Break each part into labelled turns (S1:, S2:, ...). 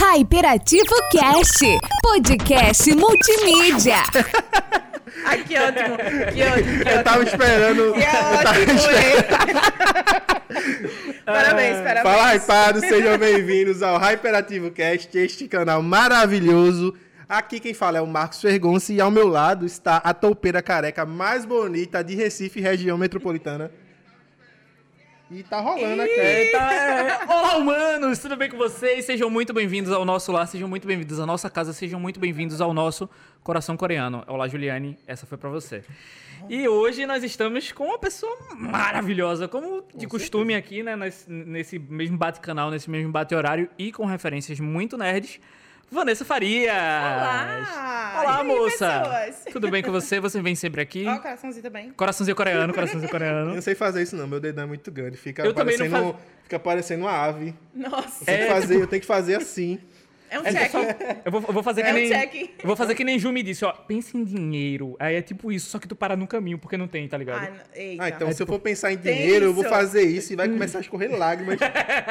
S1: Hyperativo Cast, podcast multimídia.
S2: Ai, que ótimo, que ótimo, que
S3: Eu
S2: ótimo.
S3: tava esperando.
S2: Que
S3: eu tava
S2: ótimo, hein? Parabéns, parabéns.
S3: Fala, hypado, sejam bem-vindos ao Hyperativo Cast, este canal maravilhoso. Aqui quem fala é o Marcos Fergonce e ao meu lado está a toupeira careca mais bonita de Recife, região metropolitana. E tá rolando aqui.
S4: Eita, é. Olá, humanos! Tudo bem com vocês? Sejam muito bem-vindos ao nosso lar, sejam muito bem-vindos à nossa casa, sejam muito bem-vindos ao nosso coração coreano. Olá, Juliane, essa foi pra você. E hoje nós estamos com uma pessoa maravilhosa, como de costume aqui, né? Nesse, nesse mesmo bate-canal, nesse mesmo bate-horário e com referências muito nerds. Vanessa Faria!
S2: Olá! Ah, E
S4: Olá,
S2: aí,
S4: moça!
S2: pessoas?
S4: Tudo bem com você? Você vem sempre aqui?
S2: Ó, o coraçãozinho também.
S4: Coraçãozinho coreano, coraçãozinho
S3: Eu
S4: coreano.
S3: não sei fazer isso não, meu dedão é muito grande, fica
S4: Eu também
S3: parecendo,
S4: não
S3: um- fica parecendo uma ave.
S2: Nossa,
S3: Tem que
S4: É,
S3: fazer, Eu tenho que fazer assim.
S2: é um
S4: É
S2: check.
S4: só- eu, vou, eu vou fazer
S2: É
S4: que
S2: um
S4: nem.
S2: check.
S4: Eu vou fazer que nem Ju me disse, ó. Pensa em dinheiro. Aí é tipo isso, só que tu para no caminho, porque não tem, tá ligado?
S2: Ah, não- eita.
S3: Ah, então
S4: É
S3: se eu
S4: tipo-
S3: for pensar em
S2: Tem
S3: dinheiro, eu vou
S2: isso.
S3: fazer isso e vai começar a escorrer lágrimas.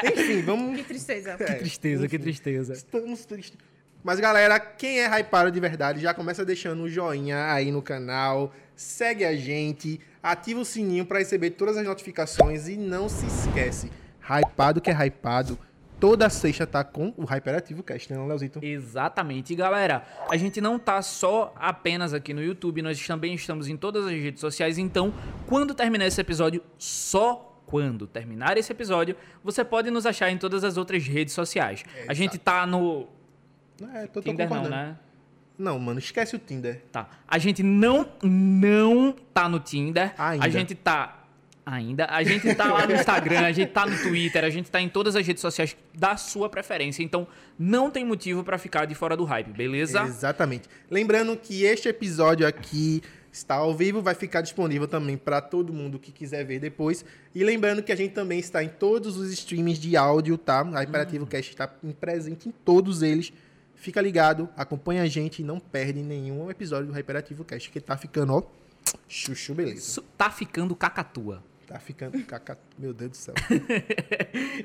S3: Enfim, vamos
S2: Que tristeza.
S3: É,
S4: que tristeza, que
S3: enfim.
S4: tristeza.
S3: Estamos tristes. Mas galera, quem é hypado de verdade, já começa deixando um joinha aí no canal, segue a gente, ativa o sininho pra receber todas as notificações e não se esquece, hypado que é hypado, toda sexta tá com o Hyperativo Cast, né, Leozito?
S4: Exatamente. E galera, a gente não tá só apenas aqui no YouTube, nós também estamos em todas as redes sociais. Então, quando terminar esse episódio, só quando terminar esse episódio, você pode nos achar em todas as outras redes sociais. A gente tá no.
S3: É, tô, tô
S4: Tinder não,
S3: concordando.
S4: né?
S3: Não, mano, esquece o Tinder.
S4: Tá. A gente não, não tá no Tinder.
S3: Ainda.
S4: A gente tá. Ainda. A gente tá lá no Instagram, a gente tá no Twitter, a gente tá em todas as redes sociais da sua preferência. Então, não tem motivo pra ficar de fora do hype, beleza?
S3: Exatamente. Lembrando que este episódio aqui está ao vivo, vai ficar disponível também para todo mundo que quiser ver depois. E lembrando que a gente também está em todos os streams de áudio, tá? A Imperativo
S4: Hum.
S3: Cast está em presente em todos eles. Fica ligado, acompanha a gente e não perde nenhum episódio do Imperativo Cast, que tá ficando, ó, chuchu, beleza.
S4: Isso tá ficando cacatua.
S3: Tá ficando, caca... meu Deus do céu.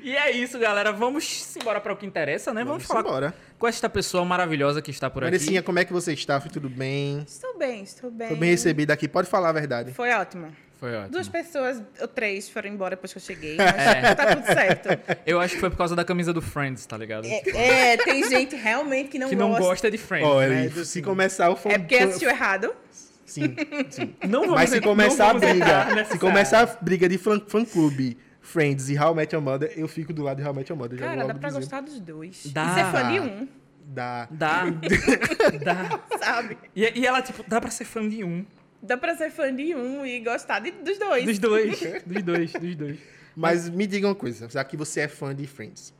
S4: E é isso, galera. Vamos embora pra o que interessa, né? Vamos, falar
S3: embora.
S4: com esta pessoa maravilhosa que está por aqui.
S3: Marecinha, como é que você está? Foi tudo bem?
S2: Estou bem, estou bem.
S3: Foi bem recebida aqui, pode falar a verdade.
S2: Foi ótimo.
S4: Foi ótimo.
S2: Duas pessoas, ou três, foram embora depois que eu cheguei, mas tá tudo certo.
S4: Eu acho que foi por causa da camisa do Friends, tá ligado?
S2: É, é, tem gente realmente que não
S4: que não
S2: gosta.
S4: gosta de Friends.
S3: Ó,
S4: né?
S3: ele- se começar o
S2: É porque assistiu errado.
S3: Sim, sim.
S4: Não vamos
S3: Mas se
S4: entrar- não
S3: começar a
S4: vamos entrar
S3: briga,
S4: nessa-
S3: se começar a briga de fã, fã clube, Friends e How I Met Your Mother, eu fico do lado de How I Met Your Mother. já
S2: Cara,
S3: logo
S2: dá pra
S3: dizendo.
S2: gostar dos dois.
S4: Dá.
S2: E ser fã de um,
S3: Dá.
S4: Dá. Dá.
S2: sabe?
S4: E, e ela, tipo, dá pra ser fã de um.
S2: Dá pra ser fã de um e gostar de- dos dois.
S4: Dos dois. Dos dois, dos dois.
S3: Mas me diga uma coisa, já que você é fã de Friends,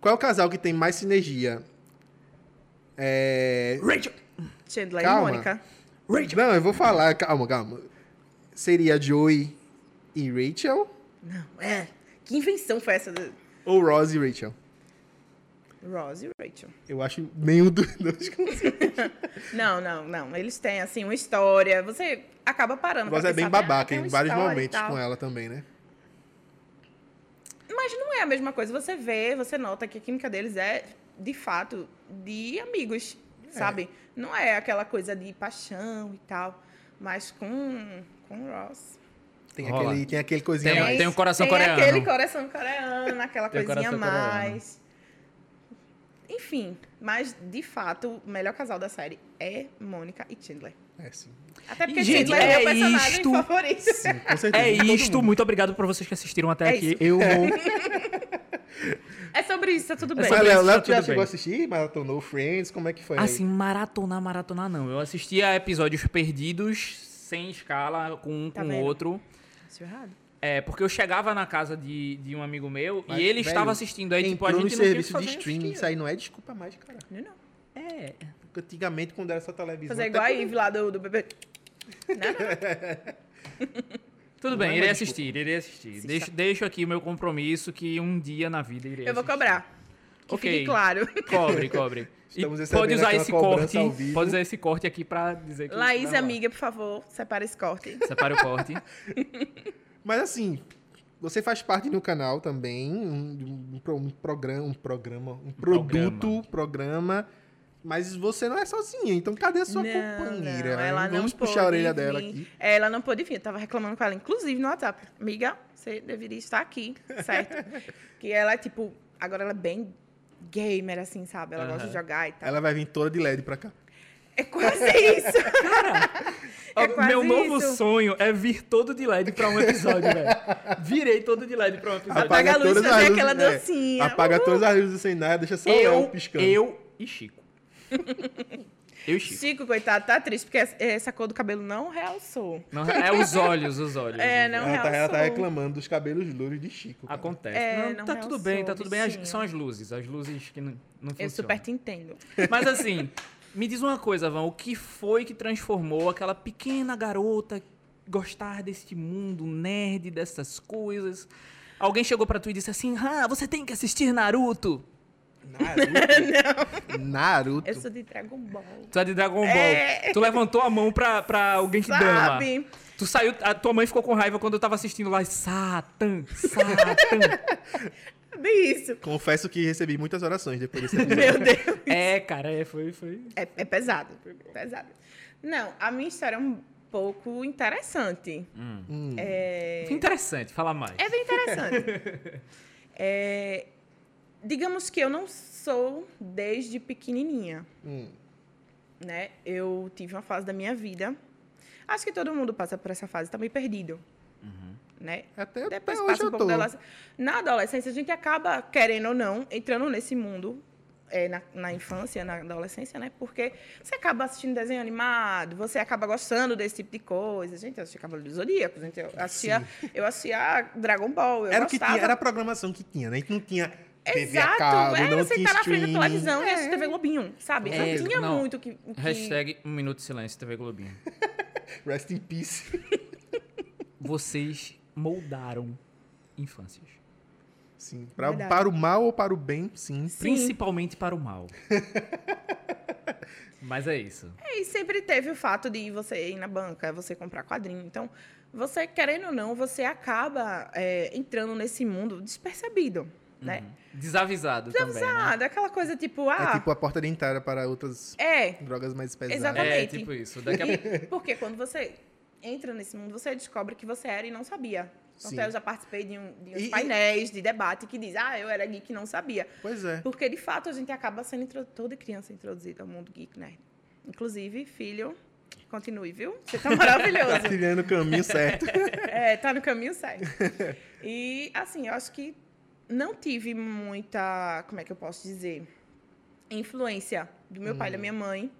S3: qual é o casal que tem mais sinergia? É...
S4: Rachel!
S2: Chandler
S3: Calma.
S2: e Mônica.
S3: Rachel! Não, eu vou falar, calma, calma. Seria Joey e Rachel
S2: É. Que invenção foi essa do
S3: ou Ross e Rachel?
S2: Ross e Rachel?
S3: Eu acho nenhum dos dois.
S2: Não, não, não. Eles têm, assim, uma história. Você acaba parando. pra
S3: Ross é bem
S2: pensar, ah,
S3: babaca
S2: tem uma
S3: em vários
S2: história e
S3: momentos
S2: tal.
S3: com ela também, né?
S2: Mas não é a mesma coisa. Você vê, você nota que a química deles é, de fato, de amigos, sabe? Não é aquela coisa de paixão e tal. Mas com, com o Ross.
S3: Tem
S4: Rola.
S3: aquele, tem aquele coisinha
S4: Tem- um,
S3: mais.
S4: tem o coração
S2: tem
S4: coreano.
S2: aquele coração coreano, aquela
S4: Tem o
S2: coisinha a
S4: coração coreano.
S2: mais. Enfim, mas de fato, o melhor casal da série é Mônica e Chandler.
S3: É, sim.
S2: Até porque
S4: Gente,
S2: Chandler é
S4: é
S2: meu personagem
S4: isto.
S2: favorito.
S3: Com certeza.
S4: É
S3: de todo
S4: isto.
S3: mundo.
S4: Muito obrigado por vocês que assistiram até
S2: É
S4: aqui.
S2: isso.
S4: Eu vou.
S2: É sobre isso, tá tudo bem.
S4: sobre
S3: Mas,
S4: isso,
S3: Léo,
S4: tá
S3: Léo, tu
S4: tudo
S3: já
S4: bem.
S3: chegou a assistir? Maratonou Friends? Como é que foi? aí?
S4: Assim, maratonar, maratonar não. Eu assisti a episódios perdidos, sem escala, com um,
S2: Tá
S4: com o
S2: vendo?
S4: outro.
S2: Isso é errado.
S4: É, porque eu chegava na casa de, de um amigo meu
S3: Mas,
S4: e ele
S3: velho,
S4: estava assistindo. Aí, tipo,
S3: Entrou
S4: a
S3: no
S4: gente não tinha o que
S3: serviço de
S4: fazer, assim,
S3: streaming. Isso
S4: assistia.
S3: aí não é desculpa mais, cara.
S2: Não, não.
S4: É.
S3: Antigamente, quando era só televisão.
S2: Fazer
S3: até
S2: igual a
S3: quando-
S2: Eve lá do, do bebê. Nada.
S4: Tudo
S3: é
S4: bem,
S3: uma
S4: irei
S3: desculpa.
S4: assistir, irei assistir.
S2: Assista.
S4: Deixo, deixo aqui o meu compromisso que um dia na vida irei
S2: Eu vou
S4: assistir.
S2: cobrar. Que
S4: Ok.
S2: fique claro.
S4: Cobre, cobre. E
S3: Estamos recebendo
S4: pode usar
S3: aquela
S4: esse
S3: cobrança
S4: corte.
S3: ao vivo.
S4: Pode usar esse corte aqui pra dizer que.
S2: Laís, É
S4: vai lá.
S2: amiga, por favor, separa esse corte.
S4: Separa o corte.
S3: Mas assim, Você faz parte do canal também, um, um, pro- um programa, um programa, um produto, programa. Mas você não é sozinha, então cadê a sua
S2: Não,
S3: companheira? né?
S2: não, ela não
S3: Vamos puxar
S2: pôde
S3: a orelha dela
S2: vir.
S3: aqui.
S2: Ela não pôde vir, eu tava reclamando com ela, inclusive no WhatsApp. Amiga, você deveria estar aqui, certo? que ela, tipo, agora ela é bem gamer, assim, sabe? Ela gosta de
S4: Aham.
S2: jogar e tal.
S3: Ela vai vir toda de LED pra cá.
S2: É quase isso. É
S4: Ó,
S2: quase
S4: Meu novo
S2: isso.
S4: sonho é vir todo de LED pra um episódio, velho. Virei todo de LED pra um episódio.
S2: Apaga a luz,
S3: todas
S2: fazer
S3: as luzes-
S2: aquela
S3: é,
S2: dancinha.
S3: apaga
S2: Uhul.
S3: todas as luzes sem nada, deixa só eu,
S4: eu,
S3: piscando.
S4: eu e Chico. Eu e Chico.
S2: Chico, coitado, tá triste, porque essa- essa cor do cabelo não realçou.
S4: Não, é os olhos, os olhos.
S2: É,
S4: gente.
S2: não
S3: ela, tá, ela tá
S2: realçou.
S3: reclamando dos cabelos louros de Chico. cara.
S4: Acontece.
S2: É,
S4: não,
S2: não
S4: tá tudo bem,
S2: realçou,
S4: tá tudo bem. As-
S2: bichinho.
S4: são as luzes, as luzes que não, não
S2: Eu
S4: funcionam.
S2: super te entendo.
S4: Mas assim, me diz uma coisa, Van, o que foi que transformou aquela pequena garota gostar deste mundo nerd, dessas coisas? Alguém chegou pra tu e disse assim: "Ah, você tem que assistir Naruto".
S3: Naruto. Naruto.
S2: Eu sou de Dragon Ball.
S4: Tu é de Dragon Ball.
S2: É.
S4: Tu levantou a mão pra, pra alguém que dama.
S2: Sabe?
S4: Tu saiu, a tua mãe ficou com raiva quando eu tava assistindo lá, Satan, Satan.
S2: Bem isso.
S3: Confesso que recebi muitas orações depois desse episódio.
S2: Meu Deus.
S4: é, cara, é, foi, foi.
S2: É, é pesado. Pesado. Não, a minha história é um pouco interessante.
S3: Hum.
S2: É...
S4: Interessante, fala mais.
S2: É bem interessante. É, digamos que eu não sou desde pequenininha,
S3: Hum.
S2: né? Eu tive uma fase da minha vida. Acho que todo mundo passa por essa fase, tá meio perdido, né?
S3: Até,
S2: Depois
S3: até hoje
S2: passa um
S3: eu
S2: pouco
S3: tô.
S2: da adolescência. Na adolescência, a gente acaba, querendo ou não, entrando nesse mundo é, na, na infância, na adolescência, né? Porque você acaba assistindo desenho animado, você acaba gostando desse tipo de coisa. Gente, eu assistia Cavaleiro do Zodíaco, gente, eu assistia, eu assistia Dragon Ball, eu
S3: Era o que
S2: gostava.
S3: tinha, era a programação que tinha, né? A gente não tinha TV a
S2: Exato,
S3: cabo,
S2: é,
S3: não
S2: você
S3: tinha
S2: tá na frente
S3: streaming.
S2: da televisão e assiste TV Globinho, sabe?
S4: É,
S2: não tinha
S4: não.
S2: muito o que, o que...
S4: Hashtag um minuto de silêncio, TV Globinho.
S3: Rest in peace.
S4: Vocês moldaram infâncias.
S3: Sim. Pra,
S2: Verdade.
S3: para o mal ou para o bem, sim.
S2: Sim.
S4: Principalmente para o mal. Mas é isso.
S2: E sempre teve o fato de você ir na banca, você comprar quadrinho. Então, você, querendo ou não, você acaba é, entrando nesse mundo despercebido, né?
S4: Desavisado, Uhum. também. né?
S2: Ah, daquela coisa tipo, ah,
S3: É tipo a porta de entrada para outras
S2: é,
S3: drogas mais pesadas.
S2: Exatamente.
S4: É, tipo isso. Daqui a...
S2: Porque quando você entra nesse mundo, você descobre que você era e não sabia. Então,
S3: Sim.
S2: eu já participei de, um, de uns
S3: E- e-
S2: painéis de debate que diz, ah, eu era geek e não sabia.
S3: Pois é.
S2: Porque, de fato, a gente acaba sendo intro- toda criança introduzida ao mundo geek, né? Inclusive, filho, continue, viu? Você tá
S3: Tá
S2: maravilhoso.
S3: trilhando o caminho certo.
S2: é, tá no caminho certo. E, assim, eu acho que não tive muita, como é que eu posso dizer, influência do meu pai e da minha mãe.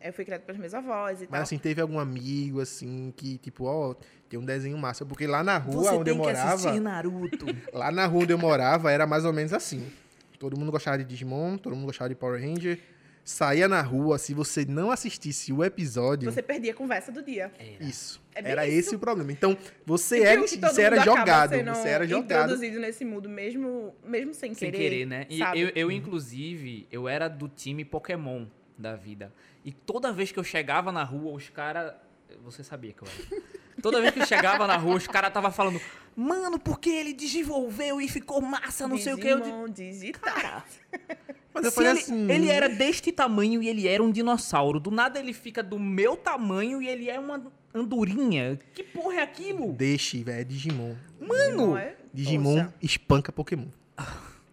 S2: Eu fui criada pelos meus avós e tal.
S3: Hum. Mas assim, teve algum amigo assim que, tipo, ó, tem um desenho massa. Porque lá na rua
S4: Você
S3: onde
S4: tem
S3: eu
S4: que assistir
S3: morava.
S4: Naruto.
S3: Lá na rua onde eu morava era mais ou menos assim. Todo mundo gostava de Digimon, todo mundo gostava de Power Ranger. Saía na rua, se você não assistisse o episódio.
S2: Você perdia a conversa do dia.
S3: Isso.
S2: É bem
S3: era
S2: isso.
S3: esse o problema. Então, você
S2: E
S3: era,
S2: viu que todo
S3: você era
S2: mundo acaba
S3: jogado.
S2: sendo
S3: Você era jogado.
S2: Introduzido nesse mundo, mesmo, mesmo sem,
S4: Sem
S2: querer.
S4: querer, né? E
S2: sabe?
S4: eu, eu, inclusive, eu era do time Pokémon da vida. E toda vez que eu chegava na rua, os caras. Você sabia que eu era. Toda vez que eu chegava na rua, os caras tava falando, mano, porque ele desenvolveu e ficou massa, não sei o que. Eu di-
S2: Digimon digital.
S3: Mas eu
S4: Se
S3: falei
S4: ele,
S3: assim.
S4: ele era deste tamanho e ele era um dinossauro. Do nada ele fica do meu tamanho e ele é uma andorinha. Que porra é aquilo?
S3: Deixe, velho. é Digimon.
S4: Mano!
S2: é?
S3: Digimon
S2: Poxa.
S3: espanca Pokémon.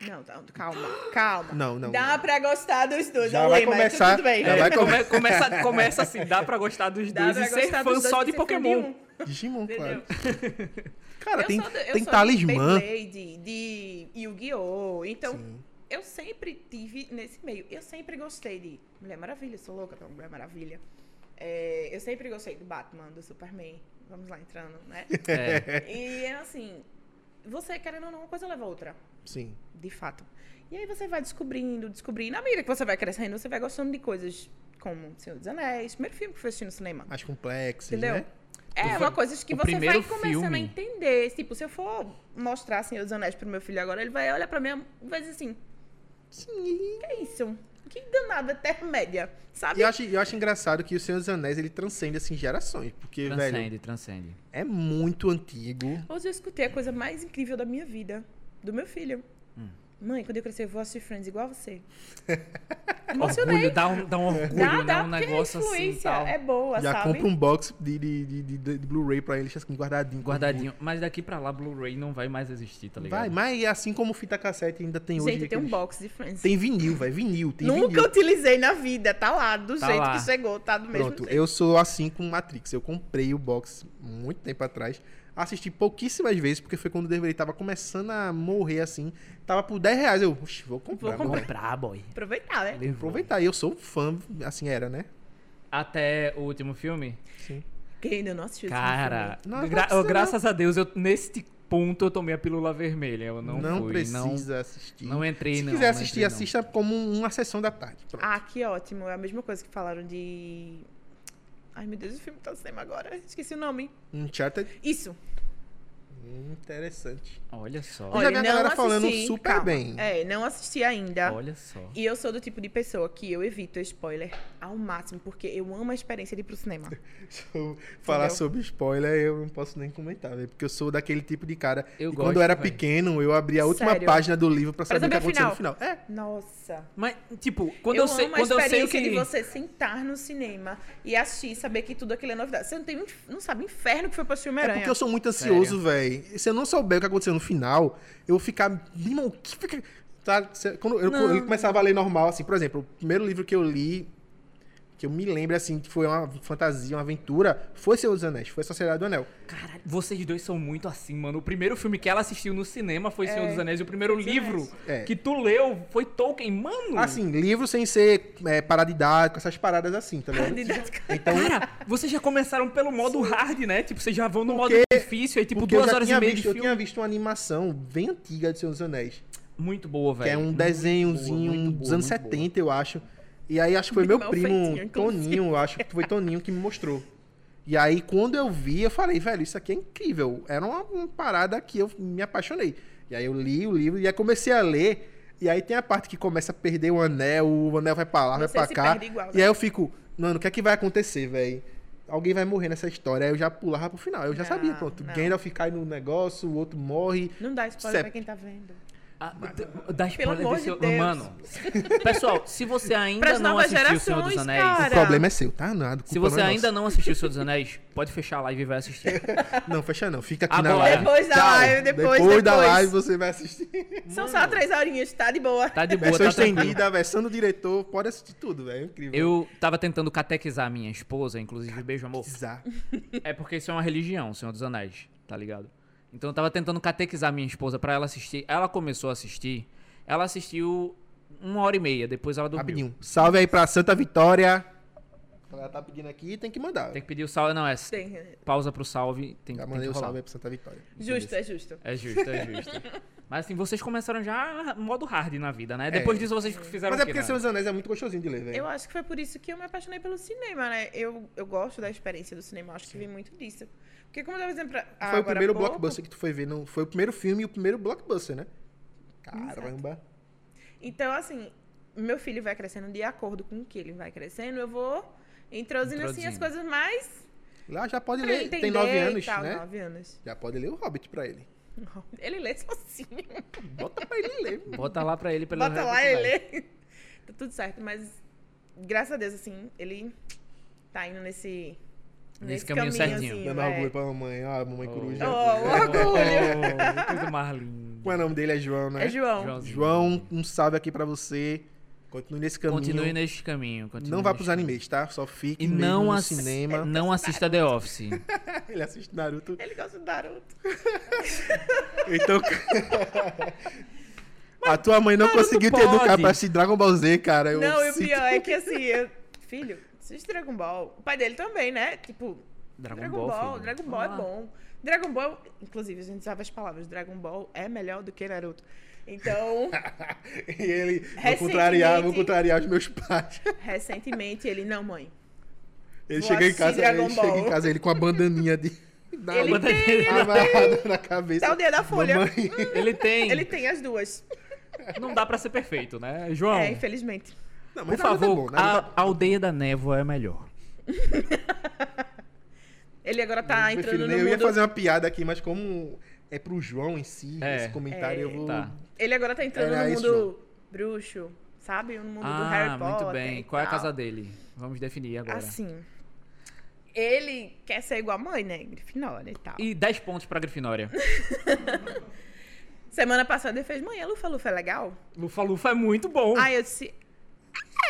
S2: Não, não, calma, calma.
S3: Não, não.
S2: Dá pra gostar dos dois,
S3: Já
S2: eu
S3: vai
S2: lembro, mas
S3: começar- é,
S2: Tudo bem.
S3: já vai
S4: É, Come- começa, começa assim, dá pra gostar dos
S2: Dá
S4: dois
S2: pra
S4: e ser
S2: gostar
S4: fã
S2: dos dois é
S4: só
S2: sem
S4: de
S2: ser fã
S4: Pokémon.
S2: nenhum.
S3: Digimon,
S2: um, Entendeu?
S3: claro. Cara,
S2: Eu
S3: tem,
S2: sou do- eu
S3: tem
S2: sou
S3: talismã.
S2: De, Beyblade, de Yu-Gi-Oh! Então, eu sempre tive nesse meio. Eu sempre gostei de Mulher Maravilha, sou louca pela Mulher Maravilha. É, eu sempre gostei do Batman, do Superman. Vamos lá entrando, né?
S4: É.
S2: e é assim, você querendo ou não, uma coisa leva a outra,
S3: Sim.
S2: de fato. E aí você vai descobrindo, descobrindo. À medida que você vai crescendo, você vai gostando de coisas como Senhor dos Anéis, primeiro filme que foi assistir no cinema.
S3: Mais complexo.
S2: Entendeu?
S3: Né?
S2: É,
S4: Foi-
S2: uma coisa que você
S4: o
S2: vai
S4: primeiro
S2: começando
S4: filme.
S2: a entender. Tipo, se eu for mostrar Senhor dos Anéis pro meu filho agora, ele vai olhar pra mim e vai dizer assim:
S3: Sim.
S2: que assim, é isso? que danada intermédia,
S3: E
S2: sabe?
S3: eu acho, eu acho engraçado que o Senhor dos Anéis ele transcende assim gerações, porque velho,
S4: Transcende, transcende.
S3: é muito antigo.
S2: Hoje eu escutei a coisa mais incrível da minha vida, do meu filho.
S4: Hum.
S2: Mãe, quando eu crescer, eu vou assistir Friends igual a você. Emocionei.
S4: Orgulho, dá um, dá um orgulho,
S2: Dá,
S4: dá,
S2: dá,
S4: um
S2: porque a
S4: negócio assim,
S2: influência
S4: tal.
S2: é boa,
S3: Já
S2: sabe?
S3: compra um box de, de, de, de- de Blu-ray pra ele, deixa assim, guardadinho.
S4: Guardadinho. Mas daqui pra lá, Blu-ray não vai mais existir, tá ligado?
S3: Vai, mas assim como fita cassete ainda tem hoje.
S2: Gente, tem um
S3: aqueles-
S2: box de Friends.
S3: Tem vinil, vai, vinil, tem
S2: Nunca
S3: vinil.
S2: utilizei na vida, tá lá, do
S4: Tá
S2: jeito
S4: lá.
S2: que chegou, tá do mesmo
S3: Pronto,
S2: jeito.
S3: eu sou assim com Matrix. Eu comprei o box muito tempo atrás. Assisti pouquíssimas vezes, porque foi quando o DVD tava começando a morrer assim. Tava por 10 reais. Eu, "Oxe, vou comprar.
S2: Vou comprar.
S3: né?"
S4: Comprar, Ah, boy.
S2: Aproveitar, né?
S4: Levou.
S3: Aproveitar. E eu sou fã, assim era, né?
S4: Até o último filme?
S3: Sim.
S2: Quem ainda não assistiu esse
S4: Cara,
S2: filme?
S3: Não, não
S4: gra-
S3: precisa,
S4: graças a Deus, eu, neste ponto eu tomei a pílula vermelha. Eu não,
S3: Não,
S4: fui,
S3: precisa assistir.
S4: não, não entrei,
S3: Se
S4: não.
S3: quiser
S4: não
S3: assistir,
S4: entrei, não.
S3: assista como uma sessão da tarde. Pronto.
S2: Ah, que ótimo. É a mesma coisa que falaram de... Ai, meu Deus, o filme tá no cinema agora. Esqueci o nome.
S3: Uncharted,
S2: Isso.
S3: interessante.
S4: Olha só,
S3: já vi a
S2: não
S3: galera falando
S2: assisti,
S3: super
S2: calma.
S3: bem.
S2: É, não assisti ainda.
S4: olha só.
S2: E eu sou do tipo de pessoa que eu evito spoiler ao máximo, porque eu amo a experiência de ir pro cinema.
S3: Se eu falar
S2: Entendeu?
S3: sobre spoiler, eu não posso nem comentar, velho, porque eu sou daquele tipo de cara.
S4: Eu
S3: e
S4: gosto,
S3: quando eu era
S4: velho.
S3: pequeno, eu abria a última
S2: Sério?
S3: página do livro pra
S2: Pra
S3: saber, o que
S2: saber o
S3: aconteceu no final. É.
S2: Nossa.
S4: Mas, tipo, quando eu, sei,
S2: amo
S4: quando
S2: a
S4: eu sei o
S2: experiência
S4: que...
S2: de você sentar no cinema e assistir, saber que tudo aquilo é novidade. Você não tem, um inf- não sabe o inferno que foi pra assistir
S3: É
S2: Homem-Aranha.
S3: porque eu sou muito ansioso, velho. Se eu não souber o que aconteceu no final, eu vou ficar. Irmão, o que fica. Tá, Se- quando eu,
S4: Não.
S3: eu começava a ler normal, assim, por exemplo, o primeiro livro que eu li, que eu me lembro, assim, que foi uma fantasia, uma aventura, foi Senhor dos Anéis, foi Sociedade do Anel.
S4: Caralho, vocês dois são muito assim, mano. O primeiro filme que ela assistiu no cinema foi Senhor dos Anéis. E o primeiro
S2: É, Senhor dos
S4: livro
S3: É.
S4: que tu leu foi Tolkien, mano.
S3: Assim, livro sem ser é, paradidático, essas paradas assim, tá ligado?
S2: Didática.
S3: Então,
S4: Cara, vocês já começaram pelo modo hard, né? Tipo, vocês já vão no
S3: Porque-
S4: modo difícil, aí tipo
S3: porque eu
S4: duas
S3: já
S4: horas e
S3: tinha
S4: meia
S3: visto,
S4: de
S3: Eu
S4: filme.
S3: tinha visto uma animação bem antiga de Senhor dos Anéis.
S4: Muito boa, velho.
S3: Que é um
S4: Muito
S3: desenhozinho
S4: boa, muito
S3: dos
S4: boa,
S3: anos
S4: muito boa.
S3: 70, eu acho. E aí acho que foi
S2: Muito
S3: meu
S2: mal
S3: primo
S2: feitinho, inclusive.
S3: Toninho, eu acho que foi Toninho que me mostrou. E aí quando eu vi, eu falei, velho, isso aqui é incrível. Era uma, uma parada que eu me apaixonei. E aí eu li o livro e aí comecei a ler. E aí tem a parte que começa a perder o anel, o anel vai pra lá,
S2: Você
S3: vai pra
S2: se
S3: cá.
S2: perde igual,
S3: e
S2: né?
S3: aí eu fico, mano, o que é que vai acontecer, velho? Alguém vai morrer nessa história. Aí eu já pulava pro final. Eu já
S2: Não,
S3: sabia, pronto.
S2: não.
S3: Gandalf cai no negócio, o outro morre.
S2: Não dá spoiler
S3: Certo.
S2: pra quem tá vendo.
S4: Ah, d- dá spoiler
S2: amor
S4: desse...
S2: de Deus.
S4: Mano, pessoal, se você ainda
S2: Pras
S4: não
S2: novas
S4: assistiu O Senhor dos
S2: gerações,
S4: Anéis...
S2: cara.
S3: O problema é seu, tá? Nada,
S4: Se
S3: culpa
S4: você
S3: não é
S4: ainda não assistiu O Senhor dos Anéis, pode fechar a live e vai assistir.
S3: Não, fecha não. Fica aqui na
S4: Agora.
S3: live.
S2: Depois da
S3: Tchau.
S2: live, depois,
S3: da
S2: depois.
S3: live você vai assistir.
S2: São só três horinhas, tá de boa.
S4: Tá de boa,
S3: Versão
S4: tá tranquilo.
S3: estendida, versão do diretor. Pode assistir tudo, velho. É incrível.
S4: Eu tava tentando catequizar minha esposa, inclusive, beijo, amor.
S3: Bizarro.
S4: É porque isso é uma religião, Senhor dos Anéis, tá ligado? Então eu tava tentando catequizar minha esposa pra ela assistir. Ela começou a assistir, ela assistiu uma hora e meia, depois ela dormiu.
S3: Rapidinho. Salve aí pra Santa Vitória. Ela tá pedindo aqui, tem que mandar.
S4: Tem que pedir o salve, não, é
S2: Tem. né?
S4: pausa pro salve, tem,
S3: Já
S4: tem que
S3: mandei o
S4: rolar.
S3: salve aí pra Santa Vitória.
S2: Justo, é justo.
S4: É justo, é justo. Mas assim, vocês começaram já modo hard na vida, né? Depois disso vocês fizeram
S3: Mas é
S4: o quê,
S3: porque
S4: né?
S3: Seus Anéis é muito gostosinho de ler,
S2: Eu
S3: velho.
S2: acho que foi por isso que eu me apaixonei pelo cinema, né? Eu, eu gosto da experiência do cinema, acho que vem muito disso. Porque como eu tava dizendo pra...
S3: Foi
S2: agora
S3: o primeiro
S2: há pouco,
S3: blockbuster que tu foi ver. Não... Foi o primeiro filme e o primeiro blockbuster, né? Caramba.
S2: Então, assim, meu filho vai crescendo de acordo com o que ele vai crescendo, eu vou introduzindo, assim, as
S4: Introduzindo.
S2: coisas mais...
S3: Lá já pode
S2: pra ele
S3: ler.
S2: entender
S3: Tem nove
S2: e
S3: anos,
S2: tal,
S3: né?
S2: Nove anos.
S3: Já pode ler o Hobbit pra ele.
S2: Ele lê sozinho.
S3: Bota pra ele ler.
S4: Bota lá pra ele, pra ele
S2: Bota
S4: ver
S2: lá
S4: o que
S2: e
S4: vai.
S2: lê. Tá tudo certo, mas graças a Deus, assim, ele tá indo nesse...
S4: Nesse caminho certinho.
S2: caminhozinho,
S3: Dando
S2: é.
S3: orgulho pra É, mamãe. Ó, a mamãe
S4: Oh.
S3: coruja.
S2: Oh, o orgulho.
S4: Oh, que coisa mais linda.
S3: Qual é o nome dele? É João, né?
S2: É João.
S4: Joãozinho.
S3: João, um salve aqui pra você. Continue nesse caminho.
S4: Continue neste caminho. Continue
S3: Não vá
S4: neste
S3: pros
S4: caminho.
S3: animes, tá? Só fique
S4: E
S3: mesmo
S4: não,
S3: no
S4: ass-
S2: é,
S3: cinema.
S4: não assista The Office.
S3: Ele assiste Naruto.
S2: Ele gosta do Naruto.
S3: Então. a tua mãe não
S4: Naruto
S3: conseguiu te
S4: pode.
S3: educar pra assistir Dragon Ball Z, cara. Eu
S2: Não, e o
S3: sinto-
S2: pior é que assim, eu- filho, assiste Dragon Ball. O pai dele também, né? Tipo,
S4: Dragon
S2: Dragon,
S4: Ball,
S2: Ball,
S4: filho.
S2: Dragon
S4: Vamos
S2: Ball é
S4: lá.
S2: bom. Dragon Ball, inclusive, a gente usava as palavras, Dragon Ball é melhor do que Naruto. Então,
S3: e ele. Vou contrariar, vou
S2: Recentemente-
S3: contrariar os meus pais.
S2: recentemente ele, não, mãe.
S3: Ele
S2: Vou
S3: chega em
S2: assistir
S3: casa,
S2: Dragon
S3: ele chega em
S2: Ball.
S3: casa ele com a bandaninha de. da-
S2: Ele tem,
S3: amarrada na cabeça.
S2: tá o dedo da folha.
S3: é Mamãe.
S4: Ele tem.
S2: Ele tem as duas.
S4: Não dá pra ser perfeito, né? João,
S2: É, infelizmente.
S3: Não,
S4: Por
S3: mas nada tá
S4: favor,
S3: bom, nada
S2: ah,
S4: a, a aldeia da névoa é melhor.
S2: Ele agora tá
S3: Eu
S2: entrando
S3: prefiro
S2: no
S3: nem- eu ia
S2: mundo.
S3: fazer uma piada aqui, mas como é pro João em si,
S4: É.
S3: esse comentário eu vou.
S4: Tá.
S2: Ele agora tá entrando
S3: Era
S2: no
S3: isso,
S2: mundo bruxo, sabe? No mundo do
S4: Ah,
S2: Harry Potter.
S4: muito bem.
S2: e
S4: Qual é a
S2: tal.
S4: casa dele? Vamos definir agora.
S2: Assim. Ele quer ser igual a mãe, né? Grifinória e tal.
S4: E 10 pontos pra Grifinória.
S2: Semana passada ele fez, mãe, a Lufa Lufa é legal?
S4: Lufa Lufa é muito bom.
S2: Aí eu disse,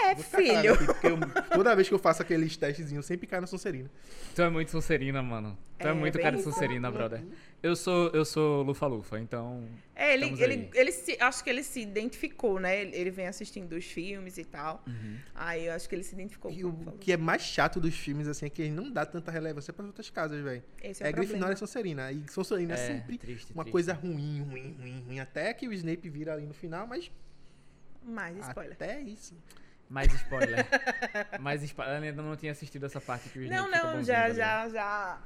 S2: é,
S3: Vou ficar calado
S2: filho.
S3: aqui, porque eu- toda vez que eu faço aqueles testezinhos, eu sempre cai na Sonserina.
S4: Tu é muito Sonserina, mano. Tu é,
S2: É,
S4: muito
S2: bem
S4: cara de
S2: isso. né? Uhum.
S4: Sonserina, brother. Eu sou, eu sou Lufa Lufa, então.
S2: É, ele,
S4: Estamos aí.
S2: ele, ele se, acho que ele se identificou, né? Ele, ele vem assistindo os filmes e tal.
S4: Uhum.
S2: Aí eu acho que ele se identificou.
S3: E
S2: com
S3: o
S2: Lufa-Lufa.
S3: que é mais chato dos filmes, assim, é que ele não dá tanta relevância para outras casas, velho.
S2: Esse é,
S3: É,
S2: o
S3: Grifinória
S2: problema.
S3: e Sonserina. E Sonserina é,
S4: É,
S3: sempre
S4: triste,
S3: uma
S4: triste.
S3: coisa ruim, ruim, ruim, ruim. Até que o Snape vira ali no final, mas
S2: Mais spoiler.
S3: até isso.
S4: Mais spoiler. Mais spoiler. Eu ainda não tinha assistido essa parte que o Snape
S2: Não,
S4: fica
S2: não,
S4: bonzinho
S2: já,
S4: ali.
S2: já, já.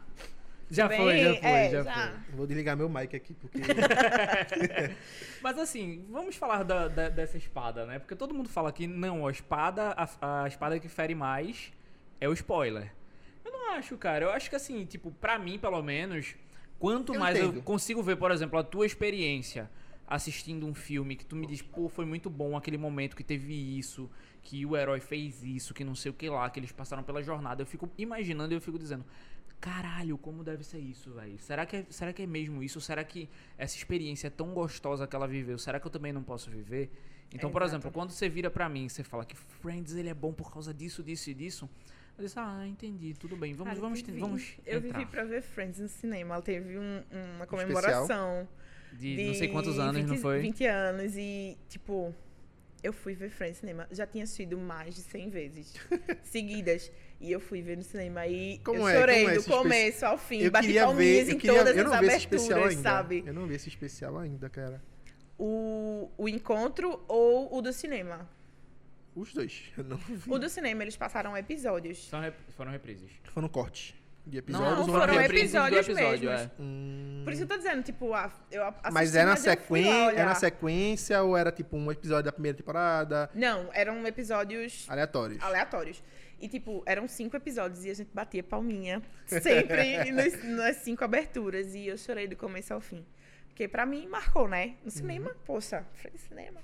S4: Já
S2: Bem,
S4: foi, já foi,
S2: é,
S4: já,
S2: já.
S4: foi.
S3: Eu vou desligar meu mic aqui, porque...
S4: Mas assim, vamos falar da- da- dessa espada, né? Porque todo mundo fala que não, a espada, a, a espada que fere mais é o spoiler. Eu não acho, cara. Eu acho que assim, tipo, pra mim, pelo menos, quanto
S3: Eu
S4: mais eu
S3: entendo.
S4: consigo ver, por exemplo, a tua experiência assistindo um filme que tu me diz, pô, foi muito bom aquele momento que teve isso, que o herói fez isso, que não sei o que lá, que eles passaram pela jornada. Eu fico imaginando e eu fico dizendo, caralho, como deve ser isso, velho? Será que, é, será que é mesmo isso? Será que essa experiência é tão gostosa que ela viveu? Será que eu também não posso viver? Então, por
S2: Exato.
S4: exemplo, quando você vira pra mim e você fala que Friends ele é bom por causa disso, disso e disso, eu disse, ah, entendi, tudo bem, vamos,
S2: Cara, eu
S4: vamos,
S2: vivi-
S4: vamos
S2: Eu
S4: entrar
S2: vivi pra ver Friends no cinema. Ela teve um- uma comemoração.
S4: de, não sei quantos anos,
S2: 20,
S4: não foi?
S2: 20 anos e, tipo, eu fui ver Friends no cinema. Já tinha sido mais de 100 vezes seguidas. E eu fui ver no cinema e
S3: Como
S2: eu
S3: é?
S2: chorei
S3: Como é
S2: do
S3: esse espe-
S2: começo ao fim.
S3: eu
S2: Bati
S3: queria
S2: palminhas
S3: ver, eu
S2: em
S3: queria,
S2: todas
S3: eu não
S2: as
S3: vi esse especial
S2: aberturas,
S3: ainda.
S2: sabe?
S3: Eu não vi esse especial ainda, cara.
S2: O, o encontro ou o do cinema.
S3: Os dois, eu não vi.
S2: O do cinema, eles passaram episódios.
S4: São rep- foram reprises.
S3: Foram cortes de
S2: Não,
S3: episódios.
S2: foram
S3: ou-
S4: reprises do
S2: episódios
S4: episódio,
S2: mesmos.
S4: é.
S3: Hum,
S2: Por isso eu tô dizendo, tipo, ah, eu assisti,
S3: mas é na,
S2: eu fui lá
S3: sequência, é na
S2: olhar.
S3: sequência ou era tipo um episódio da primeira temporada?
S2: Não, eram episódios
S3: Aleatórios.
S2: aleatórios. E, tipo, eram cinco episódios e a gente batia palminha sempre nas, nas cinco aberturas. E eu chorei do começo ao fim. Porque pra mim marcou, né? No cinema,
S3: Uhum.
S2: poxa, foi no cinema.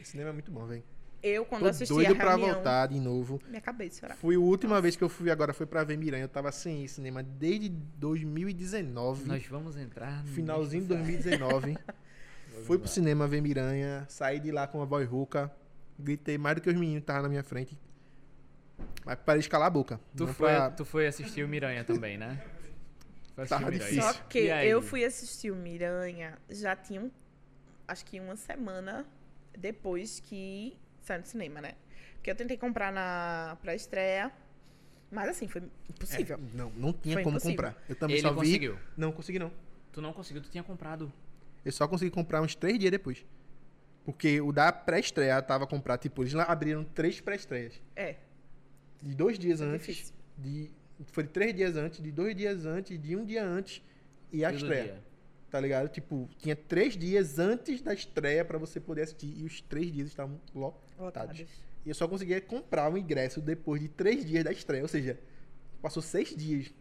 S3: Esse cinema é muito bom, velho.
S2: Eu, quando
S3: Tô
S2: assisti
S3: doido
S2: a
S3: pra
S2: reunião,
S3: voltar de novo.
S2: me acabei de chorar.
S3: Foi a última vez que eu fui agora, foi pra ver Miranha. Eu tava sem ir cinema desde 2019.
S4: Nós vamos entrar no
S3: Finalzinho de 2019. fui pro cinema ver Miranha. Saí de lá com uma voz rouca. Gritei mais do que os meninos que estavam na minha frente. Mas parei de calar a boca.
S4: Tu
S3: Não
S4: foi,
S3: pra-
S4: tu foi assistir o Miranha também, né? Foi assistir
S3: Tava
S4: o Miranha.
S3: difícil.
S2: Só
S3: É Isso.
S2: que
S4: E aí?
S2: eu fui assistir o Miranha, já tinha, um- acho que uma semana depois que saiu do cinema, né? Porque eu tentei comprar na pré-estreia, mas assim, foi impossível.
S3: É, Não, não tinha
S2: Foi
S3: como
S2: impossível.
S3: comprar. Eu também
S4: Ele
S3: só vi.
S4: conseguiu.
S3: Não consegui não.
S4: Tu não conseguiu, tu tinha comprado.
S3: Eu só consegui comprar uns três dias depois. Porque o da pré-estreia tava comprar, tipo, eles lá abriram três pré-estreias.
S2: É,
S3: De dois dias
S2: Foi
S3: antes.
S2: difícil.
S3: De. Foi três dias antes, de dois dias antes, de um dia antes e a
S4: todo
S3: estreia.
S4: dia.
S3: Tá ligado? Tipo, tinha três dias antes da estreia pra você poder assistir. E os três dias estavam lotados.
S2: lotados.
S3: E eu só conseguia comprar o ingresso depois de três dias da estreia. Ou seja, passou seis dias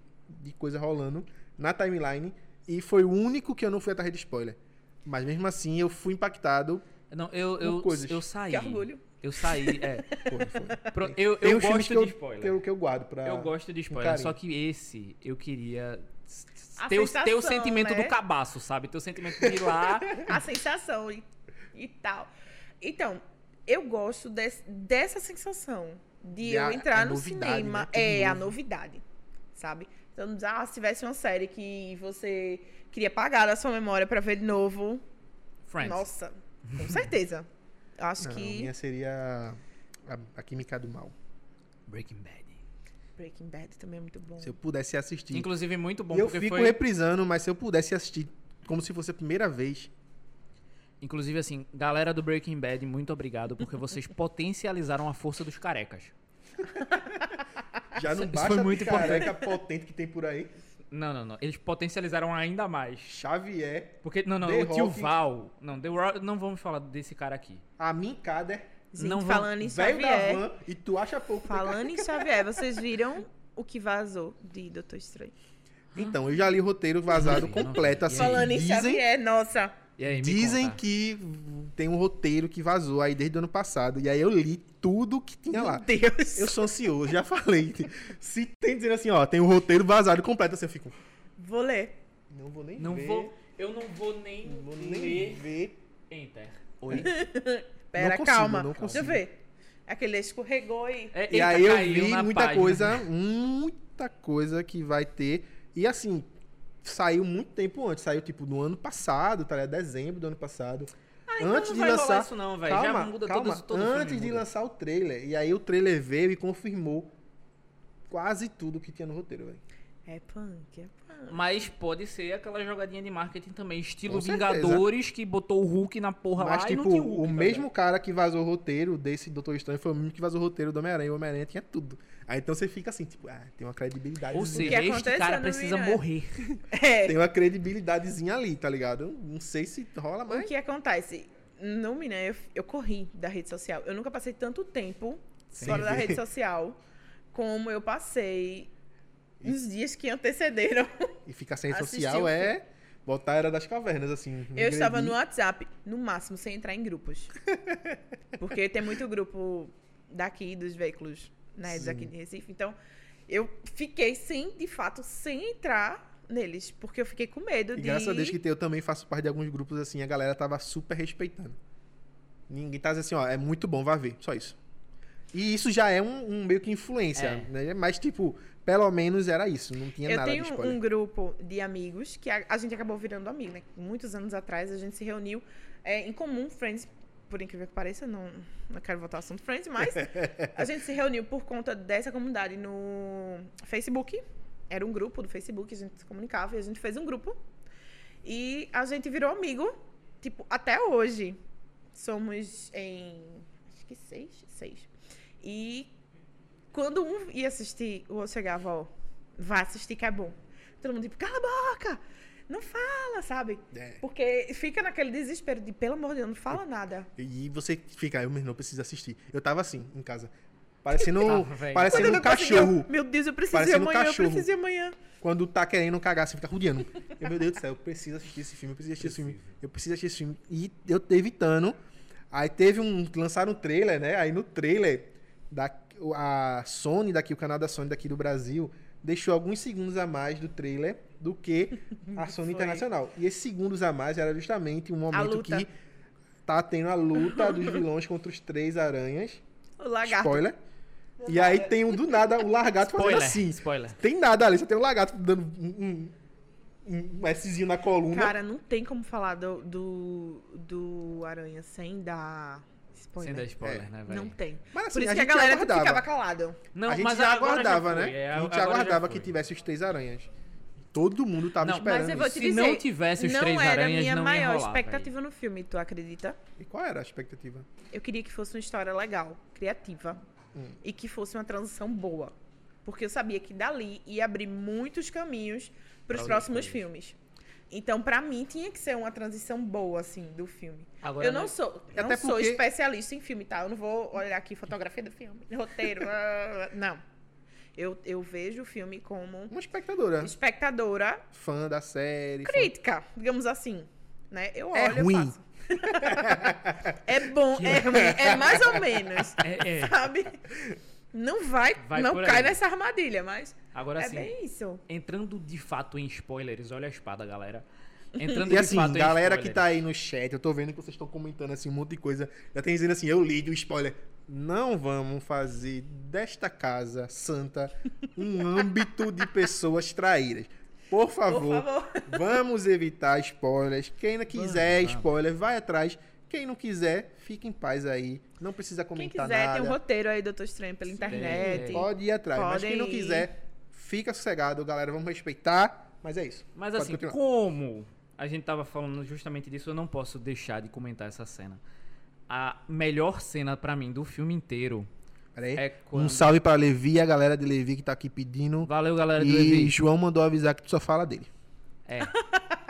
S3: de coisa rolando na timeline. E foi o único que eu não fui atrás de spoiler. Mas mesmo assim, eu fui impactado.
S4: Não, eu, eu,
S3: coisas.
S4: eu saí.
S2: Que orgulho.
S4: Eu saí, é.
S3: Pô, foi.
S4: Pro- eu
S3: Tem
S4: eu
S3: uns filmes
S4: gosto
S3: que
S4: de
S3: eu-
S4: spoiler.
S3: Que eu, que eu guardo pra...
S4: Eu gosto de
S3: com
S4: spoiler,
S3: carinho.
S4: só que esse eu queria s- s-
S2: A
S4: ter, o- ter o
S2: sensação,
S4: sentimento
S2: né?
S4: do cabaço, sabe? Ter o sentimento de ir lá.
S2: a sensação e, e tal. Então, eu gosto des- dessa sensação de
S3: De
S2: eu
S3: a-
S2: entrar
S3: a
S2: no
S3: novidade, né?
S2: cinema.
S3: Tudo
S2: É a
S3: novo.
S2: novidade, sabe? Então, ah, se tivesse uma série que você queria apagar da sua memória pra ver de novo,
S4: Friends.
S2: nossa, com certeza. Eu acho
S3: Não,
S2: que
S3: Ah, minha seria a, a Química do Mal.
S4: Breaking Bad.
S2: Breaking Bad também é muito bom.
S3: Se eu pudesse assistir...
S4: Inclusive, muito bom,
S3: e eu
S4: porque
S3: fico
S4: foi.
S3: reprisando, mas se eu pudesse assistir como se fosse a primeira vez...
S4: Inclusive, assim, galera do Breaking Bad, muito obrigado, porque vocês potencializaram a força dos carecas.
S3: Já não
S4: Isso
S3: basta
S4: foi
S3: a
S4: muito
S3: picareca potente que tem por aí.
S4: Não, não, não. Eles potencializaram ainda mais.
S3: Xavier,
S4: Porque, não, não,
S3: The
S4: o tio
S3: Rock.
S4: Val. Não, The Rock, não vamos falar desse cara aqui.
S3: a Minkader.
S2: Gente,
S4: Não vão-
S2: falando em
S3: Velho da
S2: Xavier.
S3: van e tu acha pouco.
S2: Falando em Xavier, vocês viram o que vazou de Doutor Estranho?
S3: Então, eu já li o roteiro vazado
S4: Não, não.
S3: completo,
S4: E
S3: assim.
S4: aí?
S2: Falando em
S3: dizem,
S2: Xavier, nossa.
S4: E aí, me
S3: dizem
S4: conta.
S3: que tem um roteiro que vazou aí desde o ano passado. E aí eu li tudo que tinha lá.
S2: Meu Deus.
S3: Eu sou ansioso, já falei. Se tem dizendo assim, ó, tem o roteiro vazado completo, assim, eu fico.
S2: Vou ler.
S3: Não vou nem
S4: Não
S3: ver.
S4: vou. Eu não vou nem,
S3: Não vou nem
S4: ler.
S3: ver.
S4: Enter.
S3: Oi.
S4: tá
S2: Pera,
S3: consigo,
S2: calma.
S3: não
S2: Deixa eu
S3: consigo.
S2: ver. Aquele escorregou e.
S4: É,
S3: E
S4: eita,
S3: aí eu
S4: caiu
S3: vi
S4: na
S3: muita
S4: página.
S3: coisa, muita coisa que vai ter. E assim, saiu muito tempo antes. Saiu tipo no ano passado, tá ligado? Dezembro do ano passado.
S4: Então não vai rolar isso não, velho. Já muda
S3: calma.
S4: todos, todo filme
S3: antes de
S4: muda.
S3: lançar o trailer. E aí o trailer veio e confirmou quase tudo que tinha no roteiro, velho.
S2: É punk, é punk.
S4: Mas pode ser aquela jogadinha de marketing também, estilo
S3: Com certeza.
S4: Vingadores, que botou o Hulk na porra
S3: Mas,
S4: lá e não
S3: tipo,
S4: tinha Hulk,
S3: o
S4: tá
S3: mesmo cara que vazou o roteiro desse Doutor Estranho foi o mesmo que vazou o roteiro do Homem-Aranha. O Homem-Aranha tinha tudo. Aí então você fica assim, tipo, ah, tem uma credibilidade.
S4: ligado? Ou
S2: que
S4: seja, este
S2: aconteceu
S4: cara
S2: no
S4: precisa
S2: Vingadores.
S4: morrer.
S2: É.
S3: Tem uma credibilidadezinha ali, tá ligado? Eu Não sei se rola
S2: O
S3: mais.
S2: que acontece? No Mina, eu, eu corri da rede social. Eu nunca passei tanto tempo
S3: Sem
S2: fora da
S3: ver.
S2: rede social como eu passei nos dias que antecederam.
S3: E ficar sem rede
S2: Assistir
S3: social
S2: o
S3: é botar a era das cavernas, assim.
S2: Eu
S3: engredir.
S2: estava no WhatsApp, no máximo, sem entrar em grupos. Porque tem muito grupo daqui, dos veículos, né, daqui de Recife. Então, eu fiquei sem, de fato, sem entrar neles. Porque eu fiquei com medo
S3: E
S2: de...
S3: graças a Deus que tem, eu também faço parte de alguns grupos assim, a galera tava super respeitando. Ninguém tá dizendo assim, ó, é muito bom, vá ver, só isso. E isso já é um, um meio que influência,
S4: É.
S3: né? Mas, tipo, pelo menos era isso, não tinha
S2: Eu
S3: nada
S2: tenho
S3: de spoiler.
S2: um grupo de amigos que a, a gente acabou virando amigo, né? Muitos anos atrás a gente se reuniu é, em comum, Friends, por incrível que pareça, não, não quero voltar ao assunto Friends, mas a gente se reuniu por conta dessa comunidade no Facebook. Era um grupo do Facebook, a gente se comunicava e a gente fez um grupo. E a gente virou amigo, tipo, até hoje. Somos em. Acho que seis? Seis. E quando um ia assistir, o outro chegava, ó, vai assistir que é bom. Todo mundo tipo, cala a boca! Não fala, sabe?
S3: É.
S2: Porque fica naquele desespero de, pelo amor de Deus, não fala nada.
S3: E você fica, eu mesmo não preciso assistir. Eu tava assim, em casa. Parecendo,
S4: Tava, velho.
S3: parecendo
S2: Quando
S3: um
S2: eu não conseguia, eu,
S3: cachorro.
S2: Meu Deus, eu preciso ir
S3: Parecendo um
S2: amanhã, eu
S3: cachorro.
S2: preciso ir amanhã.
S3: Quando tá querendo cagar, você fica rodeando. Eu, meu Deus do céu, eu preciso assistir esse filme, eu preciso assistir esse filme, eu preciso assistir esse filme. E eu tô evitando. Aí teve um. Lançaram um trailer, né? Aí no trailer, da, a Sony daqui, o canal da Sony daqui do Brasil, deixou alguns segundos a mais do trailer do que a Sony
S2: Foi.
S3: Internacional. E esses segundos a mais era justamente um momento
S2: luta.
S3: que tá tendo a luta dos vilões contra os três aranhas.
S2: O lagarto.
S3: Spoiler. E aí tem um do nada, o largato fazendo
S4: Spoiler,
S3: assim.
S4: spoiler.
S3: Tem nada ali, só tem um lagarto dando um, um, um Szinho na coluna.
S2: Cara, não tem como falar do, do, do Aranha sem dar spoiler.
S4: Sem dar spoiler,
S3: É.
S4: né, velho?
S2: não tem.
S3: Mas, assim,
S2: Por isso
S3: a
S2: que a
S3: gente Tá
S2: galera
S3: aguardava.
S2: ficava calada.
S4: Não,
S3: a gente
S4: mas
S3: já
S4: agora
S3: aguardava,
S4: foi,
S3: né?
S4: é,
S3: a gente
S4: agora já
S3: aguardava que
S4: foi.
S3: tivesse os três aranhas. Todo mundo tava
S4: Não,
S3: esperando.
S2: Mas eu vou
S3: isso.
S2: te
S4: Se
S2: dizer,
S4: não tivesse os
S2: não
S4: Três
S2: era a
S4: Aranhas,
S2: minha
S4: não ia
S2: maior
S4: rolar,
S2: expectativa no filme, tu acredita?
S3: E qual era a expectativa?
S2: Eu queria que fosse uma história legal, criativa
S3: Hum.
S2: e que fosse uma transição boa. Porque eu sabia que dali ia abrir muitos caminhos para os
S4: Pra outras
S2: próximos
S4: coisas.
S2: filmes. Então, pra mim, tinha que ser uma transição boa, assim, do filme.
S4: Agora
S2: eu não
S4: não-
S2: sou,
S3: Até
S2: não sou
S3: porque-
S2: especialista em filme, tá? Eu não vou olhar aqui fotografia do filme, roteiro. ah, não. Eu, eu vejo o filme como
S3: Uma espectadora.
S2: espectadora
S3: Fã da série. fã-
S2: crítica, digamos assim. Né? Eu olho
S3: É
S2: eu
S3: ruim.
S2: faço. é bom, é ruim, é mais ou menos.
S4: É, é.
S2: Sabe? Não vai,
S4: Vai
S2: não
S4: por
S2: cai
S4: aí.
S2: nessa armadilha, mas
S4: Agora
S2: é
S4: sim,
S2: bem isso.
S4: entrando de fato em spoilers, olha a espada, galera. Entrando
S3: E
S4: de
S3: assim,
S4: fato é
S3: galera
S4: em
S3: que
S4: spoilers.
S3: tá aí no chat, eu tô vendo que vocês estão comentando assim um monte de coisa. Já tem dizendo assim, eu li o spoiler. Não vamos fazer desta casa santa um âmbito de pessoas traíras. Por favor,
S2: Por favor.
S3: vamos evitar spoilers. Quem não quiser
S4: Vamos, vamos.
S3: spoiler, vai atrás. Quem não quiser, fica em paz aí. Não precisa
S2: Quem
S3: comentar
S2: quiser,
S3: nada.
S2: tem um roteiro aí, Doutor Estranho, pela internet.
S3: Pode ir atrás, mas
S2: Podem
S3: quem não
S2: ir.
S3: quiser, fica sossegado, galera. Vamos respeitar. Mas é isso.
S4: Mas
S3: Pode
S4: assim,
S3: continuar.
S4: como a gente tava falando justamente disso, eu não posso deixar de comentar essa cena. A melhor cena pra mim do filme inteiro
S3: Pera aí.
S4: é quando...
S3: Um salve pra Levi, a galera de Levi que tá aqui pedindo.
S4: Valeu, galera do
S3: e
S4: Levi.
S3: João mandou avisar que tu só fala dele.
S4: É.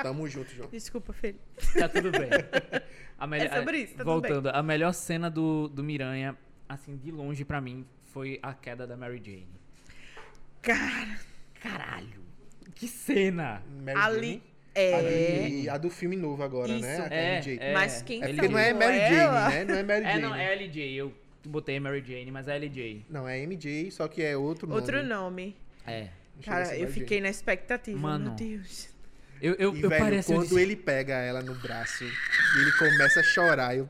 S3: Tamo junto, João.
S2: Desculpa, Felipe.
S4: Tá tudo bem. A melhor-
S2: É sobre isso, tá tudo
S4: Voltando, a melhor cena do, do Miranha, assim, de longe pra mim, foi a queda da Mary Jane.
S2: Cara,
S4: Caralho! Que cena!
S3: Mary
S2: ali.
S3: Jane.
S2: É.
S3: A, de- a do filme novo agora, né?
S2: Isso.
S3: A
S4: É,
S3: Mary Jane.
S4: é.
S2: Mas quem
S3: É porque
S2: filmou
S3: não é Mary
S2: ela?
S3: Jane, né? Não é Mary
S4: É,
S3: Jane.
S4: não, é LJ. Eu botei Mary Jane, mas é LJ.
S3: Não, é MJ, só que é outro nome.
S2: Outro nome.
S4: É.
S3: Deixa ver se
S2: Cara,
S3: é
S2: eu
S3: Mary
S2: fiquei na expectativa.
S4: Mano.
S2: Meu Deus.
S4: Eu, eu,
S3: Jane. E,
S4: eu
S3: velho,
S2: um
S4: pareço. eu
S3: quando
S4: disse-
S3: ele pega ela no braço e ele começa a chorar, eu,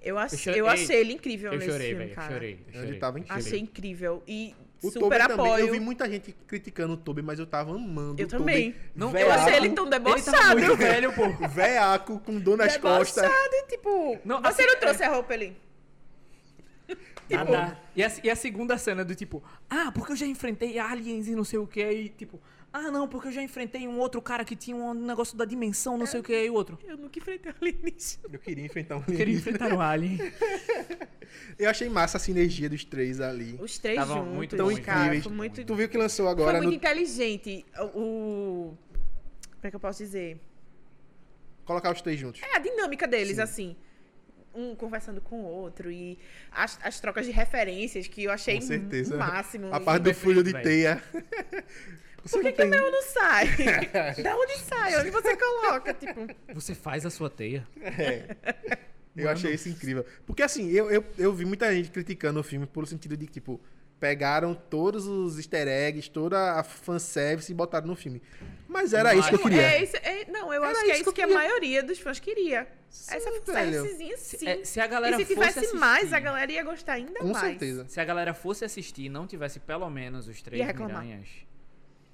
S2: Eu,
S4: Eu
S2: ace-
S4: chorei.
S2: eu achei ele incrível
S4: Eu
S2: nesse
S4: chorei,
S2: filme,
S4: velho.
S2: cara.
S4: Chorei.
S3: Ele
S4: chorei,
S3: tava em-
S4: chorei.
S2: Achei incrível. E
S3: o
S2: Assim, super
S3: Toby também.
S2: apoio.
S3: Eu vi muita gente criticando o Toby, mas eu tava amando
S2: Eu
S3: o Toby.
S2: também.
S4: Não,
S2: Eu
S4: Velho,
S2: achei
S3: Veaco-
S2: ele tão
S4: Ele tava
S2: debochado.
S4: muito velho, pô.
S3: Veaco com dor nas costas.
S2: Debochado, e, tipo.
S4: Não, tipo,
S2: você
S4: assim,
S2: não trouxe a roupa ali?
S4: Nada. E é, a, e a segunda cena do tipo, ah, porque eu já enfrentei aliens e não sei o que, e tipo, ah não, porque eu já enfrentei um outro cara que tinha um negócio da dimensão, não sei o que, e o outro.
S2: Eu nunca enfrentei
S3: um
S2: o alienígena.
S3: Eu queria enfrentar um
S4: Queria
S3: alienígena.
S4: enfrentar um alien.
S3: Eu achei massa a sinergia dos três ali.
S2: Os três
S4: Tava
S2: juntos,
S4: muito
S3: Tão
S4: bom,
S2: cara.
S3: incríveis.
S2: Foi muito,
S3: Tu viu que lançou agora
S2: foi muito
S3: no...
S2: inteligente. O. o- Como é que eu posso dizer?
S3: Colocar os três juntos.
S2: É a dinâmica deles, assim. Um conversando com o outro e as, as trocas de referências que eu achei
S3: Com certeza.
S2: o máximo.
S3: A parte do frio de
S4: velho.
S3: teia. Você
S2: Por É. que,
S3: não
S2: que o
S3: tem...
S2: meu não sai? da onde sai? Onde você coloca? Tipo,
S4: Você faz a sua teia?
S3: É. Eu
S4: Mano.
S3: achei isso incrível. Porque assim, eu, eu, eu vi muita gente criticando o filme pelo sentido de, tipo, pegaram todos os easter eggs, toda a fanservice e botaram no filme. Mas era isso que eu
S4: Mas-
S3: queria.
S2: É, isso- é- não, eu
S3: Era
S2: acho que é
S3: isso que
S2: isso
S3: eu
S2: que a
S3: queria.
S2: maioria dos fãs queria.
S3: Sim,
S2: Essa
S3: velho.
S2: fanservicezinha, sim.
S4: É, se a galera
S2: e se
S4: fosse
S2: tivesse
S4: assistir,
S2: mais, a galera ia gostar ainda
S3: Com
S2: mais.
S3: certeza.
S4: Se a galera fosse assistir e não tivesse pelo menos os três
S2: Ia reclamar.
S4: miranhas.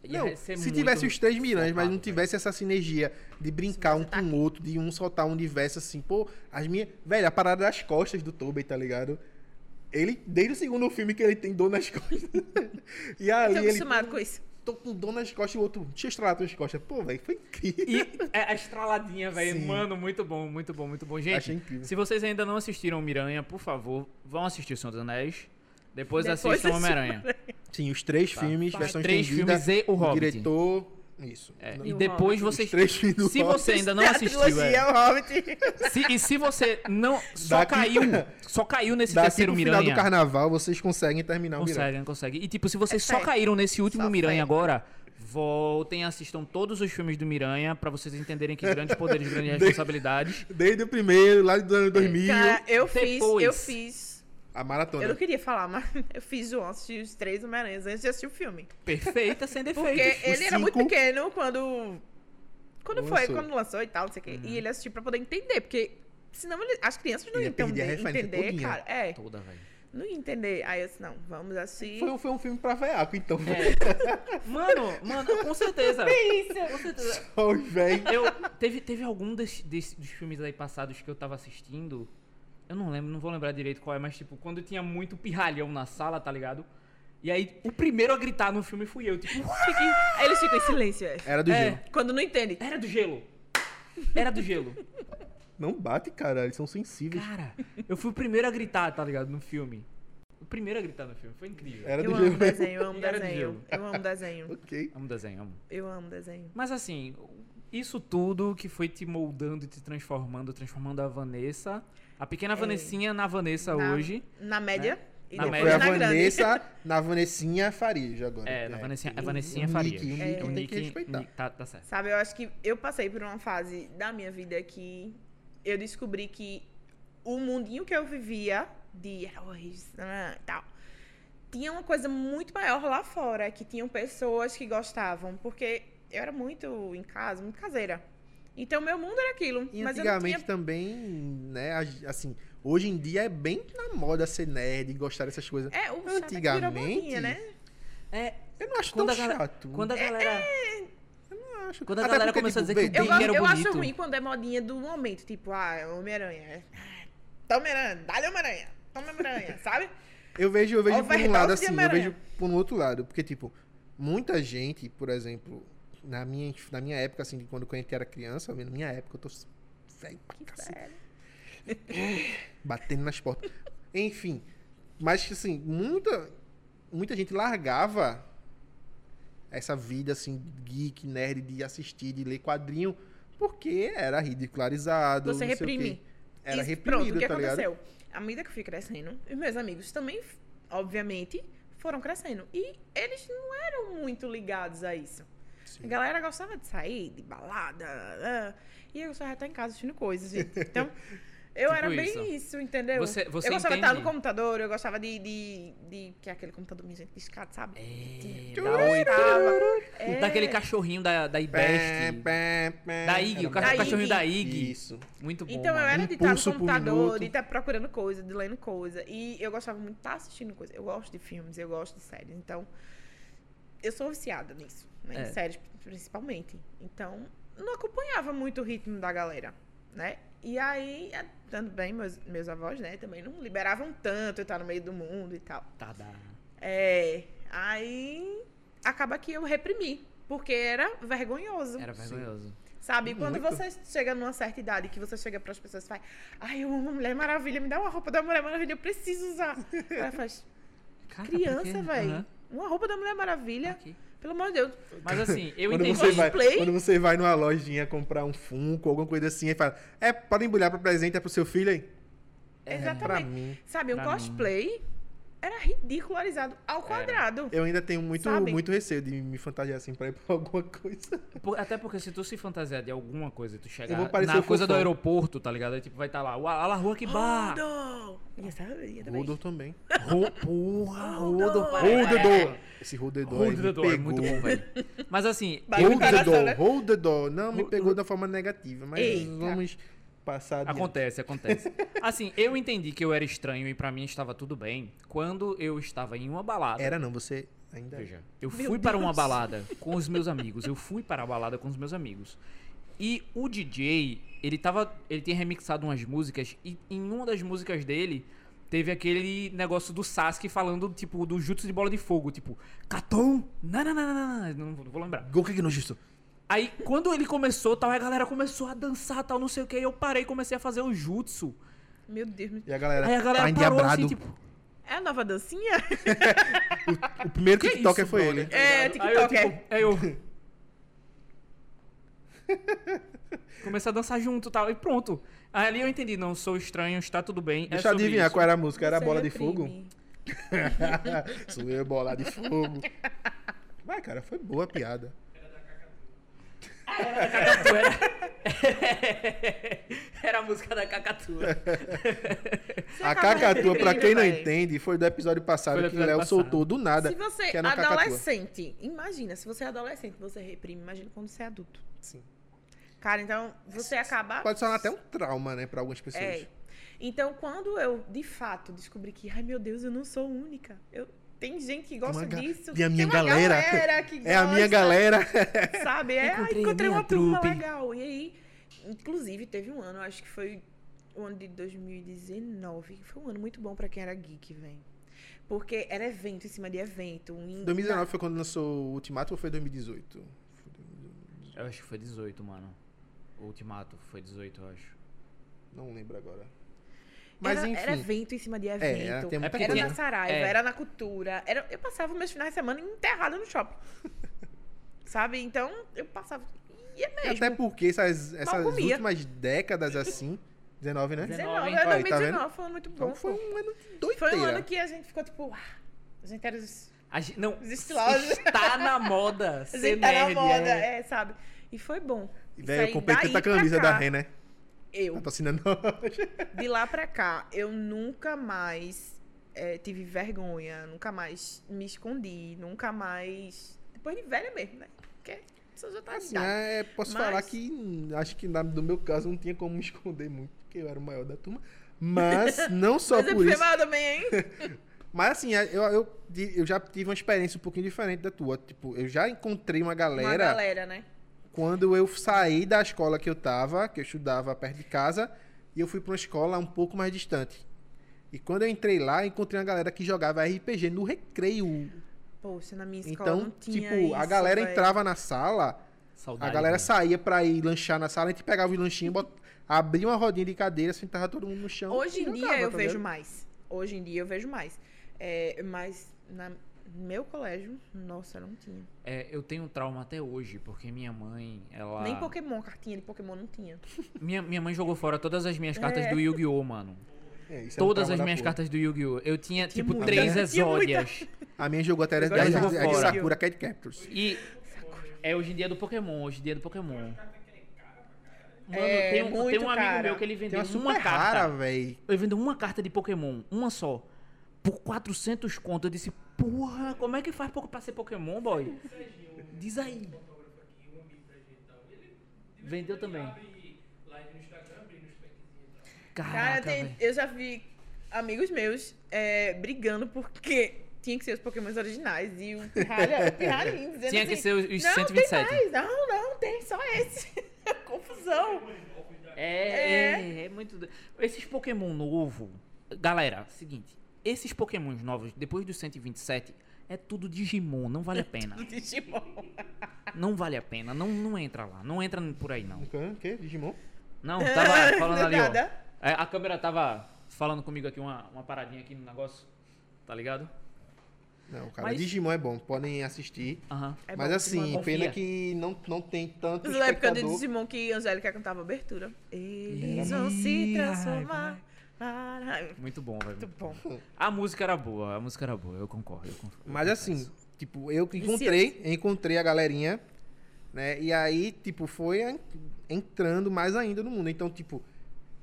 S4: ia
S3: Não, se
S4: ser muito né?
S3: tivesse os três miranhas, mas
S4: flopado,
S3: não
S4: velho.
S3: tivesse essa sinergia de brincar um
S4: tá
S3: com o outro, de um soltar um universo assim, pô, as minhas. Velho, a parada das costas do Tobey, tá ligado? Ele, desde o segundo filme que ele tem dor nas costas.
S4: Então,
S3: e
S2: Eu
S3: aí
S2: tô
S3: ele.
S2: acostumado com isso.
S3: Tô com dor nas costas e o outro. Deixa eu estralar tuas costas. Pô, velho, foi incrível.
S4: E é a estraladinha, velho.
S3: Sim.
S4: Mano, muito bom, muito bom, muito bom. Gente,
S3: Achei incrível.
S4: se vocês ainda não assistiram Miranha, por favor, vão assistir o Senhor dos Anéis. Depois, assistam
S2: assistir
S4: Homem-Aranha.
S3: Sim, os três filmes,
S4: Os
S3: versão
S4: Tá. três
S3: estendida.
S4: filmes e o
S3: do
S4: Hobbit.
S3: diretor. Isso.
S4: É,
S3: Não,
S4: e
S2: o
S4: depois
S2: Hobbit.
S3: os
S4: vocês.
S3: três filmes do
S4: Se
S3: Hobbit.
S4: você ainda não
S2: a
S4: assistiu,
S2: trilogia,
S4: é.
S2: o Hobbit.
S4: Se- e se você não. Só
S3: Daqui-
S4: caiu. Só caiu nesse
S3: Daqui
S4: terceiro
S3: pro final do
S4: Miranha.
S3: carnaval, vocês conseguem terminar o Miranha.
S4: Conseguem, conseguem. E tipo, se vocês só
S2: fé.
S4: caíram nesse último
S2: Só
S4: Miranha
S2: fé.
S4: agora, voltem, assistam todos os filmes do Miranha pra vocês entenderem que grandes poderes, grandes
S3: De-
S4: responsabilidades.
S3: Desde o primeiro, lá do ano 2000,
S2: Cara, eu
S4: Depois.
S2: fiz, eu fiz.
S3: a maratona.
S2: Eu não queria falar, mas eu fiz o assisti os três Homem-Aranhas antes de assistir o filme.
S4: Perfeita, Tá sem defeitos.
S2: Porque ele era muito
S3: cinco.
S2: pequeno quando. Quando foi,
S3: Lançou. Uhum.
S2: quando lançou e tal, não sei o quê. E ele assistiu pra poder entender, porque senão ele- as crianças não
S3: Ele
S2: iam
S3: ia perder a
S2: entender,
S3: referência
S2: entender,
S3: todinha.
S2: cara. É,
S4: Toda, velho.
S2: não ia entender. Aí eu disse, não, vamos assistir.
S3: Foi, um- foi um filme pra veaco, então.
S2: É.
S4: Mano, mano, com certeza. Com certeza.
S3: Só os velhos.
S4: Eu, teve, teve algum des- desse- dos filmes aí passados que eu tava assistindo. Eu não lembro, não vou lembrar direito qual é, mas tipo, quando tinha muito pirralhão na sala, tá ligado? E aí, o primeiro a gritar no filme fui eu. Tipo, "Fiquei-"
S2: Aí eles ficam em silêncio, é.
S3: Era do
S4: É.
S3: gelo.
S2: Quando não entende.
S4: era do gelo. Era do gelo.
S3: Não bate, cara. Eles são sensíveis.
S4: Cara, eu fui o primeiro a gritar, tá ligado? No filme. O primeiro a gritar no filme. Foi incrível.
S3: Era
S2: Eu
S3: do
S2: amo
S3: gelo.
S2: desenho, eu amo
S4: Era do gelo.
S2: desenho. Eu amo desenho.
S3: ok.
S4: Amo desenho, amo.
S2: Eu amo desenho.
S4: Mas assim, isso tudo que foi te moldando e te transformando, transformando a Vanessa, a pequena Vanessinha na Vanessa
S2: É. Na-
S4: hoje.
S2: Na média. E
S4: Na
S2: depois
S4: média.
S3: Foi a
S2: na grande.
S3: Vanessa, na Vanessinha Faria agora.
S4: É, na Vanessinha, a
S3: o-
S4: Vanessinha
S3: o
S4: Faria.
S3: um
S2: É.
S3: Nick, o Nick
S4: o
S3: tem
S4: Nick,
S3: que respeitar.
S4: Nick- tá, tá certo.
S2: Sabe, eu acho que eu passei por uma fase da minha vida que eu descobri que o mundinho que eu vivia de heróis né, e tal, tinha uma coisa muito maior lá fora, que tinham pessoas que gostavam, porque eu era muito em casa, muito caseira. Então meu mundo era aquilo,
S3: E
S2: mas eu não
S3: antigamente
S2: tinha
S3: também, né, a- assim, hoje em dia é bem na moda ser nerd e gostar dessas coisas.
S2: é, o chato é que virou
S3: antigamente,
S2: modinha, né?
S4: É,
S3: eu não acho tão
S4: quando a galera-
S3: chato.
S4: quando a
S2: É.
S4: galera.
S3: Eu acho.
S4: quando a
S3: Até
S4: galera
S3: porque,
S4: começou a
S3: tipo,
S4: dizer que
S2: Eu,
S4: Bem
S2: gosto-
S4: que era
S2: eu acho
S4: bonito.
S2: ruim quando é modinha do momento, tipo, ah, é Homem-Aranha. Ah, Tá Homem-Aranha, dá-lhe Homem-Aranha, toma Homem-Aranha, sabe?
S3: Eu vejo, eu vejo por um
S2: Overdose
S3: lado
S2: de
S3: assim, eu
S2: Homem-Aranha.
S3: vejo por um outro lado, porque tipo, muita gente, por exemplo, na minha, inf- na minha época assim, de quando eu era criança, na minha época eu tô velho pra cacete, batendo nas portas. Enfim, mas assim, muita muita gente largava essa vida assim, geek, nerd, de assistir, de ler quadrinho, porque era ridicularizado.
S2: Você
S3: não sei o quê.
S2: reprimir.
S3: Era
S2: E
S3: reprimido,
S2: Pronto, o que
S3: tá ligado?
S2: aconteceu? À medida que eu fui crescendo, os meus amigos também, obviamente, foram crescendo. E eles não eram muito ligados a isso.
S3: Sim.
S2: A galera gostava de sair, de balada. ah, E eu gostava de estar em casa assistindo coisas, gente. Então, eu
S4: Tipo
S2: era bem
S4: isso.
S2: isso, entendeu?
S4: Você- você
S2: eu gostava de estar no
S4: entende?
S2: computador, eu gostava de. de, de que é aquele computador minha gente discado, sabe?
S4: É,
S2: Eu
S4: da Oi.
S2: gostava. É.
S4: Daquele cachorrinho da, da
S3: Pé,
S4: Ibest.
S3: pé, pé.
S4: Da Ig,
S3: Era
S4: o
S2: ca-
S3: mais-
S2: Da
S4: cachorrinho da Ig.
S3: Isso.
S4: Muito bom.
S2: Então eu
S4: mano.
S2: era de estar no
S3: Impulso por
S2: computador,
S3: minuto.
S2: de estar procurando coisa, de lendo coisa. E eu gostava muito de estar assistindo coisa. Eu gosto de filmes, eu gosto de séries. Então, eu sou viciada nisso. Né?
S4: É.
S2: Em séries, principalmente. Então, não acompanhava muito o ritmo da galera, né? E aí, é, tanto bem, meus, meus avós, né, também não liberavam tanto eu estar no meio do mundo e tal.
S4: Tá, dá.
S2: É, aí, acaba que eu reprimi. Porque era vergonhoso.
S4: Era vergonhoso.
S2: Sabe? Quando
S3: Muito.
S2: você chega numa certa idade, que você chega pras pessoas e faz, ai, eu amo a Mulher Maravilha, me dá uma roupa da Mulher Maravilha, eu preciso usar. Ela faz,
S4: Cara,
S2: criança,
S4: porque-
S2: velho.
S4: Ah, tá Aham.
S2: Uma roupa da Mulher Maravilha,
S4: Aqui.
S2: pelo amor de Deus.
S4: Mas assim, eu
S3: Quando
S4: entendi.
S3: você, vai,
S2: Cosplay?
S3: quando você vai numa lojinha comprar um Funko, alguma coisa assim, e fala, é, pode embrulhar pra presente, é pro seu filho aí? Pra
S2: Exatamente.
S3: mim.
S2: Sabe, um
S4: Pra mim.
S2: cosplay era ridicularizado ao quadrado.
S3: Eu ainda tenho muito,
S2: Sabe?
S3: muito receio de me fantasiar assim pra ir pra alguma coisa.
S4: Por- até porque se tu se fantasiar de alguma coisa e tu chegar
S3: Eu vou parecer
S4: na
S3: o
S4: coisa do
S3: Fofão.
S4: aeroporto, tá ligado? Aí, tipo, vai estar tá lá, "Uau, ala rua que
S2: Ah,
S4: bar.
S2: Rodo! E essa ia também.
S3: Rodor também.
S4: Ro- Porra,
S2: Rodo.
S4: Rodo.
S2: É.
S3: Rodedor! Esse Rodedor aí me
S4: Rodo é muito
S3: pegou.
S4: bom, velho. Mas assim,
S2: Vai no coração, né?
S3: Rodedor, Rodedor. Não, me
S4: Ro-
S3: pegou da forma negativa, mas
S2: Eita.
S3: vamos passar adiante.
S4: Acontece, acontece. Assim, eu entendi que eu era estranho e pra mim estava tudo bem quando eu estava em uma balada.
S3: Era não, você ainda...
S4: Veja, eu
S2: Meu
S4: fui para uma
S2: Deus.
S4: balada com os meus amigos. Eu fui para a balada com os meus amigos. E o DJ, ele tava, ele tinha remixado umas músicas e em uma das músicas dele teve aquele negócio do Sasuke falando tipo do jutsu de bola de fogo, tipo, Katon, nananana, não vou- não vou lembrar.
S3: Gol que não justo.
S4: Aí, quando ele começou, tal, aí a galera começou a dançar, tal, não sei o que, aí eu parei e comecei a fazer o jutsu.
S2: Meu Deus, meu-
S3: E a galera,
S4: Aí a galera
S3: tá
S4: parou
S3: endiabrado.
S4: assim, tipo,
S2: é a nova dancinha?
S3: O primeiro
S4: que é
S3: TikToker
S4: isso,
S3: foi
S4: brother?
S3: ele.
S4: Tá ligado?
S2: É, TikTok,
S4: Aí eu, tipo, aí eu... Comecei a dançar junto, tal, e pronto. Aí ali eu entendi, não sou estranho, está tudo bem,
S3: Deixa
S4: é
S3: eu
S4: sobre
S3: adivinhar
S4: isso.
S3: qual era a música. Era
S2: Você
S3: Bola de
S2: reprime.
S3: Fogo? Sou eu, Bola de Fogo. Mas, cara, foi boa a piada. é?
S4: Era a música da Cacatua.
S2: Você
S3: A
S2: acaba
S3: cacatua, pra
S2: reprimindo,
S3: quem não
S2: véi.
S3: entende, foi do episódio passado
S4: Foi do
S3: que o
S4: episódio
S3: Léo
S4: passado.
S3: soltou do nada.
S2: Se você
S3: que
S2: é
S3: é na cacatua.
S2: adolescente, imagina, se você é adolescente, você reprime, imagina quando você é adulto.
S3: Sim.
S2: Cara, então você acaba.
S3: Pode sonar até um trauma, né, pra algumas pessoas.
S2: É. Então, quando eu, de fato, descobri que, ai meu Deus, eu não sou única. Eu... Tem gente que gosta
S3: uma ga-
S2: disso.
S3: e a minha
S2: Tem uma
S3: galera.
S2: galera que
S3: É a minha
S2: gosta,
S3: galera.
S2: Sabe? É, ai,
S4: Encontrei a
S2: encontrei,
S4: minha
S2: uma turma
S4: trupe.
S2: legal. E aí, inclusive, teve um ano, acho que foi o ano de 2019. que Foi um ano muito bom pra quem era geek, velho. Porque era evento em cima de evento. um em-
S3: 2019 foi quando lançou o Ultimato ou foi 2018?
S4: Eu acho que foi 18, mano. O Ultimato foi 18, eu acho.
S3: Não lembro agora. Mas
S2: era,
S3: enfim.
S2: era evento em cima de evento.
S3: É, era-
S2: era,
S3: tem muita
S4: É porque-
S2: na Saraiva,
S4: é.
S2: era na cultura. Era, eu passava meus finais de semana enterrada no shopping. Sabe? Então, eu passava. E é mesmo.
S3: Até porque essas, essas
S2: comia.
S3: últimas décadas assim. 19, né?
S2: 19,
S4: hein?
S2: era
S3: Aí, tá
S2: 2019,
S3: vendo?
S2: foi um ano muito bom.
S3: Então foi um ano doideira.
S2: Foi um ano que a gente ficou tipo, ah, a gente era os.
S4: A gente, não,
S2: Os estilosos.
S4: está na moda
S2: A
S4: ser
S2: gente tá na
S4: nerd,
S2: moda,
S4: é.
S2: é, sabe? E foi bom.
S3: E,
S2: Isso
S3: Velho,
S2: aí,
S3: eu comprei
S2: daí
S3: tanta
S2: pra
S3: camisa
S2: cá,
S3: da Ren, né?
S2: Eu.
S3: Patrocinando nós.
S2: De lá pra cá, eu nunca mais eh, tive vergonha, nunca mais me escondi, nunca mais. Depois de velha mesmo, né? Porque a pessoa já tá
S3: Assim,
S2: de idade.
S3: é, posso
S2: Mas-
S3: falar que hum, acho que na- no meu caso não tinha como me esconder muito, porque eu era o maior da turma. Mas não só
S2: Mas é
S3: por isso.
S2: filmado também, hein?
S3: Mas assim, eu, eu, eu já tive uma experiência um pouquinho diferente da tua. Tipo, eu já encontrei uma galera,
S2: Uma galera, né?
S3: quando eu saí da escola que eu tava, que eu estudava perto de casa, e eu fui pra uma escola um pouco mais distante. E quando eu entrei lá, eu encontrei uma galera que jogava RPG no recreio.
S2: Poxa, na minha escola
S3: Então,
S2: não
S3: tipo,
S2: tinha
S3: a
S2: isso,
S3: galera
S2: véi.
S3: entrava na sala.
S4: Saudade, né?
S3: A galera
S4: velho.
S3: saía pra ir lanchar na sala, a gente pegava o lanchinho, bot... abria uma rodinha de cadeira, sentava todo mundo no chão.
S2: Hoje
S3: e
S2: em dia
S3: jogava,
S2: eu
S3: tá
S2: vejo
S3: ligado?
S2: mais. Hoje em dia eu vejo mais. É, mas na, Meu colégio, nossa, não tinha.
S4: É, eu tenho um trauma até hoje, porque minha mãe, ela.
S2: Nem Pokémon, cartinha de Pokémon não tinha.
S4: Minha, minha mãe jogou fora todas as minhas cartas do Yu-Gi-Oh, mano.
S3: É, isso é um
S4: todas
S3: trauma
S4: as
S3: da
S4: minhas
S3: porra.
S4: cartas do Yu-Gi-Oh! Eu tinha,
S2: Tinha
S4: tipo,
S2: muita.
S4: três
S2: Tinha muita.
S4: exódias.
S3: A minha jogou até
S2: Agora
S3: 10
S4: jogou
S3: é de
S4: fora.
S3: Sakura Cat Captors.
S4: E. É hoje em dia do Pokémon, hoje em dia do Pokémon. Mano,
S2: É,
S4: tem um, tem
S2: muito
S4: um amigo
S2: cara.
S4: meu que ele
S3: Tem uma
S4: vendeu uma,
S3: super
S4: carta.
S3: rara, véi.
S4: Ele vendeu uma carta de Pokémon, uma só, por 400 conto. Eu disse, porra, como é que faz po- pra ser Pokémon, boy? Diz aí. Vendeu também.
S2: Cara,
S4: Caraca,
S2: tem-
S4: velho.
S2: eu já vi amigos meus é, brigando porque tinha que ser os Pokémons originais. E o Pirralha, o Pirralha dizendo
S4: Tinha que
S2: assim,
S4: ser os- os
S2: não,
S4: 127."
S2: Tem mais. Não, não, tem só esse. Confusão.
S4: É, é, é muito. do- Esses Pokémon novo. Galera, seguinte. Esses Pokémons novos, depois dos 127, é tudo Digimon, não
S2: É
S4: vale a pena.
S2: Do Digimon.
S4: Não vale a pena, não, não entra lá, não entra por aí não.
S3: O quê? Um Digimon?
S4: Não, tava falando
S2: Do
S4: ali, ó.
S2: nada.
S4: É, a câmera tava falando comigo aqui uma, uma paradinha aqui no negócio, tá ligado?
S3: Não, cara,
S4: Mas-
S3: Digimon é bom, podem assistir.
S4: Aham.
S2: É
S3: mas
S2: bom,
S3: assim,
S4: Digimon é bom.
S3: pena
S4: Confia.
S3: que não, não tem tanto
S2: Na época do
S3: espectador.
S2: Digimon que Angélica cantava abertura. Eles
S4: Ih,
S2: vão se
S4: ai,
S2: transformar. Para...
S4: Muito bom, velho.
S2: Muito bom.
S4: A música era boa, a música era boa, eu concordo. Eu concordo
S3: Mas assim, tipo, eu que encontrei, encontrei a galerinha, né? E aí, tipo, foi en- entrando mais ainda no mundo. Então, tipo,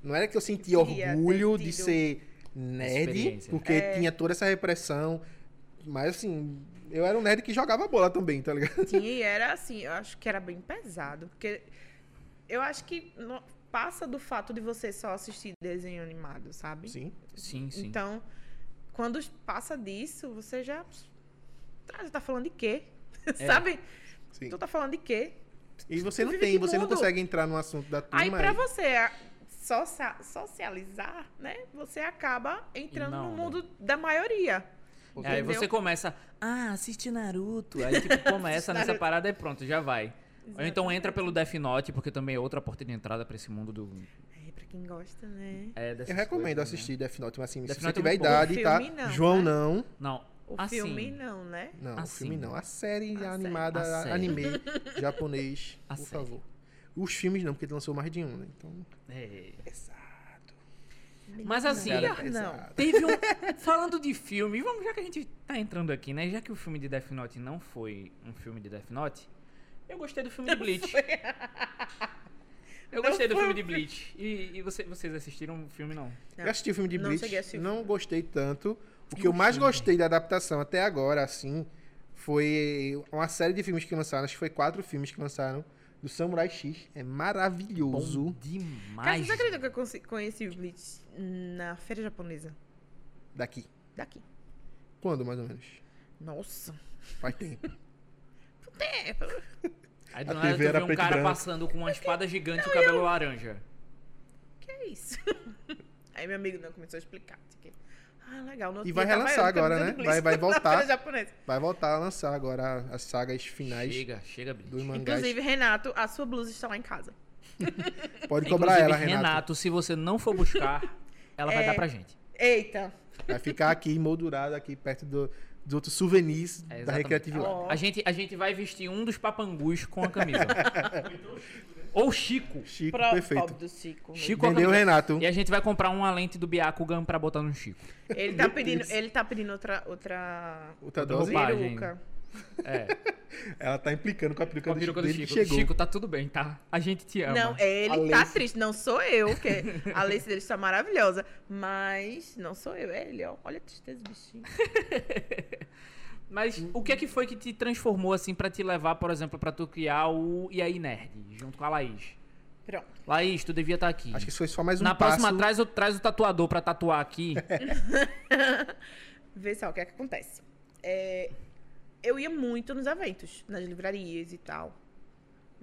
S3: não era que eu sentia
S2: Eu queria
S3: orgulho
S2: ter
S3: de
S2: tido
S3: ser nerd,
S4: Experiência.
S3: porque tinha toda essa repressão. Mas assim, eu era um nerd que jogava bola também, tá ligado?
S2: Tinha e era assim, eu acho que era bem pesado, porque eu acho que no- passa do fato de você só assistir desenho animado, sabe?
S3: Sim.
S4: Sim, sim.
S2: Então, quando passa disso, você já. Ah, tu tá falando de quê? sabe?
S3: É, Sim.
S2: Tu tá falando de quê?
S3: E você não
S2: vive
S3: tem,
S2: de
S3: você não
S2: mundo.
S3: consegue entrar no assunto da turma.
S2: Aí, pra
S3: aí.
S2: você a- socia- socializar, né? Você acaba entrando
S4: Na
S2: no
S4: onda.
S2: mundo da maioria.
S4: Aí
S2: Entendeu?
S4: você começa, ah, assiste Naruto. Aí tipo, começa nessa
S2: Naruto.
S4: parada e pronto, já vai. Ou então entra pelo Death Note, porque também é outra porta de entrada pra esse mundo do.
S2: É, pra quem gosta, né?
S4: É, dessas
S3: Eu recomendo
S4: coisas, né?
S3: assistir Death Note, mas assim,
S4: Death
S3: se você
S4: Note é
S3: tiver
S4: muito bom.
S3: idade,
S2: O
S3: tá?
S2: filme não,
S3: João
S2: né?
S3: não.
S4: Não.
S2: O
S4: assim,
S2: filme não, né?
S3: Não, o
S4: Assim.
S3: filme não. A série
S2: A
S3: animada,
S4: série. A série.
S3: anime, japonês,
S4: A
S3: por
S4: série.
S3: favor. Os filmes não, porque lançou mais de um, né? Então,
S4: é.
S3: pesado.
S4: Mas assim,
S3: Cara, é
S2: Melhor não.
S3: pesado.
S4: Teve um. Falando de filme, vamos, já que a gente tá entrando aqui, né? Já que o filme de Death Note não foi um filme de Death Note, eu gostei do filme de Bleach. Eu
S2: Não
S4: gostei do
S2: foi
S4: filme
S2: um
S4: de Bleach. E, e você- vocês assistiram o filme, não?
S3: Eu assisti o filme de
S2: Não
S3: Bleach,
S2: cheguei a assistir o
S3: não gostei tanto. O que eu mais gostei da adaptação até agora, assim, foi uma série de filmes que lançaram, acho que foi quatro filmes que lançaram, do Samurai X. É maravilhoso.
S4: Bom
S2: Cara,
S4: demais.
S2: você acredita que eu consi- conheci o Blitz na feira japonesa?
S3: Daqui.
S2: Daqui.
S3: Quando, mais ou menos?
S2: Nossa.
S3: Faz tempo.
S2: É,
S4: Aí do
S3: A
S4: nada tu
S3: TV era
S4: vê um
S3: preto e
S4: cara
S3: branco.
S4: passando com uma espada gigante e o cabelo laranja.
S2: que é isso? Aí meu amigo não começou a explicar. não sei o quê. Ah, legal. No outro
S3: E vai
S2: dia tava
S3: relançar
S2: eu de
S3: agora,
S2: camisa
S3: né?
S2: do Bleach
S3: Vai- vai
S2: na
S3: voltar.
S2: feira japonesa.
S3: Vai voltar a lançar agora as sagas finais
S4: Chega, chega, Bleach.
S3: dos mangás.
S2: Inclusive, Renato, a sua blusa está lá em casa.
S3: Pode cobrar ela,
S4: Inclusive, Renato, se você não for buscar, ela
S2: É.
S4: vai dar pra gente.
S2: Eita.
S3: Vai ficar aqui emoldurado aqui perto do, dos outros souvenirs
S4: É,
S3: da
S4: exatamente.
S3: Recreative Lab.
S2: Ó.
S4: A gente, a gente vai vestir um dos papangus com a camisa. Ou Chico.
S3: Chico,
S2: Pro-
S3: perfeito.
S2: Pobre do Chico. meu
S4: Chico com a
S3: Vendeu o
S4: camisa.
S3: Renato.
S4: E a gente vai comprar uma lente do Byakugan pra botar no Chico.
S2: Ele tá pedindo, ele tá pedindo outra, outra
S3: Outra
S4: Outra
S3: dose.
S4: roupagem.
S2: peruca.
S4: É,
S3: Ela tá implicando com a peruca
S4: com a
S3: do Chico
S4: peruca do
S3: desde que
S4: Chico.
S3: chegou.
S4: Chico, tá tudo bem, tá? A gente te ama.
S2: Não, é ele
S3: A
S2: tá
S3: lace.
S2: triste, não sou eu, porque a lace dele está maravilhosa. Mas não sou eu, é ele, ó. Olha a tristeza do bichinho.
S4: Mas o que é que foi que te transformou, assim, pra te levar, por exemplo, pra tu criar o E aí Nerd, junto com a Laís?
S2: Pronto.
S4: Laís, tu devia estar aqui.
S3: Acho que isso foi só mais um
S4: Na
S3: passo.
S4: próxima, traz, o- traz o tatuador pra tatuar aqui.
S2: Vê só o que é que acontece. É, eu ia muito nos eventos, nas livrarias e tal.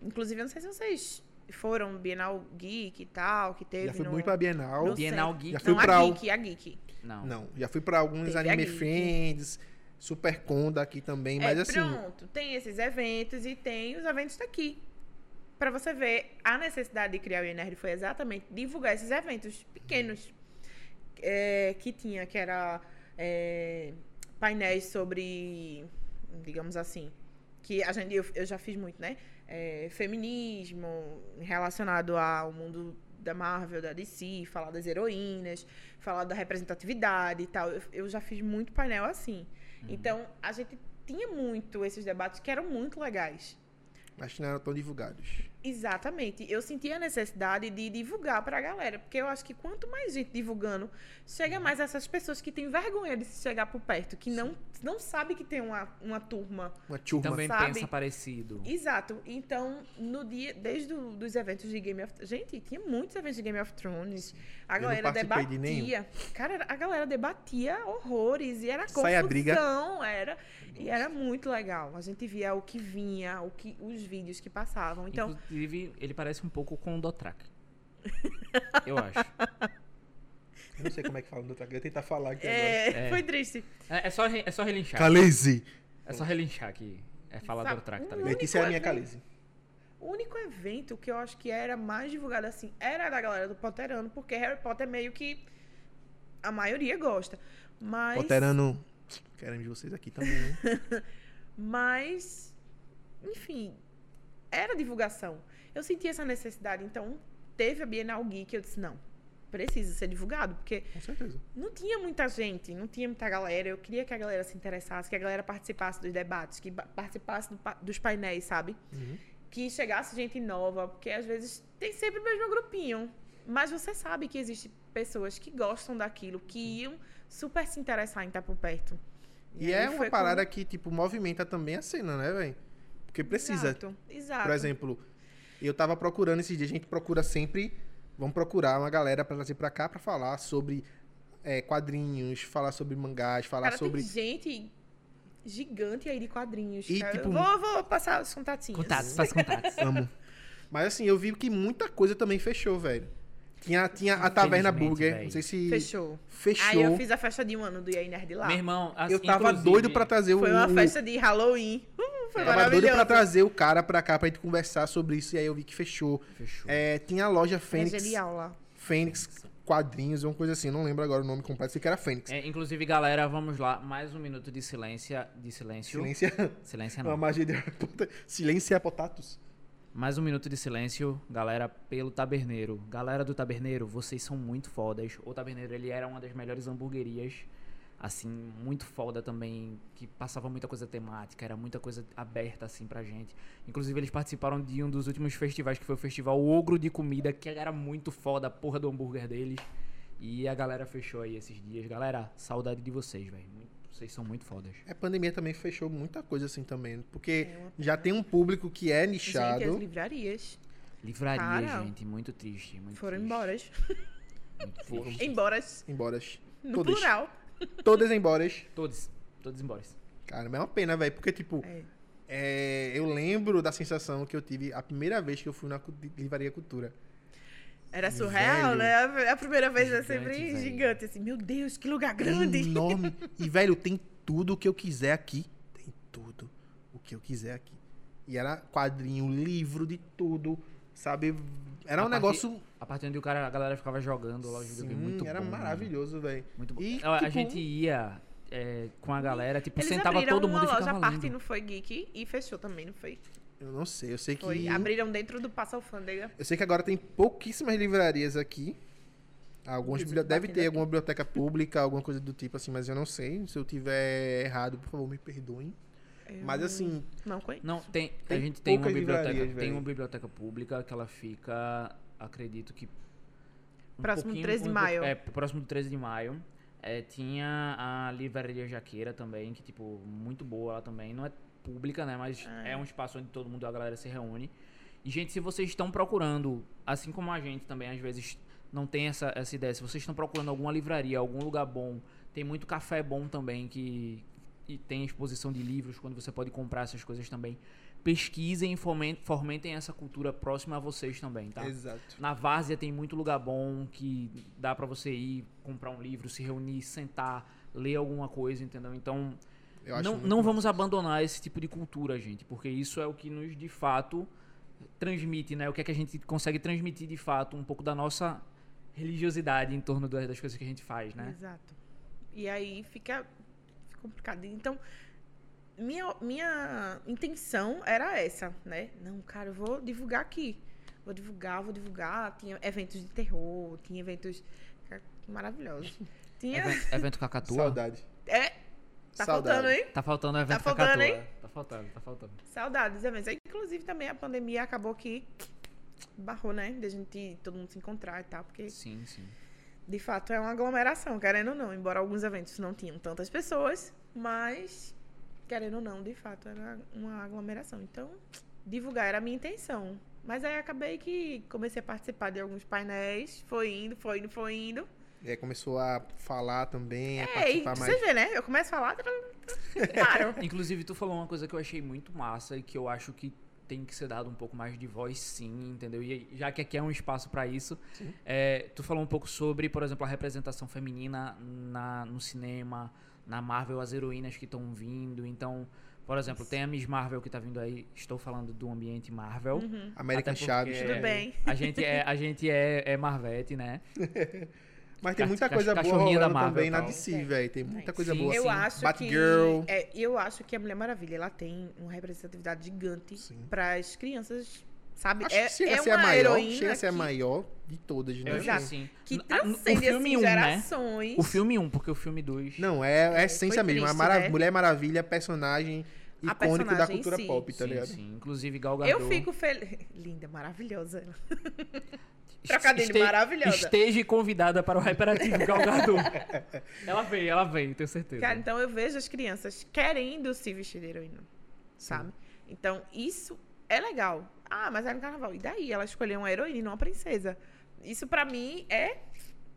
S2: Inclusive, eu não sei se vocês foram no Bienal Geek e tal, que teve
S3: Já fui
S2: no...
S3: muito pra Bienal.
S2: no-
S4: Bienal
S2: sei.
S4: Geek.
S3: Já fui
S2: Não,
S3: pra
S2: a
S3: o-
S2: Geek, a Geek.
S4: Não.
S3: Não, já fui pra alguns
S2: Teve
S3: Anime
S2: a Geek.
S3: Friends, Super Conda aqui também, mas
S2: é,
S3: assim...
S2: Pronto, tem esses eventos e tem os eventos daqui. Pra você ver, a necessidade de criar o Enerd foi exatamente divulgar esses eh, eventos pequenos é, que tinha, que era é, painéis sobre, digamos assim, que a gente, eu, eu já fiz muito, né? É, feminismo relacionado ao mundo da Marvel, da DC, falar das heroínas, falar da representatividade e tal. Eu, eu já fiz muito painel assim.
S3: Uhum.
S2: Então, a gente tinha muito esses debates que eram muito legais.
S3: Mas não eram tão divulgados.
S2: Exatamente. Eu senti a necessidade de divulgar pra galera, porque eu acho que quanto mais gente divulgando, chega mais essas pessoas que têm vergonha de se chegar por perto, que não, não sabe que tem uma, uma turma.
S3: Uma turma.
S4: Também
S2: sabe?
S4: pensa parecido.
S2: Exato. Então, no dia, desde o, dos eventos de Game of Gente, tinha muitos eventos de Game of Thrones. A
S3: Eu não
S2: galera
S3: participei de nenhum.
S2: debatia. Cara, era- a galera debatia horrores e era confusão.
S3: Sai a briga.
S2: Era, e era muito legal. A gente via o que vinha, o que, os vídeos que passavam. Então,
S4: Inclusive, ele parece um pouco com o Dotrak. Eu acho.
S3: Eu não sei como é que fala no outro. Eu vou tentar falar aqui agora.
S2: é,
S4: É.
S2: foi triste.
S4: É, é só, re- é só relinchar.
S3: Calise.
S4: É só relinchar que é falar
S2: Sabe,
S4: Dotrak, tá
S2: um
S4: ligado?
S2: único
S3: Letícia é a minha
S2: evento-
S3: Calise.
S2: O único evento que eu acho que era mais divulgado assim era da galera do Potterano, porque Harry Potter meio que a maioria gosta. Mas.
S3: Poterano, queremos vocês aqui também. né? hein?
S2: Mas, enfim, era divulgação. Eu senti essa necessidade, então teve a Bienal Geek, eu disse, não, precisa ser divulgado, porque
S3: Com certeza.
S2: não tinha muita gente, não tinha muita galera, eu queria que a galera se interessasse, que a galera participasse dos debates, que ba- participasse do pa- dos painéis, sabe?
S3: Uhum.
S2: Que chegasse gente nova, porque às vezes tem sempre o mesmo grupinho, mas você sabe que existe pessoas que gostam daquilo, que iam super se interessar em estar por perto.
S3: E
S2: aí
S3: é
S2: foi
S3: uma
S2: com-
S3: parada que, tipo, movimenta também a cena, né, velho? Porque precisa.
S2: Exato, exato.
S3: Por exemplo, eu tava procurando esses dias, a gente procura sempre. Vamos procurar uma galera pra trazer pra cá pra falar sobre é, quadrinhos, falar sobre mangás, falar
S2: Cara,
S3: sobre.
S2: tem gente gigante aí de quadrinhos.
S3: E,
S2: cara.
S3: tipo,
S2: vou, vou passar os contatinhos.
S4: Contatos, faz contatos.
S3: Amo. Mas assim, eu vi que muita coisa também fechou, velho. Tinha, tinha a Taverna
S4: Infelizmente,
S3: Burger,
S4: velho.
S3: não sei se.
S2: Fechou.
S3: Fechou.
S2: Aí eu
S3: eu,
S2: fiz a festa de um ano do Yay Nerd lá.
S4: Meu irmão, assim,
S3: tava
S4: inclusive,
S3: doido pra trazer o.
S2: Foi uma
S3: o-
S2: festa de Halloween. Hum, foi
S3: Tava doido pra
S2: maravilhoso.
S3: trazer o cara pra cá pra gente conversar sobre isso. E aí eu vi que fechou.
S4: Fechou.
S3: É, tinha a loja
S2: É
S3: Fênix.
S2: genial lá.
S3: Fênix Quadrinhos, uma coisa assim. Não lembro agora o nome completo. Sei que era Fênix.
S4: É, inclusive, galera, vamos lá. Mais um minuto de silência. De silêncio.
S3: Silência.
S4: Silência
S3: é Uma
S4: não.
S3: magia de puta. Silência potatos.
S4: Mais um minuto de silêncio, galera, pelo Taberneiro. Galera do Taberneiro, vocês são muito fodas. O Taberneiro, ele era uma das melhores hamburguerias. Assim, muito foda também, que passava muita coisa temática, era muita coisa aberta, assim, pra gente. Inclusive, eles participaram de um dos últimos festivais, que foi o Festival Ogro de Comida, que era muito foda a porra do hambúrguer deles. E a galera fechou aí esses dias. Galera, saudade de vocês, velho. Vocês são muito fodas.
S3: A pandemia também fechou muita coisa assim também. Porque
S2: É uma
S3: já tem um público que é
S2: Gente, as
S3: nichado.
S2: livrarias
S4: Livraria,
S2: Cara,
S4: gente, muito triste. Muito
S2: foram
S4: triste,
S2: embora.
S4: muito
S3: Foram.
S4: triste.
S2: Embora.
S3: Embora.
S2: No
S3: Todas.
S2: plural. né?
S3: Todas embora.
S4: Todos, todos embora.
S3: Cara, mas é uma pena, velho. Porque, tipo,
S2: É.
S3: é, eu lembro da sensação que eu tive a primeira vez que eu fui na cu- Livraria Cultura.
S2: Era surreal,
S3: Velho.
S2: né? A primeira vez é
S4: Gigante,
S2: sempre
S4: velho. Hum,
S2: gigante. Assim, meu Deus, que lugar grande.
S3: Enorme. E, velho, tem tudo o que eu quiser aqui. Tem tudo o que eu quiser aqui. E era quadrinho, livro, de tudo. Sabe? Era
S4: A
S3: um
S4: parte-
S3: negócio.
S4: A partir onde o cara, a galera ficava jogando lá o videogame.
S3: Sim,
S4: Muito
S3: era
S2: né?
S4: bom,
S3: maravilhoso, velho.
S4: mano. Muito bom.
S3: E,
S4: a, a
S3: tipo,
S4: gente ia é, com a galera, tipo,
S2: Eles
S4: sentava
S2: abriram
S4: todo mundo
S2: uma
S4: e
S2: loja
S4: ficava
S2: à parte,
S4: lendo.
S2: não foi geek. E fechou também, não foi?
S3: Eu não sei, eu sei que.
S2: Foi. Abriram dentro do Passa Alfândega.
S3: Eu sei que agora tem pouquíssimas livrarias aqui. Algumas
S2: Inclusive,
S3: bibli- deve
S2: batendo
S3: ter
S2: aqui.
S3: alguma biblioteca pública, alguma coisa do tipo assim, mas eu não sei. Se eu tiver errado, por favor, me perdoem.
S2: Eu
S3: Mas assim,
S2: Não conheço.
S4: Não, tem, a
S3: Tem
S4: gente tem uma
S3: poucas
S4: biblioteca,
S3: livrarias,
S4: tem uma
S3: velho.
S4: biblioteca pública que ela fica, acredito que um
S2: Próximo
S4: pouquinho-
S2: 13 de
S4: um pouco-
S2: maio.
S4: É, próximo do 13 de maio. É, tinha a Livraria Jaqueira também, que, tipo, muito boa lá também. Não é pública, né? Mas
S2: Ah,
S4: é.
S2: é.
S4: um espaço onde todo mundo, a galera se reúne. E, gente, se vocês estão procurando, assim como a gente também, às vezes, não tem essa, essa ideia. Se vocês estão procurando alguma livraria, algum lugar bom, tem muito café bom também que... E tem exposição de livros, quando você pode comprar essas coisas também. Pesquisem e fomen- fomentem essa cultura próxima a vocês também, tá?
S3: exato.
S4: Na Várzea tem muito lugar bom que dá pra você ir comprar um livro, se reunir, sentar, ler alguma coisa, entendeu? Então,
S3: Eu acho
S4: não,
S3: muito
S4: não
S3: bom.
S4: vamos abandonar esse tipo de cultura, gente, porque isso é o que nos de fato transmite, né? O que é que a gente consegue transmitir de fato um pouco da nossa né? religiosidade em torno das das coisas que a gente faz, né?
S2: Exato. E aí fica, fica complicado. Então, minha, minha intenção era essa, né? Não, cara, eu vou divulgar aqui. Vou divulgar, vou divulgar. Tinha eventos de terror, tinha eventos cara, maravilhosos. Tinha.
S4: Evento, evento Cacatua.
S3: Saudade.
S2: É, tá
S3: Saudade.
S2: faltando, hein?
S4: Tá faltando o evento
S2: Tá faltando,
S4: Cacatua.
S2: hein?
S4: Tá faltando, tá faltando.
S2: Saudades, é mesmo. Aí, Inclusive, também a pandemia acabou que barrou, né? De a gente todo mundo se encontrar e tal, porque
S4: Sim, sim.
S2: de fato é uma aglomeração, querendo ou não. Embora alguns eventos não tinham tantas pessoas, mas querendo ou não, de fato era uma aglomeração. Então, divulgar era a minha intenção. Mas aí acabei que comecei a participar de alguns painéis, foi indo, foi indo, foi indo.
S3: E aí É, começou a falar também, a
S2: É, e
S3: participar mais.
S2: vocês vê, né? Eu começo a falar, tá, paro.
S4: Inclusive, tu falou uma coisa que eu achei muito massa e que eu acho que tem que ser dado um pouco mais de voz, sim, entendeu? E já que aqui é um espaço pra isso, é, tu falou um pouco sobre, por exemplo, a representação feminina na, no cinema, na Marvel, as heroínas que estão vindo. Então, por exemplo, tem a Miss Marvel que tá vindo aí. Estou falando do ambiente Marvel.
S2: Hum.
S3: American
S4: Até porque-
S3: Chaves.
S2: Uhum. Tudo
S3: né?
S2: bem.
S4: A gente é, a gente é, é Marvete, né?
S3: Mas tem
S4: Cach-
S3: muita
S4: cach-
S3: coisa boa
S4: cachorrinha da
S3: rolando
S4: Marvel
S3: também
S4: e
S3: na
S4: tal.
S3: DC, velho. Tem muita coisa
S4: Sim,
S3: boa. assim,
S2: É.
S4: sim.
S2: Eu acho
S3: Batgirl.
S2: que é, eu acho que a Mulher Maravilha ela tem uma representatividade gigante
S3: Sim.
S2: para as crianças, sabe?
S3: Acho
S2: é
S3: que chega
S2: é
S3: a ser a
S2: uma
S3: maior.
S2: heroína
S3: Chega a ser a
S2: que-
S3: maior de todas, né?
S4: Eu
S2: Exato.
S4: acho assim.
S2: que
S4: Ah, no- o
S2: transcende
S4: filme
S2: assim,
S4: um, né?
S2: gerações.
S4: O filme 1, porque o filme 2.
S3: Não, é, é a essência
S2: foi
S3: mesmo. A
S2: triste,
S3: Mara-
S2: né?
S3: Mulher Maravilha, é personagem
S2: A
S3: icônico da
S2: personagem em
S3: cultura
S2: si.
S3: pop, tá ligado?
S4: Sim, inclusive Gal Gadot.
S2: eu fico feliz. Linda, maravilhosa. ela.
S4: Este-
S2: Trocadilho,
S4: este-
S2: maravilhosa.
S4: Esteja convidada para o Hyperativo um. Gal Gadot. ela veio, ela veio, tenho certeza.
S2: Cara, então eu vejo as crianças querendo se vestir de heroína, sabe? Então isso é legal. Ah, mas era no carnaval. E daí? Ela escolheu uma heroína e não uma princesa. Isso pra mim é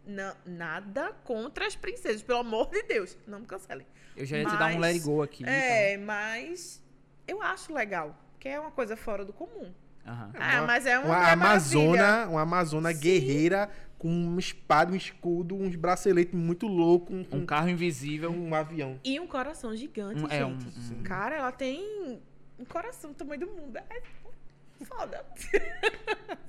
S2: na- nada contra as princesas, pelo amor de Deus. Não me cancelem.
S4: eu já ia te dar um
S2: então, mas-
S4: let it go aqui.
S2: É, mas eu acho legal, que é uma coisa fora do comum.
S4: então. Aham.
S2: Ah, mas é uma,
S3: Uma
S2: Mulher Maravilha.
S3: Amazona, uma Amazona guerreira com uma espada, um escudo, uns braceletes muito louco, um,
S4: Um carro invisível.
S3: um avião.
S2: E um coração gigante,
S4: Um-
S2: gente.
S4: é, um- um-
S2: Cara, ela tem um coração do tamanho do mundo. É foda.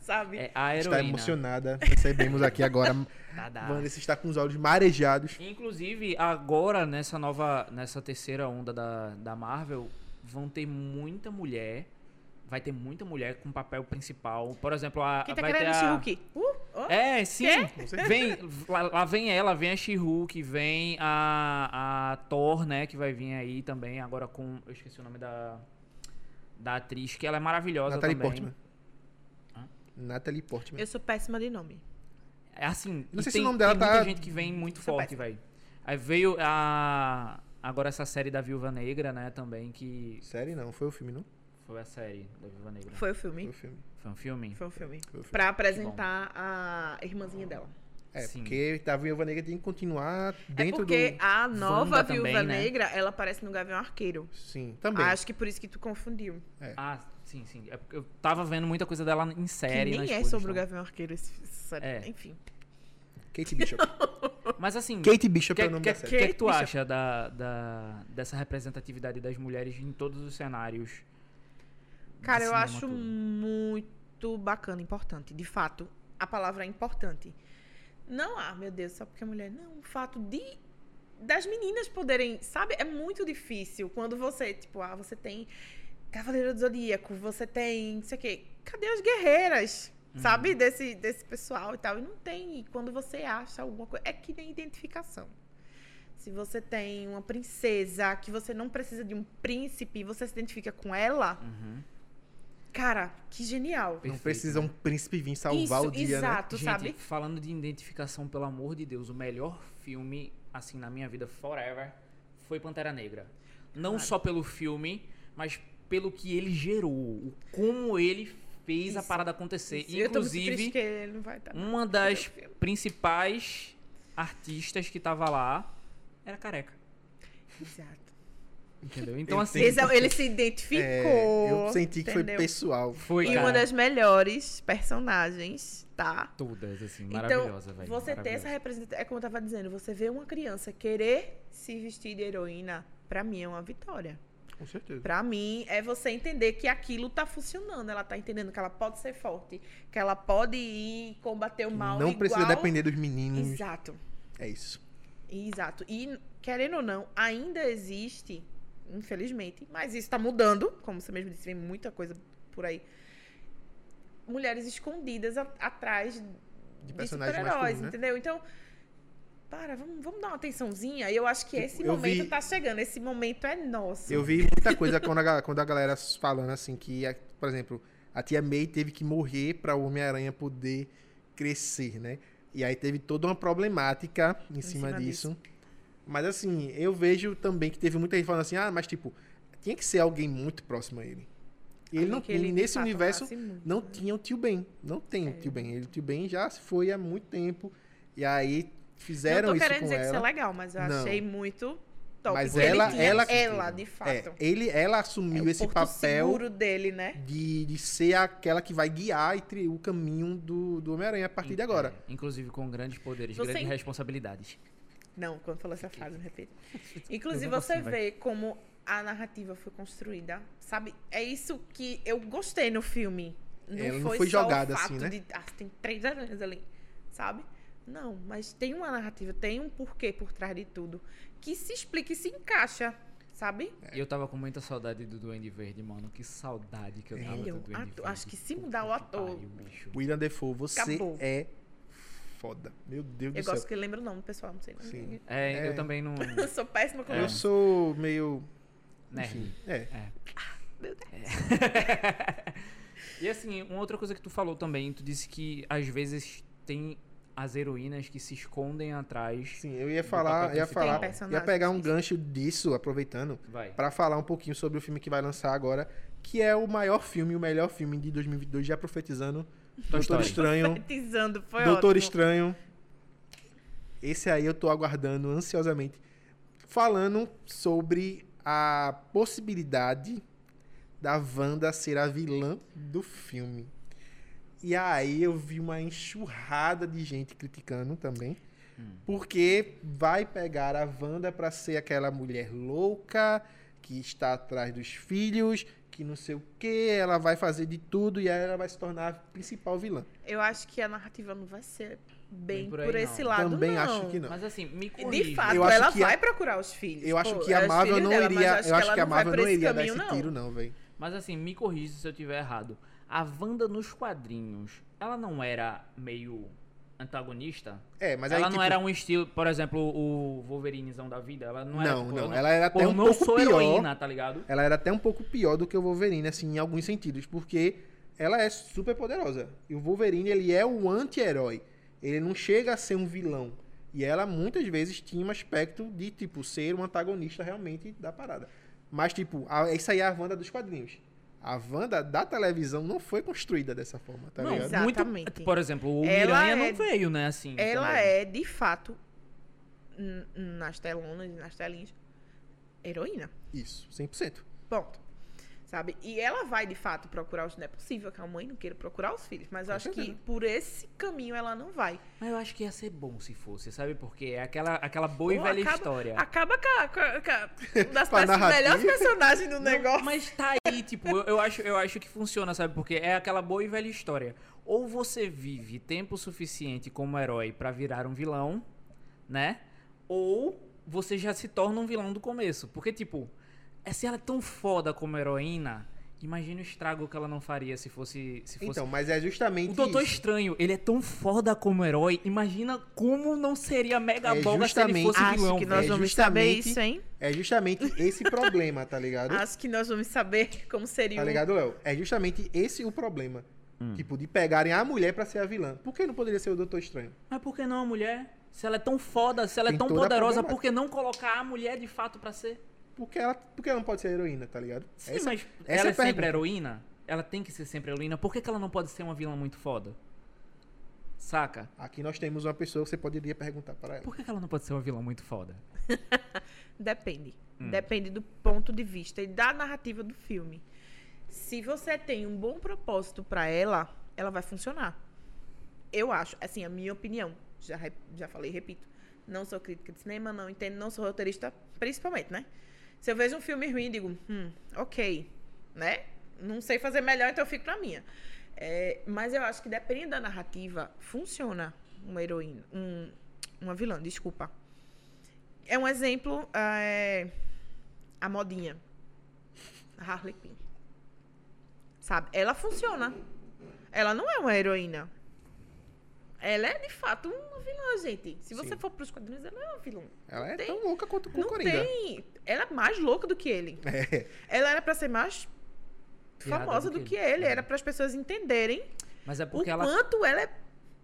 S2: Sabe?
S4: É a
S3: Está
S4: heroína.
S3: emocionada. Recebemos aqui agora.
S4: Tá, dá.
S3: Vanessa está com os olhos marejados.
S4: Inclusive, agora, nessa nova, nessa terceira onda da, da Marvel, vão ter muita mulher. Vai ter muita mulher com papel principal. Por exemplo, a.
S2: Quem tá
S4: vai ter
S2: querendo
S4: a...
S2: Shihulk? Uh, oh,
S4: É, sim. Vem, lá, lá vem ela, vem a She-Hulk, vem a, a Thor, né? Que vai vir aí também, agora com. Eu esqueci o nome da, da atriz, que ela é maravilhosa
S3: Natalie
S4: também.
S3: Portman.
S4: Hã?
S3: Natalie Portman.
S2: Eu sou péssima de nome.
S4: É assim.
S3: Não
S4: e
S3: sei se
S4: tem,
S3: o nome dela
S4: tem
S3: tá-
S4: muita gente que vem muito
S2: Sou
S4: forte,
S2: péssima.
S4: velho. Aí veio a. Agora essa série da Viúva Negra, né? Também, que.
S3: Série não, foi o filme, não?
S4: Foi a série da Viúva Negra.
S2: Foi o
S3: Foi o
S2: filme?
S3: filme.
S4: Foi um filme?
S2: Foi o filme.
S3: Foi o filme.
S2: Pra apresentar a irmãzinha dela.
S3: É,
S4: Sim.
S3: porque a Viúva Negra tem que continuar
S2: É
S3: dentro
S2: porque
S3: do...
S2: a nova
S4: Wanda também,
S2: Viúva
S4: né?
S2: Negra, ela aparece no Gavião Arqueiro.
S3: Sim, também.
S2: Acho que por isso que tu confundiu.
S4: Ah, sim, sim. É porque eu tava vendo muita coisa dela em
S2: Que
S4: série.
S2: nem
S4: nas
S2: é
S4: coisas,
S2: sobre o
S4: tá?
S2: Gavião Arqueiro, esse- essa-
S4: É.
S2: enfim.
S3: Kate Bishop.
S4: Mas assim.
S3: Kate Bishop é o
S4: O
S3: nome
S4: que,
S3: da
S4: que,
S3: série.
S4: que é que tu
S2: Bicha.
S4: acha da, da- dessa representatividade das mulheres em todos os cenários? de
S2: Cara, eu
S4: cinema
S2: acho um-
S4: todo?
S2: muito bacana, importante. De fato, a palavra é importante. Não, ah, meu Deus, só porque é mulher. Não, o fato de das meninas poderem, sabe? É muito difícil quando você, tipo, ah, você tem Cavaleiro do Zodíaco, você tem, não sei o quê. Cadê as guerreiras?
S4: Uhum.
S2: Sabe? Desse, desse pessoal e tal. E não tem. E quando você acha alguma coisa. É que nem identificação. Se você tem uma princesa que você não precisa de um príncipe, você se identifica com ela.
S4: Uhum.
S2: Cara, que genial.
S3: Não
S4: Perfeito,
S3: precisa um
S4: né?
S3: príncipe vir salvar
S2: Isso,
S3: o dia, né?
S2: exato,
S4: Gente,
S2: sabe?
S4: falando de identificação, pelo amor de Deus, o melhor filme, assim, na minha vida, forever, foi Pantera Negra. Não
S2: Claro.
S4: só pelo filme, mas pelo que ele gerou, o como ele fez a
S2: Isso.
S4: parada acontecer.
S2: E eu tô muito triste
S4: Inclusive, Hum.
S2: que ele não vai estar.
S4: uma das principais artistas que tava lá era careca.
S2: Exato.
S4: Entendeu? Então,
S3: Eu
S4: assim.
S3: entendi.
S2: Ele, ele se identificou.
S3: É, eu senti que foi
S2: entendeu?
S3: pessoal.
S4: Foi,
S2: E
S4: cara.
S2: uma das melhores personagens, tá?
S4: Todas, assim,
S2: Então,
S4: maravilhosa, velho.
S2: você ter essa
S4: maravilhosa.
S2: representação. É como eu tava dizendo, você vê uma criança querer se vestir de heroína, pra mim é uma vitória.
S3: Com certeza.
S2: Pra mim, é você entender que aquilo tá funcionando. Ela tá entendendo que ela pode ser forte, que ela pode ir combater o mal.
S3: Não precisa
S2: igual-
S3: depender dos meninos.
S2: Exato.
S3: É isso.
S2: Exato. E, querendo ou não, ainda existe, infelizmente, mas isso está mudando, como você mesmo disse, vem muita coisa por aí. Mulheres escondidas a- atrás
S3: De
S2: de
S3: personagens
S2: super-heróis,
S3: masculinos, né?
S2: entendeu? Então, para, vamos, vamos dar uma atençãozinha. E eu acho que
S3: Tipo,
S2: esse
S3: eu
S2: momento
S3: vi-
S2: tá chegando, esse momento é nosso.
S3: Eu vi muita coisa quando a, ga- quando a galera falando assim que, a- por exemplo, a tia May teve que morrer para o Homem-Aranha poder crescer, né? E aí teve toda uma problemática em, cima,
S2: cima
S3: disso. Mas assim, eu vejo também que teve muita gente falando assim, ah, mas tipo, tinha que ser alguém muito próximo a ele. E ele não
S2: Porque
S3: ele,
S2: de
S3: nesse
S2: fato É.
S3: universo
S2: amasse muito.
S3: não tinha o tio Ben. Não tem o tio Ben. Ele, o tio Ben já se foi há muito tempo. E aí
S2: não
S3: fizeram
S2: tô
S3: isso
S2: querendo
S3: com
S2: dizer que isso é
S3: ela.
S2: legal, mas eu
S3: Não.
S2: achei muito top.
S3: Mas
S2: que ele
S3: ela-
S2: tinha.
S3: ela-
S2: ela, de fato. É
S3: É, ele, ela assumiu
S2: o
S3: esse
S2: porto
S3: papel
S2: seguro dele, né?
S3: de, de ser aquela que vai guiar e tri- o caminho do, do Homem-Aranha a partir de agora.
S4: É, inclusive com grandes poderes,
S2: Você
S4: grandes
S2: en-
S4: responsabilidades.
S2: Não, quando falou essa frase, não repito.
S4: Eu
S2: Inclusive,
S4: não
S2: você
S4: consigo, vai.
S2: vê como a narrativa foi construída, sabe? É isso que eu gostei no filme. Não
S3: Ela
S2: foi,
S3: É, não foi
S2: só
S3: jogada
S2: o fato
S3: assim, né?
S2: de... Ah, tem três aranhas ali, sabe? Não, mas tem uma narrativa, tem um porquê por trás de tudo. Que se explica e se encaixa, sabe?
S3: É
S4: E eu tava com muita saudade do Duende Verde, mano. Que saudade que eu tava
S2: Velho,
S4: do Duende
S2: atu-
S4: Verde.
S2: acho que se
S4: Puta
S2: mudar o
S4: que
S2: ator-
S4: pariu, bicho.
S3: William Defoe, você
S2: Acabou.
S3: é foda. Meu Deus
S2: Eu
S3: do
S2: gosto
S3: céu.
S2: que ele lembra o nome do pessoal, não sei. não.
S3: Sim.
S4: É,
S3: É.
S4: eu também não...
S2: Eu sou péssima com
S4: É.
S3: Eu
S2: nomes.
S3: sou meio.
S4: Nerd.
S3: Enfim, é.
S4: E assim, uma outra coisa que tu falou também, tu disse que às vezes tem as heroínas que se escondem atrás.
S3: Sim, assim, eu ia
S4: Do
S3: falar,
S4: papel
S3: ia
S4: principal.
S3: falar,
S4: Tem
S3: ia
S2: personagens,
S3: pegar um
S2: sim.
S3: gancho disso, aproveitando,
S4: Vai.
S3: pra falar um pouquinho sobre o filme que vai lançar agora, que é o maior filme, o melhor filme de 2022, já profetizando. Doutor
S4: Story.
S3: Estranho.
S2: Profetizando, foi
S3: Doutor
S2: ótimo.
S3: Estranho. Esse aí eu tô aguardando ansiosamente. Falando sobre a possibilidade da Wanda ser a vilã do filme. E aí eu vi uma enxurrada de gente criticando também. Porque vai pegar a Wanda pra ser aquela mulher louca que está atrás dos filhos, que não sei o que, ela vai fazer de tudo e aí ela vai se tornar a principal vilã.
S2: Eu acho que a narrativa não vai ser bem,
S4: Bem por
S2: por,
S4: aí, não.
S2: esse lado,
S3: Também
S2: não.
S3: acho que não.
S4: Mas assim, me
S2: E,
S4: corrija.
S2: É De fato,
S3: Eu acho
S2: ela
S3: que a-
S2: vai procurar os filhos.
S3: Eu acho
S2: Pô,
S3: que a
S2: é os
S3: Marvel
S2: filhos
S3: não
S2: dela, mas
S3: iria, eu acho
S2: ela
S3: que a
S2: vai
S3: Marvel
S2: por
S3: não iria dar esse
S2: caminho,
S3: tiro
S2: não.
S3: não, velho.
S4: Mas assim, me corrija se eu tiver errado. A Wanda nos quadrinhos, ela não era meio antagonista?
S3: É, mas
S4: ela
S3: aí
S4: não
S3: tipo,
S4: era um estilo, por exemplo, o Wolverinezão da vida. Ela não era.
S3: não,
S4: tipo,
S3: não,
S4: eu
S3: ela era
S4: Pô,
S3: até um
S4: não
S3: pouco
S4: sou
S3: pior.
S4: heroína, tá ligado?
S3: Ela era até um pouco pior do que o Wolverine assim em alguns sentidos, porque ela é super poderosa. E o Wolverine ele é o anti-herói. Ele não chega a ser um vilão. E ela muitas vezes tinha um aspecto de tipo ser um antagonista realmente da parada. Mas tipo, a, isso aí é a Wanda dos quadrinhos. A Wanda da televisão não foi construída dessa forma, tá
S4: não,
S3: ligado?
S4: muito.
S2: Exatamente.
S4: Por exemplo, o
S2: Ela
S4: Miranha
S2: é-
S4: não veio, né? Assim.
S2: Ela
S4: também.
S2: é, de fato, n- nas telonas, nas telinhas, heroína.
S3: Isso, 100%.
S2: Ponto. Sabe? E ela vai, de fato, procurar os... Não é possível que a mãe não queira procurar os filhos. Mas eu
S3: Com
S2: acho que
S3: certeza.
S2: por esse caminho ela não vai.
S4: Mas eu acho que ia ser bom se fosse, sabe? Porque é aquela, aquela boa e
S2: Pô,
S4: velha
S2: acaba-
S4: história.
S2: Acaba com, a, com, a- com a- um das
S3: É. Com a
S2: peças-
S3: narrativa.
S2: melhores personagens do
S4: Não,
S2: negócio.
S4: Mas tá aí, tipo, eu, eu acho, eu acho que funciona, sabe? Porque é aquela boa e velha história. Ou você vive tempo suficiente como herói pra virar um vilão, né? Ou você já se torna um vilão do começo. Porque, tipo, é- se ela é tão foda como heroína, imagina o estrago que ela não faria se fosse. Se fosse...
S3: Então, mas é justamente
S4: o Doutor
S3: isso.
S4: Estranho, ele é tão foda como herói, imagina como não seria mega
S3: É
S4: boga se ele
S3: justamente-
S4: fosse
S3: Acho
S4: vilão.
S2: Acho que
S4: velho.
S2: nós
S3: é
S2: vamos saber
S3: justamente-
S2: isso, hein?
S3: É justamente esse problema, tá ligado?
S4: Ah,
S2: Acho que nós vamos saber como seria
S3: Tá
S2: o-
S3: ligado, Léo? É justamente esse o problema. Tipo, de pegarem a mulher pra ser a vilã. Por que não poderia ser o Doutor Estranho?
S4: Mas por que não a mulher? Se ela é tão foda, se ela é
S3: Tem
S4: tão
S3: toda a
S4: poderosa,
S3: problemática.
S4: por que não colocar a mulher de fato pra ser?
S3: Porque ela, porque ela não pode ser a heroína, tá ligado?
S4: Sim,
S3: Essa-
S4: mas
S3: essa
S4: ela
S3: é
S4: é,
S3: a
S4: sempre
S3: pergunta.
S4: heroína? Ela tem que ser sempre heroína? Por que, que ela não pode ser uma vilã muito foda? Saca?
S3: Aqui nós temos uma pessoa que você poderia perguntar para ela.
S4: Por que, que ela não pode ser uma vilã muito foda?
S2: Depende. Depende do ponto de vista e da narrativa do filme. Se você tem um bom propósito pra ela, ela vai funcionar. Eu acho, assim, a minha opinião. Já, re- já falei, repito. Não sou crítica de cinema, não entendo, não sou roteirista, principalmente, né? Se eu vejo um filme ruim, digo, hum, ok, né? Não sei fazer melhor, então eu fico na minha. É, mas eu acho que depende da narrativa, funciona uma heroína, um- uma vilã, desculpa. É um exemplo é, a modinha. A Harley Quinn. Sabe? Ela funciona. Ela não é uma heroína. Ela é, de fato, uma vilã, gente. Se você
S3: Sim.
S2: for pros quadrinhos, ela é uma vilã.
S3: Ela é
S2: Não tem-
S3: tão louca quanto o
S2: Não
S3: Coringa.
S2: tem. Ela é mais louca do que ele.
S3: É.
S2: Ela era pra ser mais
S4: Piada
S2: famosa do que ele.
S4: É.
S2: Era para as pessoas entenderem
S4: Mas é
S2: o
S4: porque ela.
S2: quanto ela é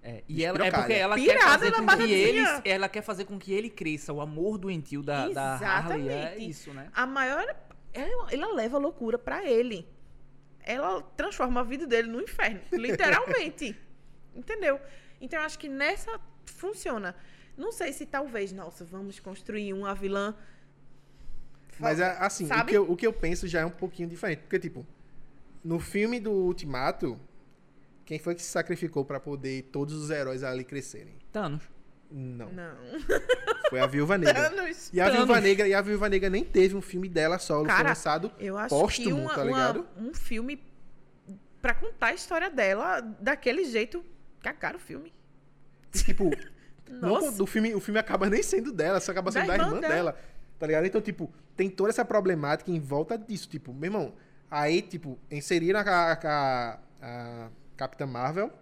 S4: É, e ela, é
S3: Despirocada.
S4: porque ela quer
S2: Pirada
S4: fazer
S2: na
S4: com que
S2: barraquinha.
S4: ele. Ela quer fazer com que ele cresça. O amor doentio da, da Harley é
S2: Exatamente.
S4: isso, né?
S2: A maior. Ela, ela leva a loucura pra ele. Ela transforma a vida dele no inferno, literalmente. Entendeu? Então eu acho que nessa funciona. Não sei se talvez, nossa, vamos construir uma vilã.
S3: Mas é, assim, o
S2: Sabe?
S3: que, eu, o que eu penso já é um pouquinho diferente. Porque, tipo, no filme do Ultimato, quem foi que se sacrificou pra poder todos os heróis ali crescerem?
S4: Thanos.
S3: Não.
S2: Não.
S3: Foi a Viúva Negra.
S2: Thanos.
S3: E a Viúva
S4: Thanos.
S3: Negra, e a Viúva Negra nem teve um filme dela solo, foi
S2: Cara,
S3: lançado.
S2: Eu acho
S3: Póstumo,
S2: que uma-
S3: tá
S2: uma-
S3: ligado?
S2: um filme pra contar a história dela daquele jeito. Cagaram o filme.
S3: E, tipo, não,
S2: Nossa.
S3: o, filme, o filme acaba nem sendo dela, só acaba sendo da, irmã, dela. Tá ligado? Então, tipo, tem toda essa problemática em volta disso. Tipo, meu irmão, aí, tipo, inseriram a, a- a- a Capitã Marvel,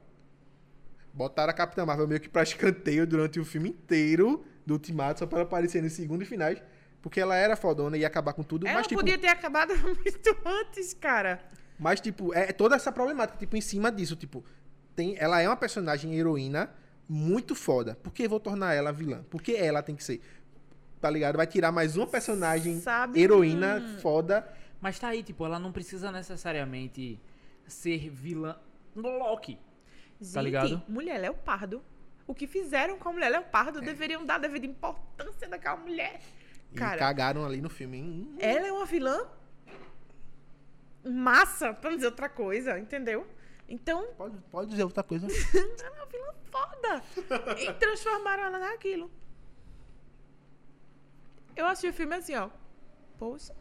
S3: botaram a Capitã Marvel meio que pra escanteio durante o filme inteiro do Ultimato, só pra ela aparecer nos segundos finais, porque ela era fodona e ia acabar com tudo.
S2: Ela
S3: mas, tipo,
S2: podia ter acabado muito antes, cara.
S3: mas, tipo, é toda essa problemática, tipo, em cima disso, tipo, tem, ela é uma personagem heroína muito foda. Por que vou tornar ela vilã? Porque ela tem que ser. Tá ligado? Vai tirar mais uma personagem
S2: Sabe?
S3: heroína foda.
S4: Mas tá aí, tipo, ela não precisa necessariamente ser vilã. Loki.
S2: Gente,
S4: Tá ligado?
S2: mulher leopardo. O que fizeram com a mulher leopardo
S4: É.
S2: deveriam dar a devida importância daquela mulher.
S3: E
S2: Cara.
S3: cagaram ali no filme. hein? Hum,
S2: Ela é uma vilã massa, pra não dizer outra coisa, entendeu? Então,
S3: Pode, pode dizer outra coisa.
S2: ela é uma vilã foda. e transformaram ela naquilo. Eu assisti o filme assim, ó. Poxa.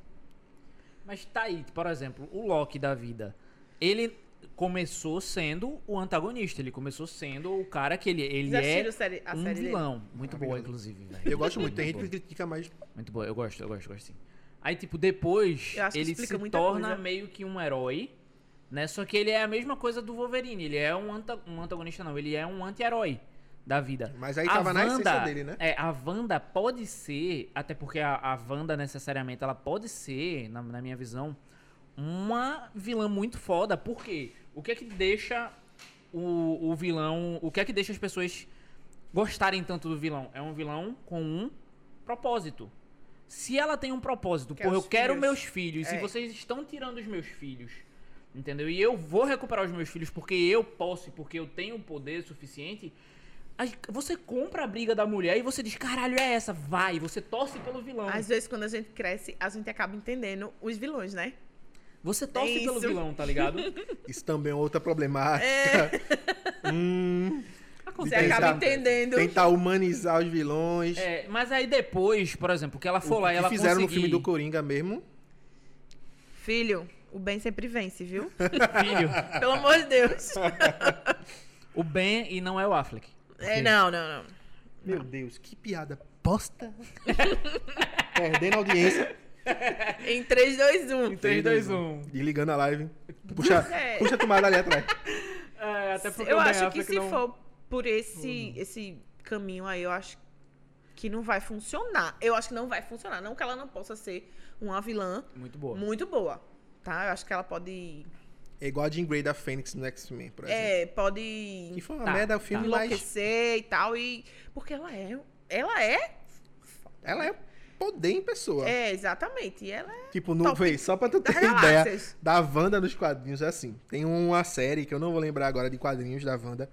S4: Mas tá aí, por exemplo, o Loki da vida. Ele começou sendo o antagonista. Ele começou sendo o cara que ele, ele
S2: Já
S4: é
S2: assistiram a série, a
S4: um
S2: série dele?
S4: vilão. Muito boa,
S3: Maravilhoso.
S4: inclusive. velho.
S3: Eu gosto muito. Tem
S4: Muito
S3: gente que
S4: boa.
S3: critica, mas
S4: Muito boa, eu gosto, eu gosto, gosto sim. Aí, tipo, depois
S2: Eu acho que
S4: ele
S2: explica
S4: se
S2: muita
S4: torna
S2: coisa.
S4: meio que um herói, né? Só que ele é a mesma coisa do Wolverine, ele é um, anta- um antagonista, não, ele é um anti-herói da vida.
S3: Mas aí tava na essência dele, né?
S4: É, a Wanda pode ser, até porque a, a Wanda necessariamente, ela pode ser, na, na minha visão, uma vilã muito foda. Por quê? O que é que deixa o, o vilão. O que é que deixa as pessoas gostarem tanto do vilão? É um vilão com um propósito. Se ela tem um propósito,
S2: Quer
S4: porra, eu
S2: os
S4: quero
S2: filhos.
S4: meus filhos, e
S2: É.
S4: vocês estão tirando os meus filhos. Entendeu? E eu vou recuperar os meus filhos porque eu posso, e porque eu tenho um poder suficiente. As- Você compra a briga da mulher e você diz, caralho, é essa, vai, você torce pelo vilão.
S2: Às vezes, quando a gente cresce, a gente acaba entendendo os vilões, né?
S4: Você torce pelo
S2: isso.
S4: vilão, tá ligado?
S3: isso também é outra problemática.
S2: É,
S3: hum,
S2: Você
S3: Tem
S2: acaba
S3: essa-
S2: entendendo.
S3: tentar humanizar os vilões.
S4: É, mas aí depois, por exemplo, que ela
S3: O
S4: for lá e
S3: que
S4: ela
S3: fizeram
S4: conseguir...
S3: no filme do Coringa mesmo.
S2: Filho, o bem sempre vence, viu?
S4: Filho,
S2: Pelo amor de Deus.
S4: o Ben e não é o Affleck.
S2: É, não, não, não.
S3: Meu Deus, que piada bosta. Perdendo audiência.
S2: Em um. 3, 2, 1.
S4: 3, 2, 1.
S3: Desligando a live. Puxa,
S2: É.
S3: puxa a tomada ali atrás.
S4: É, até porque
S2: Eu
S4: o Ben
S2: acho que
S4: Affleck
S2: se
S4: não...
S2: for por esse, esse caminho aí, eu acho que não vai funcionar. Eu acho que não vai funcionar. Não que ela não possa ser uma vilã
S4: Muito boa.
S2: muito boa, tá? Eu acho que ela pode...
S3: É igual a Jean Grey da Fênix no X-Men, por exemplo.
S2: É,
S3: Que
S2: pode
S3: foi uma
S4: Tá,
S3: merda é o filme, ah, mas
S2: enlouquecer e tal. E... Porque ela é... Ela é?
S3: ela é poder em pessoa.
S2: É, exatamente. E ela é...
S3: Tipo, no,
S2: Top
S3: vê, só pra tu ter
S2: das
S3: ideia
S2: galáxias.
S3: da Wanda nos quadrinhos, é assim. Tem uma série que eu não vou lembrar agora de quadrinhos da Wanda,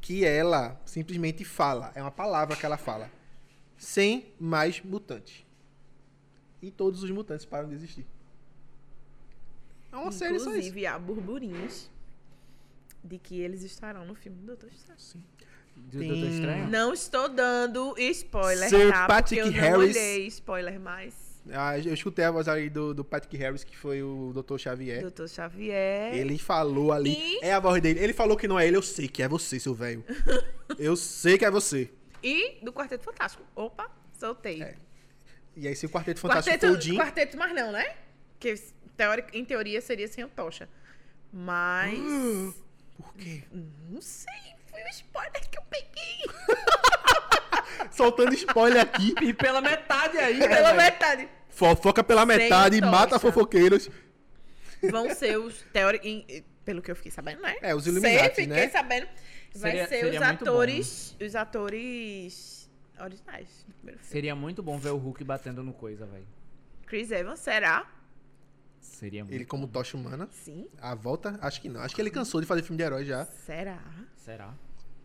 S3: que ela simplesmente fala. É uma palavra que ela fala. Sem mais mutantes. E todos os mutantes param de existir. É uma série só isso.
S2: Inclusive, há burburinhos de que eles estarão no filme do Doutor Estranho.
S4: Do Doutor Estranho?
S2: Não estou dando spoiler,
S3: Sir
S2: tá?
S3: Patrick
S2: Porque eu
S3: Harris.
S2: não olhei spoiler mais.
S3: Ah, eu escutei a voz ali do, do Patrick Harris, que foi o Dr. Xavier.
S2: Doutor Xavier.
S3: É. Ele falou ali.
S2: É. E-
S3: É a voz dele. Ele falou que não é ele. Eu sei que é você, seu velho. eu sei que é você.
S2: E do Quarteto Fantástico. Opa, soltei.
S3: É. E aí, se o Quarteto Fantástico
S2: Quarteto,
S3: for o Jim,
S2: quarteto, mas não, né? Que teori- em teoria seria sem o Tocha. Mas.
S3: Uh. por quê?
S2: Não sei. Foi o spoiler que eu peguei.
S3: Soltando spoiler aqui.
S4: E pela metade aí,
S3: É,
S2: Pela
S4: velho.
S2: metade.
S3: Fofoca pela
S2: Sem
S3: metade,
S2: tocha.
S3: mata fofoqueiros.
S2: Vão ser os. Teori... em- Pelo que eu fiquei sabendo, né?
S3: É, os
S2: Sei,
S3: Illuminati,
S2: fiquei
S3: né?
S2: sabendo. Vai
S4: Seria-
S2: ser
S4: seria
S2: os
S4: muito bom, né?
S2: atores. Os atores originais do primeiro filme.
S4: Seria muito bom ver o Hulk batendo no coisa, velho.
S2: Chris Evans, será?
S4: Seria muito.
S3: Ele como tocha humana.
S2: Sim.
S3: A volta? Acho que não. Acho que ele cansou de fazer filme de herói já.
S2: Será?
S4: Será?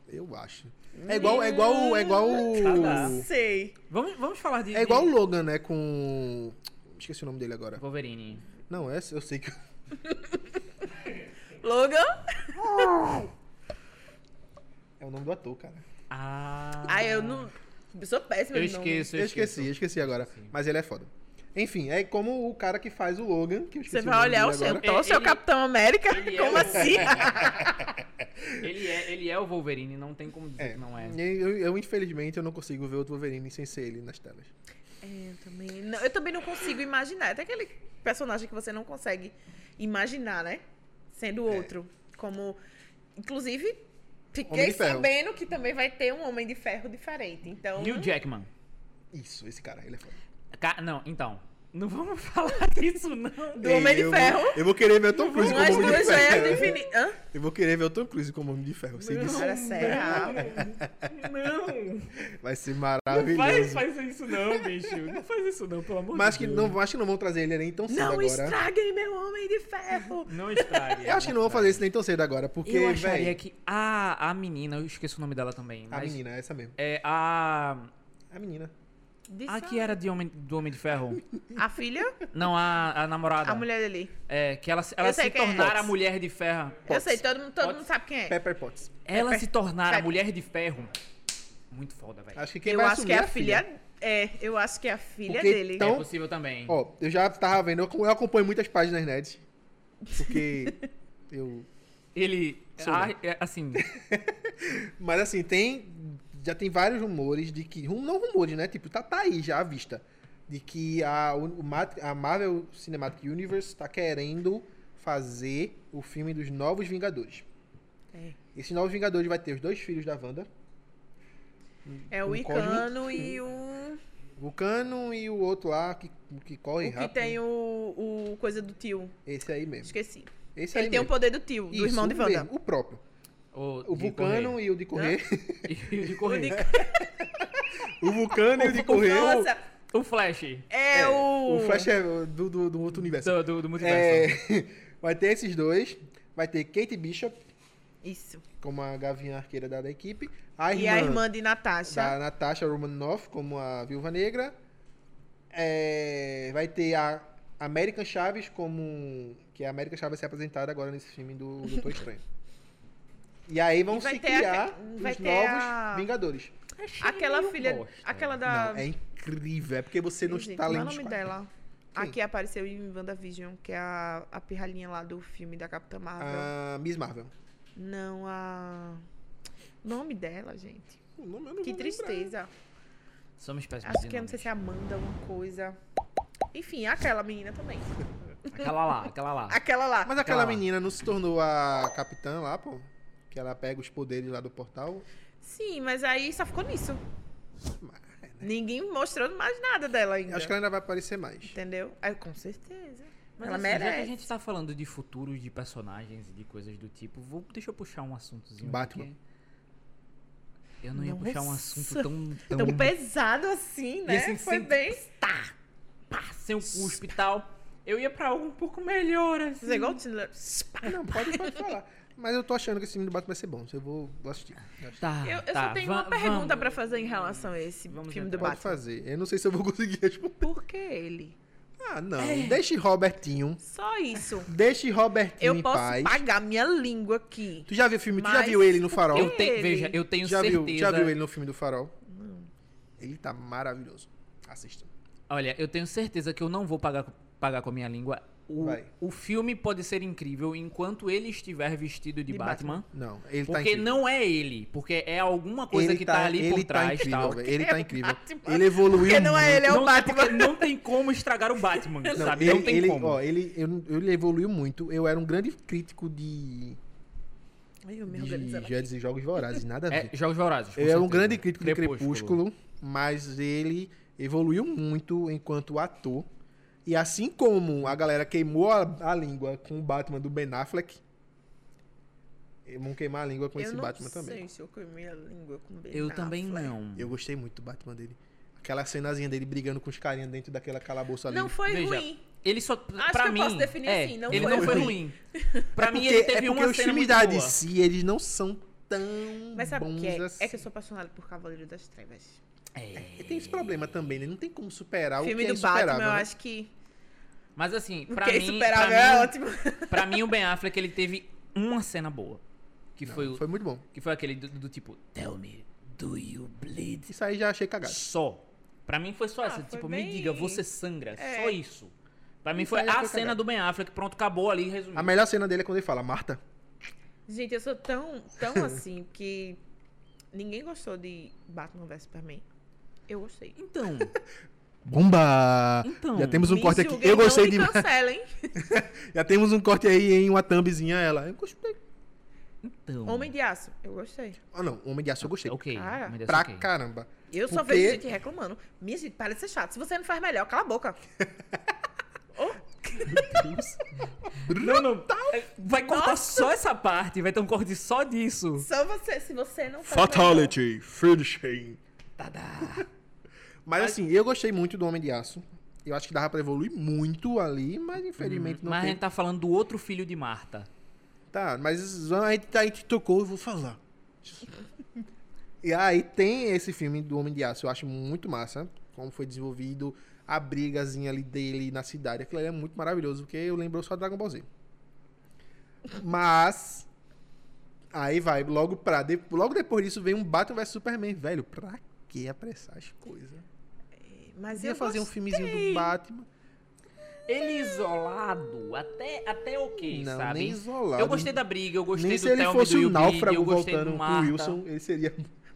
S3: Eu acho. É igual, é igual, é igual.
S4: Tá, tá.
S2: Sei.
S4: Vamos, vamos falar de.
S3: É igual o
S4: de
S3: Logan, né? Com. Esqueci o nome dele agora.
S4: Wolverine.
S3: Não, é, eu sei que.
S2: Logan?
S3: É o nome do ator, cara.
S4: Ah.
S2: Ah, eu não. Eu sou péssima
S4: Eu
S2: de nome.
S4: esqueço,
S3: Eu esqueci, eu esqueci agora. Mas ele é foda. Enfim, é como o cara que faz o Logan, que eu esqueci
S2: Você
S3: o
S2: vai
S3: nome
S2: olhar o
S3: dele
S2: seu
S3: agora.
S2: Tocha é o
S4: Ele-
S2: Capitão América?
S4: ele é
S2: Como
S4: o-
S2: assim?
S4: Ele é, ele é o Wolverine, não tem como dizer
S3: É.
S4: que não
S2: Então-
S4: é.
S3: Eu, eu, infelizmente, eu não consigo ver outro Wolverine sem ser ele nas telas.
S2: É, eu também. Não, eu também não consigo imaginar. Até aquele personagem que você não consegue imaginar, né? Sendo
S3: É.
S2: outro. Como. Inclusive,
S3: Homem
S2: fiquei
S3: de Ferro.
S2: sabendo que também vai ter um Homem de Ferro diferente. Então.
S4: Hugh Jackman.
S3: Isso, esse cara, ele é foda.
S4: Ca- Não, então. Não vamos falar disso, não.
S2: Do Homem de
S3: eu
S2: Ferro.
S3: Vou, eu vou querer ver o Tom Cruise como
S2: Umas
S3: Homem de
S2: duas joias do
S3: Ferro.
S2: infinito. Hã?
S3: Eu vou querer ver o Tom Cruise como Homem de Ferro. Sei disso.
S2: Cara,
S3: É.
S2: será?
S4: Não.
S3: Vai ser
S4: Não faz,
S3: maravilhoso.
S4: faz isso não, bicho. Não faz isso não, pelo amor
S3: Mas
S4: de
S3: que
S4: Deus.
S3: não, acho que não vão trazer ele nem tão cedo
S2: Não
S3: agora.
S2: estraguem meu Homem de Ferro!
S4: Não estrague.
S3: Eu acho que não vão fazer isso nem tão cedo agora, porque,
S4: Eu acharia
S3: velho.
S4: que a, a menina, eu esqueço o nome dela também.
S3: A
S4: mas
S3: menina, essa mesmo.
S4: É a.
S3: A menina.
S4: A Ah, que
S3: é
S4: era de homem, do Homem de Ferro.
S2: A filha?
S4: Não, a, a
S3: Ah,
S4: namorada.
S2: A mulher dele.
S4: É, que ela, ela
S2: Eu sei
S4: se
S2: quem é.
S4: tornara a mulher de ferro.
S2: Eu sei, todo, mundo- todo
S4: Potts.
S2: mundo sabe quem é.
S3: Pepper Potts.
S4: Ela se tornara a
S2: Pepper.
S4: mulher de ferro. Muito foda, velho.
S3: Acho que quem
S2: Eu
S3: vai
S2: acho que é a
S3: assumir
S2: filha. É, eu acho que é a filha
S3: Porque
S2: dele.
S3: tão-
S4: É possível também.
S3: Então, Ó, eu já tava vendo, eu eu acompanho muitas páginas nerds. Porque eu.
S4: Ele.
S3: Sou
S4: ah,
S3: eu.
S4: é, assim.
S3: Mas assim, tem. Já tem vários rumores de que. rum- Não rumores, né? Tipo, tá, tá aí já à vista. De que a, o Mat- a Marvel Cinematic Universe tá querendo fazer o filme dos Novos Vingadores.
S2: É.
S3: Esses Novos Vingadores vai ter os dois filhos da Wanda.
S2: É o
S3: um
S2: Icano e o.
S3: Vulcano e o outro lá que, que corre
S2: O que
S3: rápido.
S2: tem o, o coisa do tio.
S3: Esse aí mesmo.
S2: Esqueci.
S3: Esse
S2: Ele
S3: aí
S2: tem o
S3: mesmo.
S2: poder do tio, do
S3: Isso,
S2: irmão de
S3: o
S2: Wanda.
S3: mesmo, O próprio.
S4: O,
S3: O Vulcano e o de correr.
S4: e o de correr.
S3: O Vulcano e o de correr.
S2: Nossa,
S4: O Flash.
S2: é,
S3: É,
S2: o. Então,
S3: O Flash é do, do, do outro universo.
S4: Do, do, do multiverso.
S3: É, vai ter esses dois. Vai ter Kate Bishop,
S2: Isso.
S3: como a gavinha arqueira da, da equipe. A irmã,
S2: E a irmã de Natasha.
S3: da Natasha Romanoff, como a Viúva Negra. É, vai ter a América Chaves, como... um, Que é a América Chaves vai ser apresentada agora nesse filme do Doutor Estranho. E aí vão
S2: E vai
S3: se
S2: ter a-
S3: criar
S2: vai
S3: os
S2: ter
S3: novos
S2: a-
S3: Vingadores.
S2: Aquela
S4: meio
S2: filha.
S4: bosta.
S2: Aquela da.
S3: é Não, é incrível. É porque você não
S2: Gente,
S3: está
S2: qual é
S3: lendo
S2: o
S3: os
S2: nome
S3: quadrinhos.
S2: dela?
S3: Quem?
S2: Aqui apareceu em WandaVision, que é a, a pirralhinha lá do filme da Capitã Marvel.
S3: A Ah, Miss Marvel.
S2: Não, a. O nome dela, gente.
S3: O nome eu não
S2: Que
S3: vou lembrar.
S2: tristeza.
S4: Somos péssimos
S2: Acho
S4: de
S2: que eu não
S4: nomes.
S2: sei se é Amanda alguma coisa. Enfim, aquela menina também.
S4: Aquela lá, aquela lá.
S2: Aquela lá.
S3: Mas aquela
S4: Calma.
S3: menina não se tornou a capitã lá, pô? Que ela pega os poderes lá do portal.
S2: Sim, mas aí só ficou nisso.
S3: Mas, né?
S2: Ninguém mostrou mais nada dela ainda.
S3: Acho que ela ainda vai aparecer mais.
S2: Entendeu? Aí, com certeza. né?
S4: Mas
S2: ela
S4: assim, já que a
S3: é
S2: merece.
S4: gente tá falando de futuros, de personagens e de coisas do tipo, vou, deixa eu puxar um assuntozinho.
S3: Batman.
S4: porque Eu não ia puxar um assunto
S2: Nossa.
S4: tão. tão,
S2: Tão pesado assim, né?
S4: assim,
S2: Foi
S4: sem-
S2: bem.
S4: pá, sem o cuspe e tal. Eu ia pra algo um pouco melhor, assim.
S2: Você é igual o Tindler.
S4: Ah,
S3: Não, pode, pode falar. Mas eu tô achando que esse filme do Batman vai ser bom. Eu vou, vou assistir.
S4: Tá,
S2: Eu, eu
S4: tá,
S2: só tenho
S4: va-
S2: uma pergunta
S4: vamos.
S2: pra fazer em relação a esse
S4: Vamos então.
S2: filme do
S4: entrar.
S3: Pode
S2: Batman.
S3: fazer. Eu não sei se eu vou conseguir responder.
S2: Por que ele?
S3: Ah, não.
S2: É.
S3: Deixe Robertinho.
S2: Só isso.
S3: Deixe Robertinho
S2: Eu
S3: em
S2: posso
S3: paz.
S2: pagar minha língua aqui.
S3: Tu já viu o filme? Tu já
S2: Mas
S3: viu ele no farol?
S4: Eu tenho,
S2: Ele.
S4: veja, eu tenho
S3: já,
S4: certeza.
S3: viu, já viu ele no filme do farol? Ele tá maravilhoso. Assista.
S4: Olha, eu tenho certeza que eu não vou pagar, pagar com a minha língua. O,
S3: Vai.
S4: o filme pode ser incrível enquanto ele estiver vestido de,
S2: De
S4: Batman.
S2: Batman.
S3: Não, ele tá
S4: Porque
S3: incrível.
S4: não é ele, porque é alguma coisa
S3: ele
S4: que tá, ali por
S3: ele
S4: trás
S3: tá
S4: e
S3: incrível,
S4: tal. É
S3: velho. Ele tá incrível.
S2: Batman.
S3: Ele evoluiu
S2: Porque não é ele, é o
S4: não,
S2: Batman.
S4: porque não tem como estragar o Batman,
S3: Não,
S4: sabe?
S3: ele,
S4: não tem
S3: ele,
S4: como.
S3: Ó, ele, eu- ele evoluiu muito. Eu era um grande crítico de,
S2: Ai, eu me
S3: de,
S2: organizando.
S3: já ia dizer, jogos vorazes, nada a ver.
S4: É, Jogos Vorazes. com
S3: eu era um
S4: certeza.
S3: grande crítico de
S4: Crepúsculo.
S3: Crepúsculo, mas ele evoluiu muito enquanto ator. E assim como a galera queimou a, a língua com o Batman do Ben Affleck, vão queimar a língua com esse Batman
S2: Eu
S3: também.
S2: não sei se eu comi a língua com Ah, Ben
S4: Eu também
S2: Affleck.
S4: não.
S3: Eu gostei muito do Batman dele. Aquela cenazinha dele brigando com os carinhas dentro daquela calabouço ali.
S2: Não foi
S4: Veja,
S2: ruim.
S4: Ele só.
S2: Acho
S4: pra
S2: que eu
S4: mim.
S2: posso definir
S4: é,
S2: assim, não
S4: ele
S2: foi
S4: não foi ruim.
S3: ruim.
S4: Pra mim, ele teve
S3: é porque
S4: uma
S3: os
S4: cena
S3: filmes
S4: muito
S3: da
S4: boa.
S3: DC, eles não são tão
S2: Mas sabe o
S3: bons
S2: que é?
S3: assim.
S2: É que eu sou apaixonada por Cavaleiro das Trevas.
S4: É.
S3: Tem esse problema também, né? Não tem como superar o
S2: filme
S3: que é
S2: do Batman,
S3: insuperável,
S2: eu
S3: né?
S2: acho que.
S4: Mas assim,
S2: O
S4: pra
S2: que é
S4: mim.
S2: insuperável
S4: pra
S2: é
S4: mim-
S2: ótimo.
S4: Pra mim, o Ben Affleck, ele teve uma cena boa. Que, foi, o-
S3: Foi muito bom.
S4: que foi aquele do, do tipo, Tell me, do you bleed?
S3: Isso aí já achei cagado.
S4: Só. Pra mim foi só
S2: Ah,
S4: essa.
S2: foi
S4: tipo, me
S2: bem-
S4: diga, você sangra.
S2: É.
S4: Só isso. Pra mim
S3: Isso
S4: foi
S3: aí é
S4: a
S3: foi
S4: cena
S3: cagado.
S4: do Ben Affleck. Pronto, acabou ali, resumiu.
S3: A melhor cena dele é quando ele fala, Marta,
S2: Gente, eu sou tão, tão assim que ninguém gostou de Batman vs Superman. Eu gostei.
S4: Então,
S3: bomba!
S4: Então,
S3: já temos um
S2: Me
S3: corte aqui.
S2: julguem,
S3: Eu gostei
S2: não
S3: de.
S2: me cancelem.
S3: Já temos um corte aí em uma thumbzinha ela. Eu gostei. um
S4: então.
S2: Homem de Aço, eu gostei.
S3: Ah, não, Homem de Aço eu gostei.
S4: Ok.
S2: Cara,
S4: mas é
S3: Pra
S4: ok.
S3: caramba.
S2: Eu só
S3: Porque-
S2: vejo gente reclamando. Minha gente, para de ser chato. Se você não faz melhor, cala a boca.
S4: Não, não.
S3: tá
S4: Vai cortar só essa parte. Vai ter um corte só disso.
S2: Só você, se você não faz melhor.
S3: Fatality, finishing.
S4: Tadá.
S3: Mas assim, eu gostei muito do Homem de Aço. Eu acho que dava pra evoluir muito ali, mas infelizmente não
S4: Mas a
S3: tem.
S4: gente tá falando do outro filho de Marta.
S3: Tá, mas a gente, a gente tocou, eu vou falar. E aí tem esse filme do Homem de Aço, eu acho muito massa, como foi desenvolvido, a brigazinha ali dele na cidade. Aquilo ali é muito maravilhoso, porque eu lembro só Dragon Ball Z. Mas. Aí vai, logo pra. de- logo depois disso vem um Batman vs Superman, velho. Pra que apressar as coisas?
S2: Mas
S3: Ia
S2: eu
S3: fazer um filmezinho do Batman.
S4: Ele isolado, até, até ok,
S3: Não,
S4: sabe?
S3: nem isolado.
S4: Eu gostei da briga, eu gostei
S3: Nem
S4: do
S3: se ele
S4: Thelma e
S3: fosse
S4: do
S3: o
S4: Will Bid,
S3: náufrago
S4: eu gostei
S3: voltando
S4: do
S3: com
S4: Marta.
S3: o Wilson, ele seria.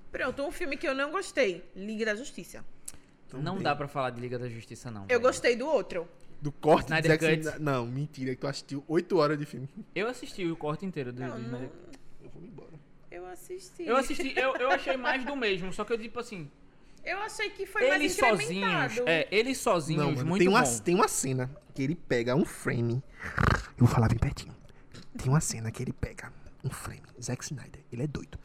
S2: Pronto, um filme que eu não gostei. Liga da Justiça.
S4: Não dá pra falar de Liga da Justiça, não.
S2: Eu
S4: velho.
S2: gostei do outro.
S3: Do corte de
S4: Snyder
S3: Zack
S4: Cut.
S3: Snyder. Não, mentira, que tu assistiu 8 horas de filme.
S4: Eu assisti o corte inteiro do,
S2: Não,
S4: do
S2: não-
S4: Snyder
S3: Eu vou embora.
S2: Eu assisti.
S4: Eu assisti, eu, eu achei mais do mesmo, só que eu tipo assim,
S2: Eu achei que foi mais
S4: eles
S2: incrementado.
S4: sozinhos, é, eles sozinhos,
S3: Não, mano,
S4: muito
S3: tem um uma,
S4: bom.
S3: tem uma cena que ele pega um frame. Eu vou falar bem pertinho. Tem uma cena que ele pega um frame. Zack Snyder, ele é doido.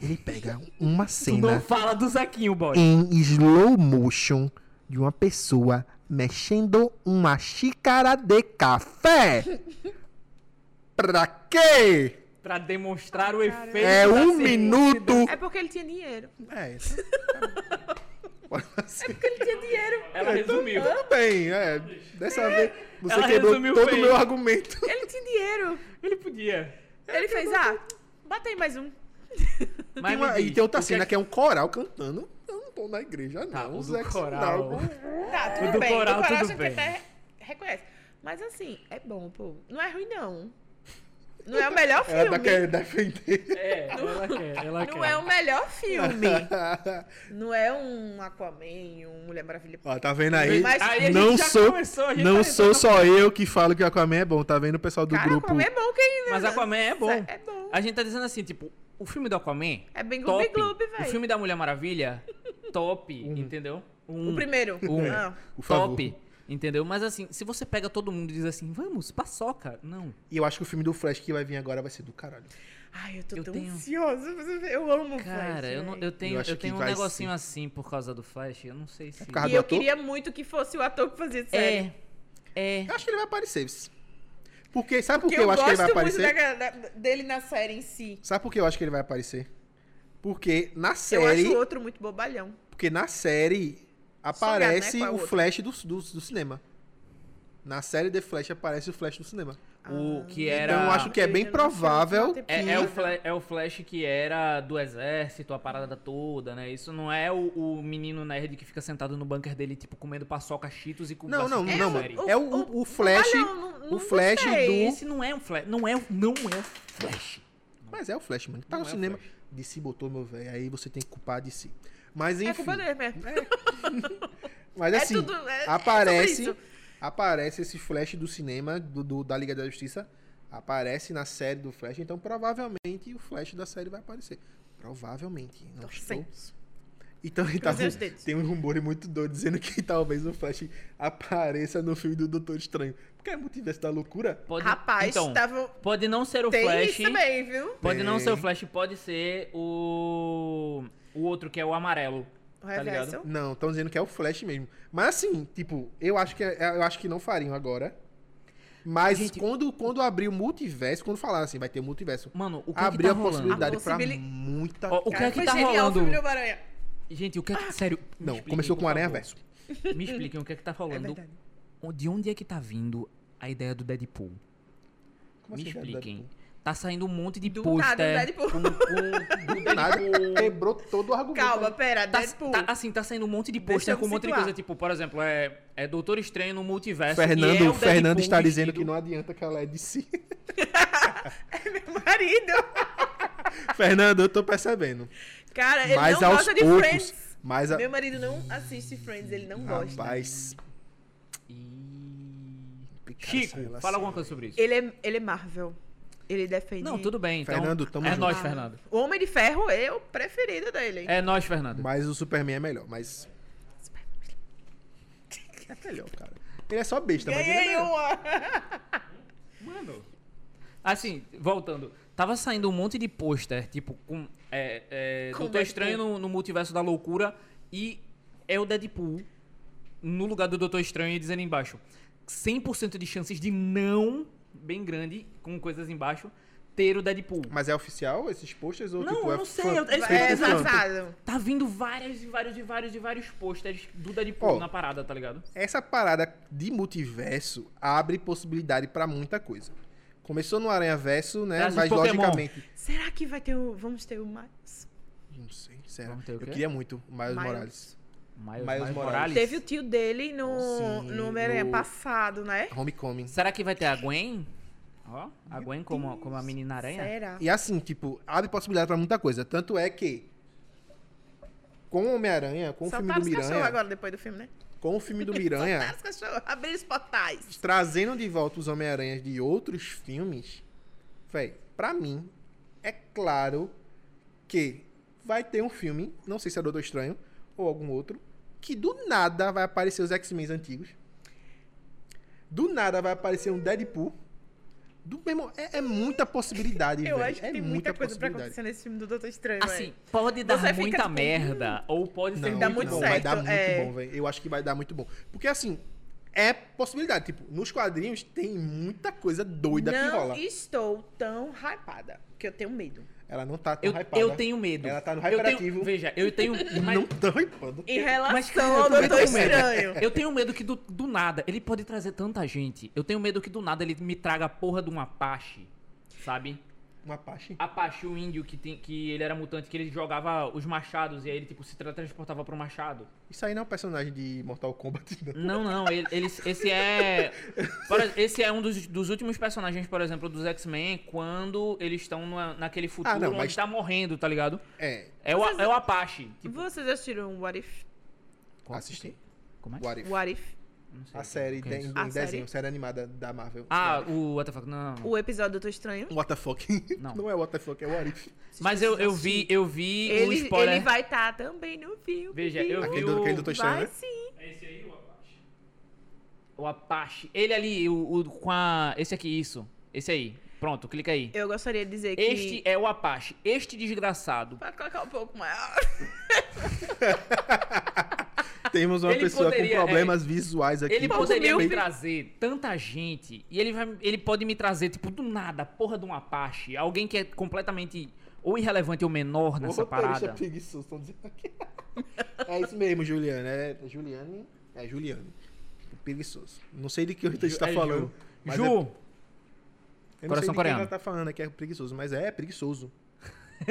S3: Ele pega uma
S4: Tu não
S3: cena
S4: fala do Zequinho, boy.
S3: em slow motion de uma pessoa mexendo uma xícara de café. Pra quê?
S4: Pra demonstrar
S2: Ah,
S4: o efeito
S3: É
S4: da
S3: um
S4: cirurgia.
S3: minuto.
S2: É porque ele tinha dinheiro.
S3: É, isso. Pode ser.
S2: Porque ele tinha dinheiro.
S4: Ela resumiu.
S3: Tudo bem, é. Dessa vez você
S4: Ela
S3: quebrou
S4: resumiu
S3: todo o
S4: bem. É
S3: meu argumento.
S2: Ele tinha dinheiro.
S4: Ele podia.
S2: Ele fez, ah, bota aí mais um.
S4: Mas
S3: Tem uma-
S4: me
S3: e
S4: diz,
S3: tem outra
S4: o
S3: cena
S4: que
S3: que é um coral cantando. Eu não tô na igreja, não.
S4: Tá, o
S3: O
S4: do
S3: Zack
S4: coral.
S3: Snyder.
S2: Tá, tudo
S4: O do
S2: bem.
S4: coral,
S2: do coral
S4: tudo
S2: a gente
S4: bem.
S2: até reconhece. Mas assim, é bom, pô. Não é ruim, não. Não é o melhor filme.
S3: Ela tá querendo defender.
S4: É, ela quer, ela
S2: Não
S4: quer.
S2: é o melhor filme. não é um Aquaman, um Mulher Maravilha.
S3: Ó, tá vendo aí?
S2: Mas-
S4: Aí a gente
S3: não
S4: já
S3: sou,
S4: começou, a gente
S3: não
S4: tá
S3: sou só eu que falo que o Aquaman é bom, tá vendo o pessoal do
S2: Cara,
S3: grupo?
S2: Aquaman é bom quem...
S4: Mas Aquaman é bom.
S2: É bom.
S4: A gente tá dizendo assim, tipo, o filme do Aquaman.
S2: É bem
S4: top.
S2: gloob-gloob,
S4: O
S2: velho.
S4: filme da Mulher Maravilha, top, entendeu? Um,
S2: O primeiro.
S4: Um.
S2: Ah,
S3: Por favor.
S4: top, entendeu? Mas assim, se você pega todo mundo e diz assim, vamos, paçoca. Não.
S3: E eu acho que o filme do Flash que vai vir agora vai ser do caralho.
S2: Ai, eu tô
S4: Eu
S2: tão
S4: tenho- um.
S2: ansiosa. Eu amo o Flash,
S4: Cara, eu, não-
S2: velho.
S4: eu tenho,
S3: Eu
S4: eu
S3: acho que
S4: tenho um
S3: vai
S4: negocinho
S3: ser. É
S4: assim por causa do Flash. Eu não sei se.
S3: por causa
S2: E
S3: do
S2: eu
S3: ator?
S2: queria muito que fosse o ator que fazia a série.
S4: É. É.
S3: Eu acho que ele vai aparecer. vice. Porque, sabe por
S2: Porque
S3: que eu, acho que ele vai
S2: gosto muito
S3: aparecer?
S2: da- da- dele na série em si.
S3: Sabe por que eu acho que ele vai aparecer? Porque na série.
S2: Eu acho o outro muito bobalhão.
S3: Porque na série
S2: Sonhar, né,
S3: aparece
S2: com a
S3: o
S2: outra.
S3: flash do, do, do cinema. Na série The Flash aparece o Flash no cinema.
S5: Ah.
S4: O que
S3: Então
S4: era.
S3: eu acho que é bem
S5: Eu não sei
S3: provável
S5: quanto
S4: É,
S5: tempo
S3: que-
S4: é o Flash, é o Flash que era do exército, a parada toda, né? Isso não é o, o menino nerd que fica sentado no bunker dele, tipo, comendo paçoca, cheetos e com
S3: Não, não,
S4: assistindo
S3: não,
S4: série.
S3: mano. É o, o Flash.
S5: Olha,
S2: Ah,
S5: eu não- não
S3: o Flash
S5: gostei.
S3: do.
S4: Esse não é um Flash. Não é, o- não é o Flash.
S3: Mas é o Flash, mano. Tá
S4: Não
S3: no
S4: é o
S3: cinema.
S4: Flash.
S3: De si botou, meu velho. Aí você tem que culpar de si. Mas enfim.
S5: É culpa dele mesmo.
S3: Mas
S5: É
S3: assim,
S5: tudo- é- é sobre
S3: aparece,
S5: isso.
S3: aparece esse Flash do cinema, do, do- da Liga da Justiça, aparece na série do Flash, então provavelmente o Flash da série vai aparecer. Provavelmente, não estou.
S5: Torcemos.
S3: Então tá,
S5: Cruzei os dedos.
S3: tem um rumor muito doido dizendo que talvez o Flash apareça no filme do Doutor Estranho. Porque é multiverso da loucura.
S4: Pode,
S5: Rapaz,
S4: então,
S5: tava...
S4: pode não ser o
S5: tem
S4: Flash.
S5: isso também, viu?
S4: Pode não
S3: Tem.
S4: ser o Flash, pode ser o. O outro que é o amarelo.
S5: O
S4: Tá ligado?
S5: reversal.
S3: Não, estão dizendo que é o Flash mesmo. Mas assim, tipo, eu acho que eu acho que não fariam agora. Mas
S4: Gente-
S3: quando quando abrir o multiverso, quando falaram assim, vai ter multiverso.
S4: Mano, o que, é que
S3: abriu
S4: tá
S3: a
S4: rolando?
S3: possibilidade
S5: A
S3: pra
S5: possibili-
S3: muita
S4: Ó, o que é
S5: Cara,
S4: que
S5: foi
S4: tá
S5: genial o
S4: rolando?
S5: filme do Homem-Aranha.
S4: Gente, o que é que. Sério. me
S3: Ah, Não,
S4: expliquem,
S3: começou com
S4: por
S3: Aranha
S4: favor.
S3: Verso.
S4: Me expliquem o que é que tá
S5: É
S4: rolando.
S5: verdade.
S4: de onde é que tá vindo a ideia do Deadpool?
S3: Como
S4: Me
S3: assim, Deadpool?
S4: expliquem. Tá saindo um monte de
S5: Do
S2: Tá,
S4: pôster.
S3: é.
S5: nada, do Deadpool.
S4: com- com- do
S3: Do nada,
S4: Deadpool.
S3: quebrou todo o argumento.
S5: Calma, pera.
S4: Tá,
S5: Deadpool.
S4: tá- assim, tá saindo um monte de
S5: Deixa
S4: pôster
S5: eu
S4: com um
S5: me
S4: monte de
S5: situar.
S4: coisa, tipo, por exemplo, é, é Doutor Estranho no Multiverso.
S3: Fernando,
S4: e é o
S3: Fernando
S4: Deadpool
S3: está dizendo que
S4: vestido.
S3: não adianta que ela é de si.
S5: é Meu marido.
S3: Fernando, eu tô percebendo.
S5: Cara, ele
S3: mas
S5: não
S3: aos
S5: gosta de
S3: poucos.
S5: Friends.
S3: Mas a...
S5: Meu marido não assiste Friends, ele não gosta.
S3: Rapaz.
S4: E...
S3: Complicada essa
S4: Chico,
S3: relação,
S4: fala alguma coisa sobre isso.
S5: Ele é, ele é Marvel. Ele defende.
S4: Não, tudo bem. Então,
S3: Fernando, tamo
S4: É
S3: junto. Ah.
S4: nós, Fernando.
S5: O Homem de Ferro é o preferido dele.
S4: É nós, Fernando.
S3: Mas o Superman é melhor, mas. É melhor, cara. Ele é só besta, mas ele é
S5: Ganhei
S3: melhor.
S5: uma.
S4: Mano. Assim, voltando. Tava saindo um monte de pôster, tipo, com. É, é,
S5: Com
S4: Doutor
S5: Deadpool.
S4: Estranho no, no Multiverso da Loucura e é o Deadpool no lugar do Doutor Estranho e dizendo embaixo: 100% de chances de não, bem grande, com coisas embaixo, ter o Deadpool.
S3: Mas é oficial esses posters ou
S4: Não,
S3: tipo,
S4: eu
S3: é
S4: não sei,
S3: fã-
S4: eu- eles-
S3: feito
S5: É
S3: por fã?
S5: vazado.
S4: Tá vindo vários e vários e vários e vários pôsteres do Deadpool
S3: Ó.
S4: na parada, tá ligado?
S3: Essa parada de multiverso abre possibilidade pra muita coisa. Começou no Aranha Verso, né?
S4: Traz os
S3: mas
S4: Pokémon.
S3: logicamente.
S5: Será que vai ter o. Vamos ter o Miles?
S3: Não sei, sério.
S4: Vamos ter o
S3: Eu
S4: quê?
S3: queria muito o Miles
S5: Miles.
S3: Morales.
S4: Miles,
S3: Miles
S4: Miles
S3: Morales.
S4: Morales.
S5: Teve o tio dele no,
S3: Sim,
S5: no Homem-Aranha
S3: no-
S5: passado, né?
S3: Homecoming.
S4: Será que vai ter a Gwen? Ó, a Gwen como, como a menina aranha?
S5: Será?
S3: E assim, tipo, abre possibilidade pra muita coisa. Tanto é que. Com o Homem-Aranha, com o filme
S2: tá
S5: Soltaram
S3: do
S5: os cachorros
S3: Miranha. É.
S5: agora, depois do filme, né?
S3: Com o filme do Miranha.
S5: Soltaram os cachorros. Abriram os portais.
S3: trazendo de volta os Homem-Aranhas de outros filmes, véi, pra mim, é claro que vai ter um filme, não sei se é Doutor Estranho ou algum outro, que do nada vai aparecer os X-Men antigos. Do nada vai aparecer um Deadpool. Do meu irmão, é, é muita possibilidade, velho.
S5: Eu acho que
S3: é
S5: tem muita coisa pra
S3: possibilidade.
S5: acontecer nesse filme do Doutor Estranho.
S4: Assim,
S5: velho.
S4: pode dar
S5: Você fica
S4: muita
S5: tipo,
S4: merda, ou pode ser
S3: Não,
S5: dá muito
S4: muito bom.
S3: não, Vai
S5: certo,
S3: dar muito
S5: é.
S3: bom, velho. Eu acho que vai dar muito bom. Porque assim, é possibilidade. Tipo, nos quadrinhos tem muita coisa doida que
S5: não
S3: rola.
S5: estou tão hypada, porque eu tenho medo.
S3: Ela não tá tão
S4: Eu,
S3: hypada.
S4: eu tenho medo.
S3: Ela tá no
S4: Eu tenho-
S3: hyperativo.
S4: Veja, eu tenho. mas-
S3: Não tão hypada.
S5: Em
S4: Mas,
S5: relação
S4: cara, eu
S5: ao
S4: também
S5: Doutor
S4: tenho medo.
S5: Estranho.
S4: Eu tenho medo que do, do nada. Ele pode trazer tanta gente. Eu tenho medo que do nada ele me traga a porra de um Apache. Sabe?
S3: Um Apache.
S4: Apache, o índio que, tem, que ele era mutante, que ele jogava os machados e aí ele tipo, se tra- transportava pro machado.
S3: Isso aí não é um personagem de Mortal Kombat, não.
S4: Não, não, ele, ele- esse é. por ex- esse é um dos, dos últimos personagens, por exemplo, dos X-Men, quando eles estão na- naquele futuro
S3: Ah, não,
S4: onde
S3: mas-
S4: tá morrendo, tá ligado?
S3: É.
S4: É o, é o Apache. Tipo,
S5: Vocês assistiram o What If?
S3: Assisti.
S4: Como é?
S3: What If.
S5: What If?
S4: Não sei.
S3: A série um
S4: Que é
S3: de-
S4: isso?
S3: em
S5: A
S3: desenho, série?
S5: série?
S3: animada da Marvel.
S4: Ah, o What the fuck, não. não, não.
S5: O episódio do Doutor Estranho?
S3: What the fuck? Não,
S4: Não.
S3: é What the fuck, é What If.
S4: Mas eu, eu vi, eu vi o
S5: Ele,
S4: um spoiler.
S5: ele vai estar também no filme.
S4: Veja, eu vi
S3: Aquele
S4: o...
S3: do, aquele do Doutor Estranho,
S5: Vai
S3: né?
S5: sim.
S4: É o Apache. Ele ali, o, o- com a... Esse aqui, isso. Esse aí. Pronto, clica aí.
S5: Eu gostaria de dizer que...
S4: Este é o Apache. Este desgraçado.
S5: Pode colocar um pouco maior.
S3: Temos uma
S4: Ele
S3: pessoa
S4: poderia, é.
S3: com problemas visuais aqui.
S4: Ele
S3: Pô,
S4: poderia me
S3: meio-
S4: trazer tanta gente e ele, vai, ele pode me trazer, tipo, do nada, porra de um Apache. Alguém que é completamente ou irrelevante ou menor
S3: O
S4: nessa
S3: roteirista
S4: parada.
S3: preguiçoso, tão dizendo aqui. É isso mesmo, Juliana. É Juliane. É Juliane. preguiçoso. Não sei de que a gente tá
S4: É,
S3: falando.
S4: Ju,
S3: mas é-
S4: Ju
S3: eu não sei
S4: Coração
S3: de quem
S4: coreano.
S3: ela tá falando que é preguiçoso, mas é preguiçoso.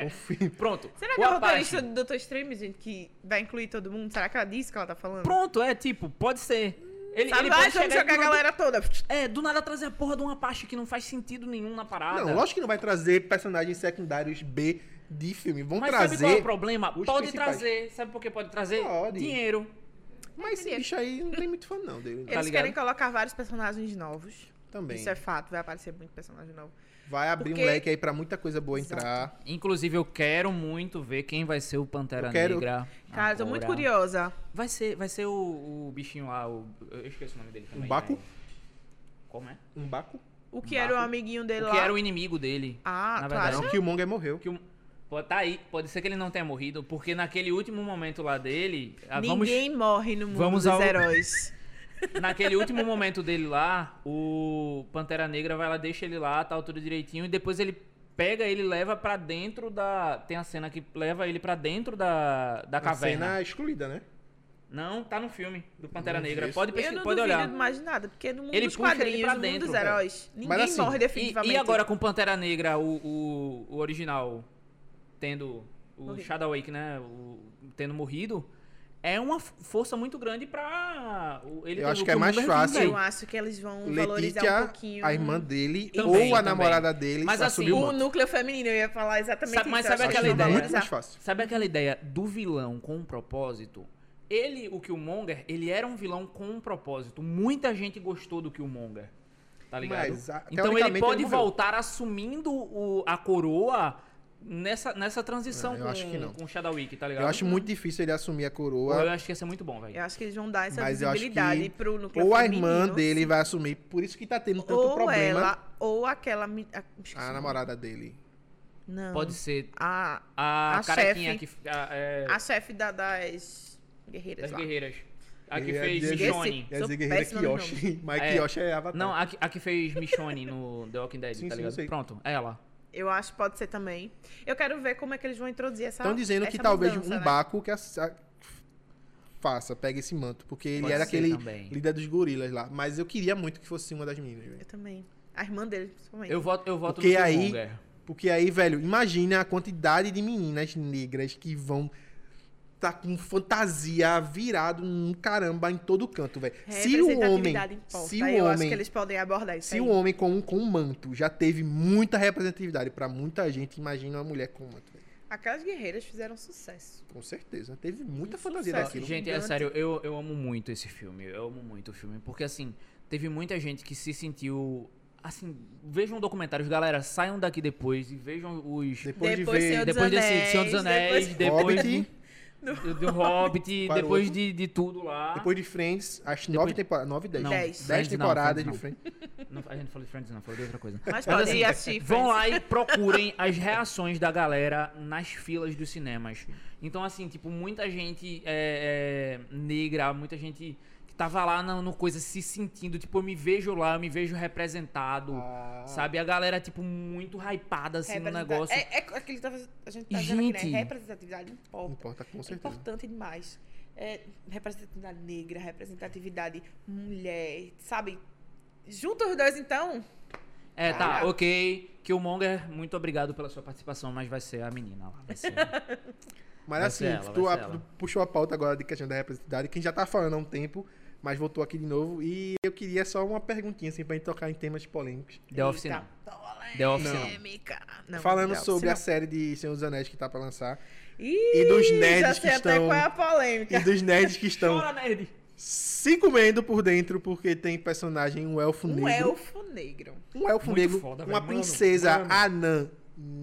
S3: Confirma.
S4: pronto.
S2: Será que
S4: O
S2: é o
S4: Apache.
S2: roteirista do Doutor Estranho, gente, que vai incluir todo mundo? Será que ela disse que ela tá falando?
S4: Pronto, é tipo, pode ser. Ele,
S2: Sabe,
S4: ele
S2: ah,
S4: pode
S2: vamos
S4: chegar e
S2: jogar a
S4: do nada-
S2: galera toda.
S4: É, do nada trazer a porra de uma parte que não faz sentido nenhum na parada.
S3: Não, lógico que não vai trazer personagens secundários B de filme. Vão
S4: Mas
S3: trazer.
S4: sabe qual é o problema?
S3: os
S4: Pode
S3: principais.
S4: trazer. Sabe por que pode trazer?
S3: Pode.
S4: Dinheiro.
S3: Mas esse
S2: Queria.
S3: bicho aí não tem muito fã, não, dele. não.
S2: Eles
S4: ligado?
S2: querem colocar vários personagens novos.
S3: Também.
S2: Isso é fato, vai aparecer muito personagem novo.
S3: Vai abrir
S2: Porque-
S3: um leque aí pra muita coisa boa
S2: Exato.
S3: entrar.
S4: Inclusive, eu quero muito ver quem vai ser o Pantera
S3: Eu quero-
S4: Negra.
S2: Cara, eu tô muito
S4: agora.
S2: curiosa.
S4: Vai ser, vai ser o, o bichinho lá, o, eu esqueço o nome dele também.
S3: Baco?
S4: mas- Como é?
S3: Um Baco?
S2: O que era o
S4: Baco?
S2: amiguinho dele
S4: O
S2: lá?
S4: que era o inimigo dele.
S2: Ah,
S4: na
S2: tu
S4: verdade.
S2: acha?
S3: Não, que o Monger morreu.
S4: Que o- Pô, tá aí, pode ser que ele não tenha morrido, porque naquele último momento lá dele, ah, vamos-
S2: Ninguém morre no mundo
S4: vamos
S2: dos
S4: ao-
S2: heróis.
S4: naquele último momento dele lá, o Pantera Negra vai lá, deixa ele lá, tá tudo direitinho, e depois ele pega ele e leva pra dentro da... Tem a cena que leva ele pra dentro da, da
S3: A
S4: caverna.
S3: cena excluída, né?
S4: Não, tá no filme do Pantera
S3: Não vi
S4: Negra,
S3: isso.
S4: pode, pesqui-
S2: Eu não
S4: pode
S2: duvido
S4: olhar.
S2: mais nada, porque no mundo
S4: Ele
S2: dos
S4: puxa ele
S2: quadrinhos,
S4: pra
S2: no mundo
S4: dentro,
S2: dos
S4: velho.
S2: heróis, ninguém
S3: assim,
S2: morre
S4: E,
S2: definitivamente.
S4: e agora com Pantera Negra, o, o, o original, tendo o
S2: Morrido.
S4: Shadow Wake, né? o- tendo morrido, é uma f- força muito grande pra. o- Ele
S3: Eu
S4: ter
S3: acho
S4: o-
S3: que é
S4: o
S3: mais
S4: mundo
S3: fácil.
S4: reviver.
S2: Eu acho que eles vão valorizar um
S3: Letícia,
S2: pouquinho.
S3: a irmã dele,
S4: Também,
S3: ou a
S4: também.
S3: namorada dele,
S4: Mas assim,
S3: assumiu
S4: o
S3: o
S2: O
S3: manto.
S2: núcleo feminino, eu ia falar exatamente
S4: Sabe-
S2: isso.
S4: mas
S2: eu
S4: sabe
S2: acho que
S4: aquela
S2: eles vão
S4: ideia?
S3: tá muito
S2: valorizar.
S3: mais fácil.
S4: Sabe aquela ideia do vilão com um propósito? Ele, o Killmonger, ele era um vilão com um propósito. Muita gente gostou do Killmonger. Tá ligado?
S3: Mas, a-
S4: então ele
S3: teoricamente, ele
S4: pode
S3: morreu.
S4: voltar assumindo o- a coroa nessa, nessa transição
S3: Ah, eu
S4: com,
S3: acho que não.
S4: com Shadow Wake, tá ligado?
S3: Eu acho muito difícil ele assumir a
S4: Pô, Eu
S3: coroa.
S4: acho que ia ser muito bom, velho.
S2: Eu acho que eles vão dar essa
S3: Mas eu acho
S2: visibilidade
S3: que
S2: pro núcleo
S4: é
S3: Ou a
S2: feminino.
S3: irmã dele vai assumir. Por isso que tá tendo tanto
S2: ou
S3: problema
S2: ela, ou aquela. mi- A, esqueci o
S3: a
S2: nome.
S3: namorada dele.
S2: Não. Ah,
S4: Pode ser
S2: A,
S4: a,
S2: Hum. A
S4: carequinha
S2: chefe. Ah,
S4: que. A, é,
S2: a chefe da- das guerreiras
S4: das
S2: lá.
S4: guerreiras. A que
S3: Eu ia
S4: fez
S3: dizer-
S4: Michonne.
S3: Quer
S2: Sou
S3: dizer, guerreira
S2: péssima no Tá,
S3: Kiyoshi. Mas
S4: É.
S3: Kiyoshi é avatar.
S4: Não, a, que- a que fez Michonne no The Walking Dead,
S3: Sim,
S4: tá
S3: sim, eu
S4: ligado?
S3: sei.
S4: Pronto, é ela.
S2: Eu acho que pode ser também. Eu quero ver como é que eles vão introduzir essa
S3: Estão dizendo
S2: essa
S3: que talvez
S2: mudança,
S3: um
S2: né?
S3: Baco que a- a- faça, pegue esse manto. Porque ele
S4: Pode
S3: era
S4: ser
S3: aquele
S4: também.
S3: líder dos gorilas lá. Mas eu queria muito que fosse uma das meninas, velho.
S2: Eu também. A irmã dele, principalmente.
S4: Eu voto, eu voto
S3: Porque
S4: no
S3: aí-
S4: Killmonger.
S3: Porque aí, velho, imagina a quantidade de meninas negras que vão tá com fantasia virado um caramba em todo canto, velho. Se o homem,
S2: Representatividade importa.
S3: se o
S2: Eu acho que
S3: homem,
S2: eles podem abordar isso
S3: se
S2: aí.
S3: o homem com um com um manto já teve muita representatividade pra muita gente, imagina uma mulher com um manto, velho.
S2: Aquelas guerreiras fizeram sucesso.
S3: Com certeza, né? teve muita fantasia
S2: sucesso.
S3: daquilo.
S4: Gente, é
S2: Gigante.
S4: sério, eu, eu amo muito esse filme. Eu amo muito o filme. Porque, assim, teve muita gente que se sentiu. Assim, vejam documentários, galera. Saiam daqui depois e vejam os.
S3: Depois,
S2: Depois
S3: de ver
S2: Senhor dos
S4: Depois desse
S2: Anéis,
S4: Senhor dos Anéis,
S2: depois-
S4: depois,
S3: Hobbit,
S4: do, do Hobbit,
S3: Qual era o
S4: depois
S3: outro?
S4: de, de tudo lá.
S3: depois de Friends, acho que nove
S4: Depois-
S3: temporadas, nove, dez.
S4: Não,
S2: Dez.
S3: Dez
S4: Friends não,
S3: temporadas
S4: Friends
S3: de Friends.
S4: Não, a gente falou de Friends, não, falou de outra coisa.
S2: Mas podem ir assistir.
S4: Vão
S2: Friends.
S4: lá e procurem as reações da galera nas filas dos cinemas. Então, assim, tipo, muita gente é, é, negra, muita gente que tava lá na- no, coisa se sentindo, tipo, eu me vejo lá, eu me vejo representado.
S3: Ah.
S4: Sabe? A galera, tipo, muito hypada assim no
S2: Representa-
S4: negócio.
S2: É, é aquilo que tava- a gente tá dizendo aqui,
S4: Gente.
S2: né? Representatividade importa.
S3: Importa com
S2: É
S3: certeza.
S2: importante demais. É, representatividade negra, representatividade mulher, sabe? Junta os dois, então.
S4: É, tá,
S2: Caraca.
S4: ok. Killmonger, muito obrigado pela sua participação, mas vai ser a menina lá. Vai ser.
S3: Mas
S4: Vai
S3: assim,
S4: ser ela, vai
S3: tu,
S4: ser
S3: a-
S4: ela.
S3: tu puxou a pauta agora de questão da representatividade, que a gente já tá falando há um tempo, mas voltou aqui de novo. E eu queria só uma perguntinha, assim, pra gente tocar em temas polêmicos.
S4: The Office
S2: Eita,
S4: não. The Office não.
S2: Polêmica. Não,
S3: Falando
S2: não,
S3: sobre a
S2: senão-
S3: série de Senhor dos Anéis que tá pra lançar.
S2: Ih,
S3: e dos
S2: já
S3: nerds que
S2: sei até
S3: estão-
S2: qual é a
S3: E
S2: polêmica.
S3: dos nerds que estão
S4: Chora, nerd!
S3: se comendo por dentro, porque tem personagem, um elfo
S2: Um
S3: negro.
S2: elfo negro.
S3: Um elfo
S4: Muito
S3: negro.
S4: foda, velho.
S3: uma
S4: Mano,
S3: princesa
S4: mano.
S3: anã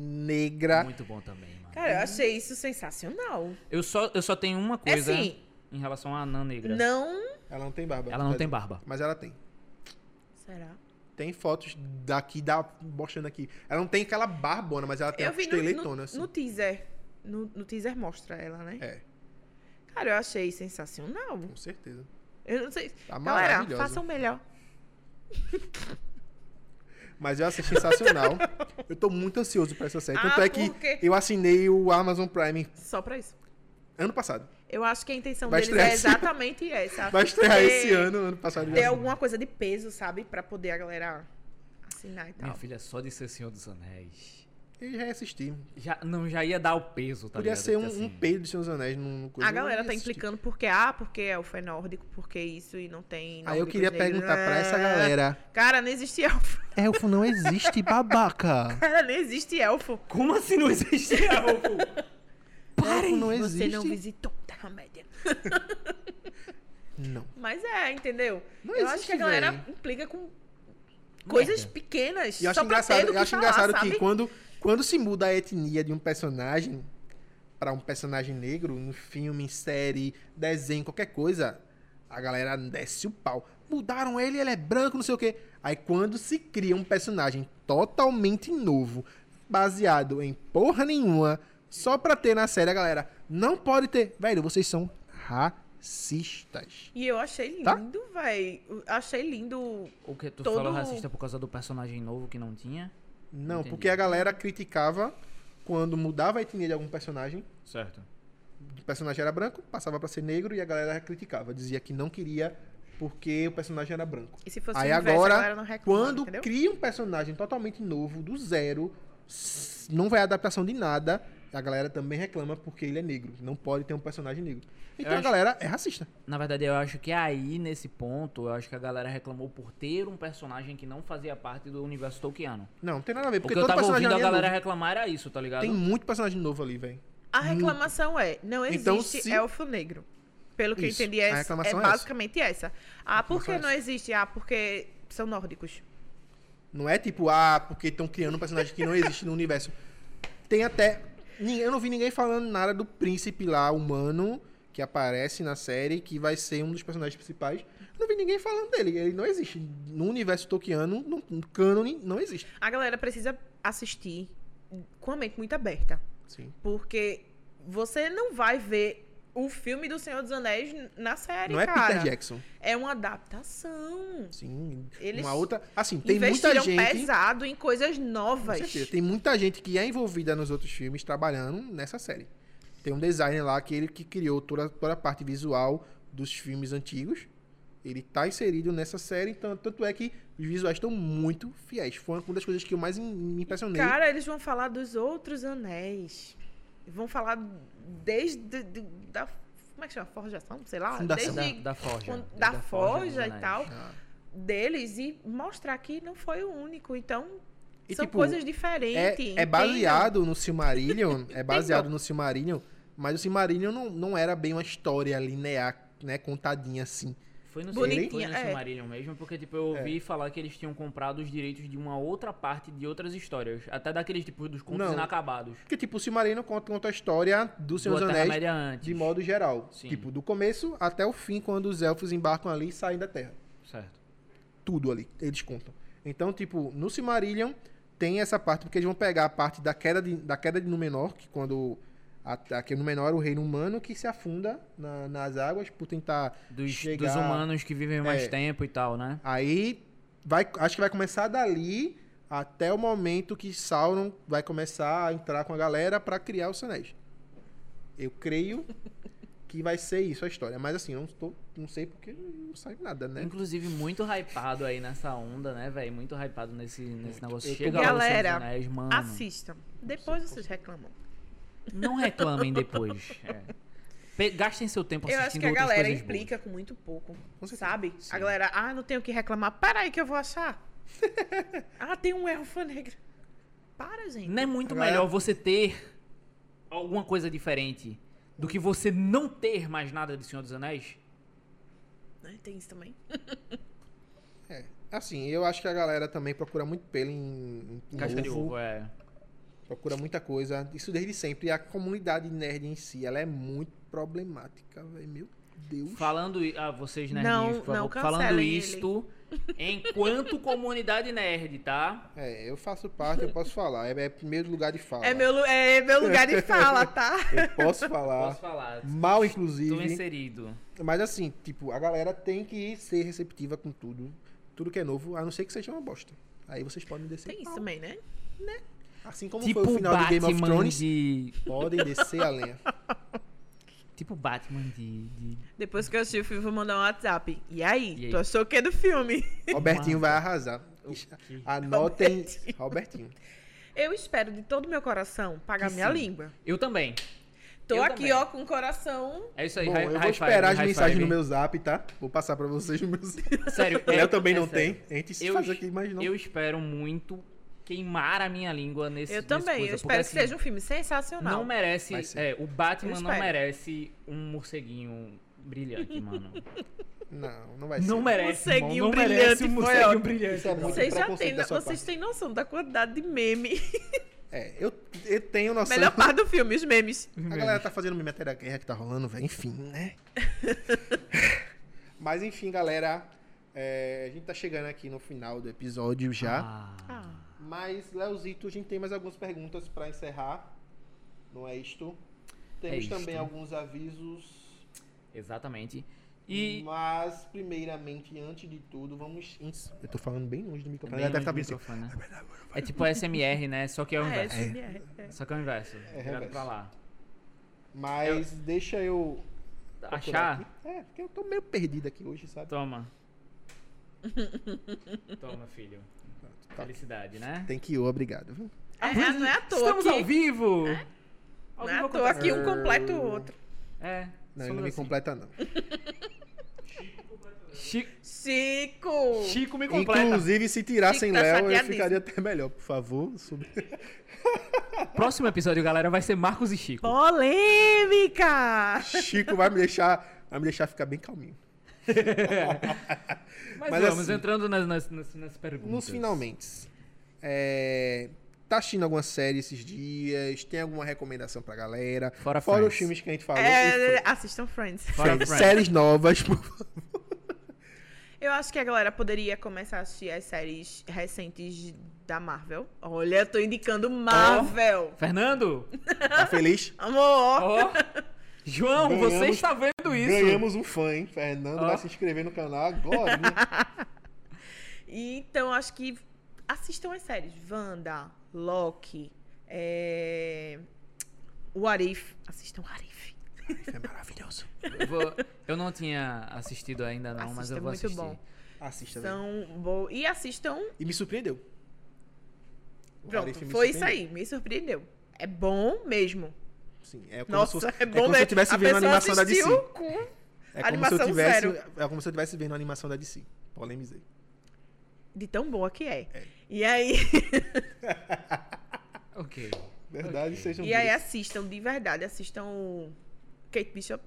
S3: negra.
S4: Muito bom também, mano.
S2: Cara,
S3: Uhum.
S2: eu achei isso sensacional.
S4: Eu só, eu só tenho uma coisa
S2: É assim,
S4: em relação à anã negra. assim.
S2: não...
S3: Ela não tem barba.
S4: Ela não
S3: mas-
S4: tem barba.
S3: Mas ela tem.
S2: Será?
S3: Tem fotos daqui, da, mostrando aqui. Ela não tem aquela barbona, mas ela tem
S2: Eu
S3: a
S2: vi
S3: costela
S2: no, no,
S3: leitona, assim.
S2: no teaser. No, no teaser mostra ela, né?
S3: É,
S2: Cara, eu achei sensacional.
S3: com certeza.
S2: Eu não sei...
S3: Tá
S2: Galera,
S3: maravilhosa.
S2: façam melhor.
S3: Mas eu achei sensacional. eu tô muito ansioso pra essa série. Tanto
S2: Ah,
S3: é que
S2: porque-
S3: eu assinei o Amazon Prime
S2: Só pra isso.
S3: ano passado.
S2: Eu acho que a intenção
S3: Vai
S2: deles
S3: estrear
S2: é
S3: esse-
S2: exatamente essa.
S3: Vai estrear
S2: ter-
S3: esse ano, ano passado.
S2: Ter
S3: já-
S2: alguma coisa de peso, sabe? Pra poder a galera assinar e
S4: Minha
S2: tal.
S4: filha, só de ser Senhor dos Anéis.
S3: Eu já assisti.
S4: Já, não, já ia dar o peso, tá
S3: Podia
S4: ligado?
S3: ser um,
S4: Porque, assim,
S3: um peido de Senhor dos Anéis. Num, num coisa. é
S2: A
S3: Eu
S2: galera
S3: ia
S2: tá
S3: assistir.
S2: implicando porque, ah, porque elfo é nórdico, porque isso e não tem.
S3: Aí eu
S2: nórdicos
S3: queria
S2: negros.
S3: perguntar pra essa
S2: Ah,
S3: galera.
S2: Cara, não existe elfo.
S3: É, Elfo não existe, babaca.
S2: Cara, não existe elfo.
S4: Como assim não existe algo?
S3: Elfo não
S2: Você
S3: existe.
S2: não visitou Terra-média.
S3: Não.
S2: Mas é, entendeu?
S3: Não
S2: eu acho
S3: existe,
S2: que a galera
S3: véi.
S2: implica com coisas pequenas.
S3: E eu acho
S2: só pra ter
S3: engraçado,
S2: do
S3: eu
S2: que
S3: acho
S2: falar,
S3: engraçado
S2: sabe?
S3: que quando, quando se muda a etnia de um personagem pra um personagem negro, em filme, em série, desenho, qualquer coisa, a galera desce o pau. Mudaram ele, ele é branco, não sei o quê. Aí quando se cria um personagem totalmente novo, baseado em porra nenhuma, só pra ter na série, a galera não pode ter. Velho, vocês são racistas.
S2: E eu achei
S3: Tá?
S2: lindo, véi. Eu Achei lindo.
S4: O que tu
S2: Todo-
S4: falou racista por causa do personagem novo que não tinha?
S3: Não,
S4: Entendi.
S3: porque a galera criticava quando mudava a etnia de algum personagem.
S4: Certo.
S3: o personagem era branco, passava pra ser negro e a galera criticava, dizia que não queria porque o personagem era branco.
S2: E se fosse
S3: Aí
S2: o inverso, a galera
S3: agora,
S2: não reclama,
S3: quando
S2: entendeu?
S3: cria um personagem totalmente novo, do zero, s- não vai adaptação de nada, a galera também reclama porque ele é negro, não pode ter um personagem negro. Então
S4: Eu
S3: a
S4: acho-
S3: galera é racista.
S4: Na verdade, eu acho que é aí, nesse ponto, eu acho que a galera reclamou por ter um personagem que não fazia parte do universo Tolkiano.
S3: Não, não tem nada a ver,
S4: Porque
S3: porque
S4: eu
S3: todo
S4: tava
S3: personagem
S4: ouvindo
S3: ali
S4: a
S3: é
S4: galera
S3: novo.
S4: reclamar era isso, tá ligado?
S3: Tem muito personagem novo ali, velho.
S2: A reclamação é: não existe
S3: Hum. Então, se-
S2: elfo negro. Pelo que
S3: Isso,
S2: eu entendi,
S3: a
S2: é, essa- é
S3: reclamação é essa.
S2: basicamente essa. Ah, por que
S3: é
S2: não existe? Ah, porque são nórdicos.
S3: Não é tipo, ah, porque estão criando um personagem que não existe no universo. Tem até. nin- Eu não vi ninguém falando nada do príncipe lá, humano, que aparece na série, que vai ser um dos personagens principais. Eu não vi ninguém falando dele. Ele não existe. No universo Tolkiano, no, no cânone, não existe.
S2: A galera precisa assistir com a mente muito aberta.
S3: Sim.
S2: Porque você não vai ver o filme do Senhor dos Anéis na série,
S3: Não é
S2: cara.
S3: Peter Jackson.
S2: É uma adaptação.
S3: Sim.
S2: Eles
S3: Uma outra. Assim, tem muita
S2: Investiram
S3: gente.
S2: pesado em coisas novas.
S3: Com certeza. Tem muita gente que é envolvida nos outros filmes trabalhando nessa série. Tem um designer lá que ele que criou toda, toda a parte visual dos filmes antigos. Ele tá inserido nessa série, então, tanto é que os visuais estão muito fiéis. Foi uma das coisas que eu mais im- me impressionei.
S2: Cara, eles vão falar dos outros anéis. Vão falar desde de- da como é que chama? Forjação, sei lá,
S3: Fundação.
S4: É Da,
S2: desde
S4: da forja.
S2: quando- da,
S4: dos
S2: forja e
S4: anéis.
S2: tal
S3: Ah.
S2: deles e mostrar que não foi o único, então
S3: E,
S2: são
S3: tipo,
S2: coisas diferentes.
S3: É- É,
S2: entendam?
S3: baseado no Silmarillion, é baseado no Silmarillion, mas o Silmarillion não, não era bem uma história linear, né, contadinha assim.
S4: Foi no,
S2: Bonitinha,
S4: foi no
S2: é.
S4: Silmarillion mesmo, porque tipo, eu
S3: É.
S4: ouvi falar que eles tinham comprado os direitos de uma outra parte de outras histórias. Até daqueles tipos dos contos
S3: Não.
S4: inacabados.
S3: Porque, tipo, o Silmarillion conta, conta a história do Senhor
S4: Do
S3: dos
S4: A
S3: Anéis
S4: Terra-média antes.
S3: De modo geral.
S4: Sim.
S3: Tipo, do começo até o fim, quando os elfos embarcam ali e saem da Terra.
S4: Certo.
S3: Tudo ali, eles contam. Então, tipo, no Silmarillion tem essa parte, porque eles vão pegar a parte da queda de, da queda de Númenor, que quando... A, a, que Númenor é o reino humano que se afunda na- nas águas por tentar
S4: Dos,
S3: chegar...
S4: dos humanos que vivem mais
S3: É.
S4: tempo e tal, né?
S3: Aí, vai, acho que vai começar dali até o momento que Sauron vai começar a entrar com a galera pra criar os Anéis. Eu creio que vai ser isso a história. Mas assim, eu não, tô, não sei porque não sai nada, né?
S4: Inclusive, muito hypado aí nessa onda, né, velho? Muito hypado nesse, nesse negócio.
S3: Eu tô
S4: Chega
S2: muito-
S4: lá os Senhor dos
S2: Galera,
S4: Anéis, mano.
S2: Assistam. Depois vocês reclamam.
S4: Não reclamem depois. É. Pe- Gastem seu tempo
S2: Eu
S4: assistindo
S2: acho que a
S4: outras
S2: galera
S4: coisas boas.
S2: implica com muito pouco,
S3: Com certeza.
S2: sabe? A galera, ah, não tenho o que reclamar. Para aí que eu vou achar. ah, tem um elfo negro. Para, gente.
S4: Não é muito
S3: Agora-
S4: melhor você ter alguma coisa diferente do que você não ter mais nada de Senhor dos Anéis?
S2: Né, Tem isso também.
S3: É. Assim, eu acho que a galera também procura muito pelo em, em
S4: Casca de
S3: ovo,
S4: ovo, é.
S3: Procura muita coisa. Isso desde sempre. E a comunidade nerd em si, ela é muito problemática, velho. Meu Deus.
S4: Falando. i- Ah, vocês nerdinhos,
S2: Não,
S4: por favor.
S2: não, cancelem
S4: Falando
S2: ele.
S4: isto enquanto comunidade nerd, tá?
S3: É, eu faço parte, eu posso falar. É, é primeiro lugar de fala.
S2: É meu, lu- é meu lugar de fala, tá?
S3: Eu posso falar.
S4: Posso falar.
S3: Mal,
S4: Tô
S3: inclusive.
S4: inserido.
S3: Mas assim, tipo, a galera tem que ser receptiva com tudo. Tudo que é novo, a não ser que seja uma bosta. Aí vocês podem descer.
S2: Tem
S3: o
S2: isso
S3: pau.
S2: também, né?
S3: Assim como
S4: tipo
S3: foi o final
S4: Batman
S3: de Game of Thrones,
S4: de.
S3: podem descer a lenha.
S4: Tipo Batman de. de...
S2: Depois que eu assistir o filme, vou mandar um WhatsApp. E aí?
S4: E aí?
S2: Tu achou o que do filme?
S3: Robertinho vai arrasar. Anotem. Robertinho.
S2: Eu espero de todo meu coração pagar
S4: Que
S2: minha
S4: sim.
S2: língua.
S4: Eu também.
S2: Tô
S4: Eu
S2: aqui,
S4: também.
S2: ó, com o coração.
S4: É isso aí.
S3: Bom,
S4: high-
S3: eu vou
S4: high five,
S3: esperar as
S4: high
S3: mensagens
S4: five.
S3: no meu zap, tá? Vou passar pra vocês no meu zap.
S4: Sério.
S3: Eu,
S4: é-
S3: também
S4: é
S3: não
S4: sério.
S3: tenho. A gente se
S4: Eu,
S3: faz aqui, mas não.
S4: eu espero muito queimar a minha língua nesse
S2: eu
S4: nesse
S2: também.
S4: coisa,
S2: eu
S4: porque,
S2: espero que
S4: assim,
S2: seja um filme sensacional.
S4: Não merece.
S3: Vai ser.
S4: é, o Batman
S2: Eu
S4: não
S2: espero.
S4: merece um morceguinho brilhante, mano.
S3: Não, não vai ser.
S4: não merece.
S2: morceguinho
S4: irmão, não
S2: brilhante
S4: merece um
S2: foi
S4: morceguinho
S2: ótimo.
S4: brilhante.
S3: Isso é muito-
S2: Vocês já
S3: preconceito
S2: têm,
S3: da sua
S2: vocês
S3: parte.
S2: têm noção da quantidade de meme.
S3: É, eu, eu tenho noção.
S2: Melhor parte do filme, os memes.
S3: A galera tá fazendo meme até da guerra que tá rolando, velho. Enfim, né? Mas enfim, galera. é, a gente tá chegando aqui no final do episódio já.
S4: Ah,
S3: Mas, Leozito, a gente tem mais algumas perguntas pra encerrar. Não é isto? Temos
S4: É isto.
S3: também alguns avisos.
S4: exatamente. E.
S3: Hum, Mas, primeiramente, antes de tudo, vamos. ins- Eu tô falando bem longe do microfone.
S4: Bem
S3: Ela então, deve tá estar
S4: longe
S3: pensando.
S4: do microfone, né? É tipo SMR, né? Só que é o
S2: Ah, é,
S4: inverso.
S2: esse é.
S4: Só que é o inverso. Virado
S3: reverso.
S4: pra lá.
S3: Mas deixa eu. procurar
S4: Achar?
S3: aqui. É, porque eu tô meio perdido aqui hoje, sabe?
S4: Toma. Toma, filho.
S3: Tá.
S4: Felicidade, né?
S3: Thank you, obrigado. viu?
S2: É, é, não é à toa.
S4: Ah, Estamos
S2: que,
S4: ao vivo!
S2: Né? Não é à toa que um completa o outro.
S4: É.
S3: Não,
S4: somos
S3: ele não me
S4: assim.
S3: completa, não.
S4: Chico,
S2: Chico!
S4: Chico me completa.
S3: Inclusive, se tirassem
S2: Fico tá
S3: Léo, eu
S2: chateadíssimo.
S3: ficaria até melhor, por favor. sobre-
S4: Próximo episódio, galera, vai ser Marcos e Chico.
S2: Polêmica!
S3: Chico vai me deixar. Vai me deixar ficar bem calminho.
S4: Mas,
S3: Mas
S4: vamos
S3: assim-
S4: entrando nas, nas, nas, nas perguntas.
S3: Nos finalmente. É, Tá assistindo alguma série esses dias? Tem alguma recomendação pra galera?
S4: Fora
S3: Fora
S4: Friends.
S3: os filmes que a gente falou.
S2: É,
S3: e
S2: assistam Friends.
S4: Fora
S3: foi-
S4: Friends.
S3: séries novas, por favor.
S2: Eu acho que a galera poderia começar a assistir as séries recentes da Marvel. Olha, eu tô indicando Marvel.
S4: Fernando!
S3: Tá feliz?
S2: Amor!
S4: Ó! João, você
S3: Ganhamos-
S4: está vendo isso?
S3: Ganhamos um fã, hein? Fernando
S4: Ó.
S3: vai se inscrever no canal agora. né?
S2: E Então, acho que assistam as séries. Wanda, Loki, é... What If. Assistam What If.
S3: Isso é maravilhoso.
S4: Eu, vou- eu não tinha assistido ainda, não, mas
S2: Assista,
S4: eu
S2: é
S4: vou
S2: muito
S4: assistir.
S2: bom.
S3: Assista, velho.
S2: São boas. E assistam...
S3: E me surpreendeu. O Arif
S2: Pronto,
S3: me
S2: foi isso
S3: surpreendeu.
S2: aí. Me surpreendeu. É bom mesmo.
S3: Sim, é como
S2: Nossa,
S3: se fosse-
S2: é bom
S3: como se eu
S2: mesmo.
S3: tivesse
S2: A
S3: vendo a
S2: pessoa
S3: animação da DC.
S2: assistiu com
S3: É como, se eu
S2: Animação
S3: tivesse,
S2: zero.
S3: é como se eu tivesse vendo a animação da DC. Polemizei.
S2: De tão boa que é.
S3: É.
S2: E aí,
S4: Ok.
S3: Verdade
S4: Ok.
S3: sejam
S2: e aí
S3: ditas.
S2: assistam, de verdade, assistam o Kate Bishop,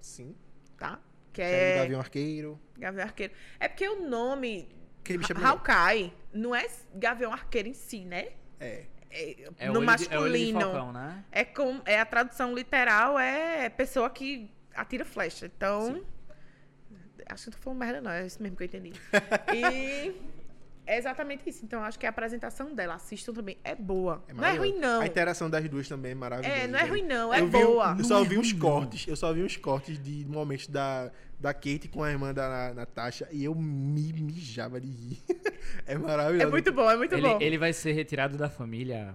S3: Sim.
S2: tá? Que
S3: É...
S2: é
S3: Gavião Arqueiro.
S2: Gavião Arqueiro. É porque o nome
S3: Aquele bicho é
S2: Ha-
S3: bonito.
S2: Hawkeye não é Gavião Arqueiro em si, né?
S3: É.
S2: É,
S4: É
S2: no
S4: olho De, é olho de
S2: masculino.
S4: falcão, né?
S2: É, com, é a tradução literal é pessoa que atira flecha. Então, acho que não foi uma merda não, é isso mesmo que eu entendi. e é exatamente isso. Então, acho que a apresentação dela, assistam também, é boa. não é
S3: maravilhoso.
S2: ruim não.
S3: A interação das duas também é maravilhosa.
S2: É, não é
S3: velho.
S2: ruim não, é
S3: eu vi um-
S2: boa.
S3: eu só vi uns cortes. Eu só vi uns cortes de momentos da, da Kate com a irmã da Natasha e eu me mijava de rir. É maravilhoso.
S2: É muito bom, é muito
S4: Ele,
S2: bom.
S4: ele vai ser retirado da família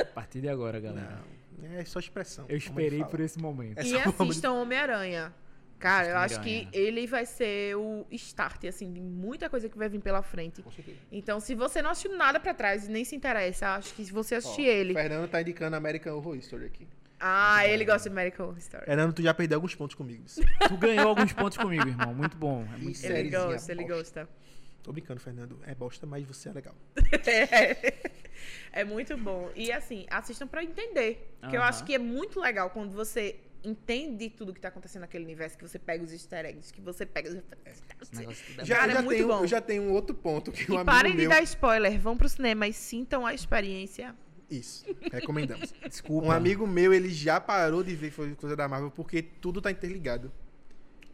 S4: a partir de agora, galera.
S3: Não, é só expressão.
S4: Eu esperei por
S3: ele.
S4: esse momento.
S3: É
S2: E
S3: só uma
S2: assistam Homem-Aranha. Cara, eu acho
S4: Assistam
S2: que
S4: Homem-Aranha.
S2: ele vai ser o start, assim, de muita coisa que vai vir pela frente. Então, se você não assistiu nada pra trás e nem se interessa, acho que se você assistir ele.
S3: Fernando tá indicando American Horror Story aqui.
S2: Ah, ele gosta de Medical
S4: É
S2: Story.
S3: Fernando, tu já perdeu alguns pontos comigo. bicho.
S4: Tu ganhou alguns pontos comigo, irmão. Muito bom. É muito
S3: Isso.
S2: Ele
S3: Sériezinha
S2: gosta, ele
S3: bosta.
S2: gosta.
S3: Tô brincando, Fernando. É bosta, mas você é legal.
S2: É. É muito bom. E assim, assistam pra entender. Porque eu
S4: Aham.
S2: acho que é muito legal quando você entende tudo que tá acontecendo naquele universo, que você pega os easter eggs, que você pega
S4: É,
S2: os.
S4: Esse negócio tudo é
S3: Já,
S2: Cara,
S3: eu já
S2: é muito
S3: tenho,
S2: bom.
S3: Eu já tenho um outro ponto que um
S2: E
S3: amigo
S2: parem de
S3: meu...
S2: dar spoiler, vão pro cinema e sintam a experiência.
S3: Isso, recomendamos.
S4: bom. Desculpa.
S3: Um amigo meu, ele já parou de ver coisa da Marvel porque tudo tá interligado.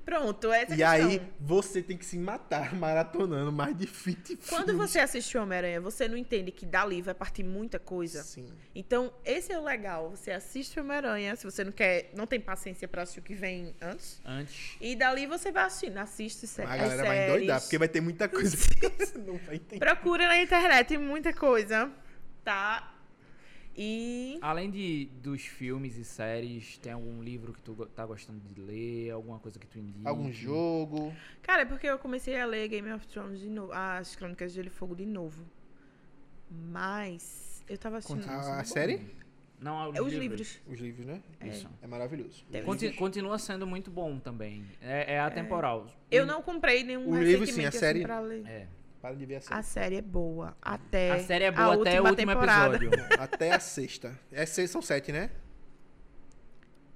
S2: Pronto, essa é a
S3: e
S2: questão.
S3: aí, você tem que se matar maratonando mais de 20
S2: Quando
S3: filmes.
S2: você assiste Homem-Aranha, você não entende que dali vai partir muita coisa.
S3: Sim.
S2: Então, esse é o legal. Você assiste Homem-Aranha, se você não quer, não tem paciência pra assistir o que vem antes.
S4: Antes.
S2: E dali você vai assistindo, assiste sé- as
S3: Mas a
S2: séries.
S3: galera vai endoidar, porque vai ter muita coisa que você não vai entender.
S2: Procura na internet muita coisa, tá?
S6: E
S4: Além de, dos filmes e séries, tem algum livro que tu go- tá gostando de ler? Alguma coisa que tu indica?
S3: Algum jogo.
S2: Cara, é porque eu comecei a ler Game of Thrones de novo, as Crônicas de Gelo e Fogo de novo. Mas eu tava assistindo. né?
S3: A série?
S4: Não,
S2: É, os livros.
S3: Os livros, né?
S4: Isso.
S3: É maravilhoso.
S2: Deve
S4: Conti- continua sendo muito bom também. É, é atemporal.
S2: Eu não comprei nenhum
S3: O um livro, sim,
S2: recentemente,
S3: a
S2: assim,
S3: série-
S2: pra ler.
S4: É.
S3: Para de ver a série.
S2: A série é boa. Até
S4: A série é boa até o último episódio.
S3: Até a sexta. É, seis- são sete, né?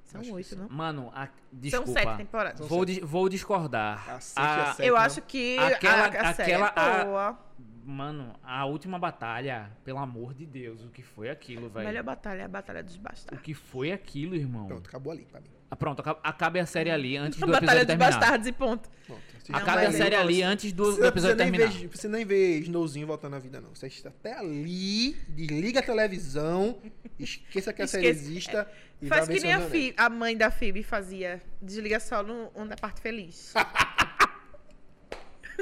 S2: São
S3: Acho que
S2: oito,
S3: são.
S2: não?
S4: Mano, a-
S2: São
S4: desculpa.
S2: sete temporadas.
S3: São
S4: Vou, dis- vou discordar.
S3: Cacete,
S4: A-
S3: a série. Sete,
S2: Ah, eu
S3: não.
S2: acho que
S4: Aquela-
S2: a, a série
S4: aquela- a-
S2: é boa.
S4: Mano, a última batalha, pelo amor de Deus, o que foi aquilo,
S2: A
S4: velho?
S2: melhor batalha é a Batalha dos
S4: O
S2: Bastardos.
S4: que foi aquilo, irmão?
S3: Pronto, acabou ali pra mim.
S4: Ah, Pronto, aca- acabe a série ali antes
S2: A
S4: do
S2: Batalha dos
S4: episódio terminar.
S2: Bastardos e ponto.
S3: Pronto. Assiste.
S2: Não,
S4: Acabe a
S2: mas
S4: série
S2: eu
S4: ali
S2: gosto.
S4: antes do,
S3: Você
S4: do
S3: não
S4: episódio
S3: precisa nem
S4: terminar.
S3: ver, você nem vê Snowzinho voltando à vida, não. Você está até ali, desliga a televisão, esqueça que a série
S2: Esqueça.
S3: exista e
S2: Faz
S3: vai
S2: que
S3: ver
S2: nem
S3: seus
S2: a,
S3: anéis.
S2: Phoebe- a mãe da Phoebe fazia. Desliga só no, na parte feliz.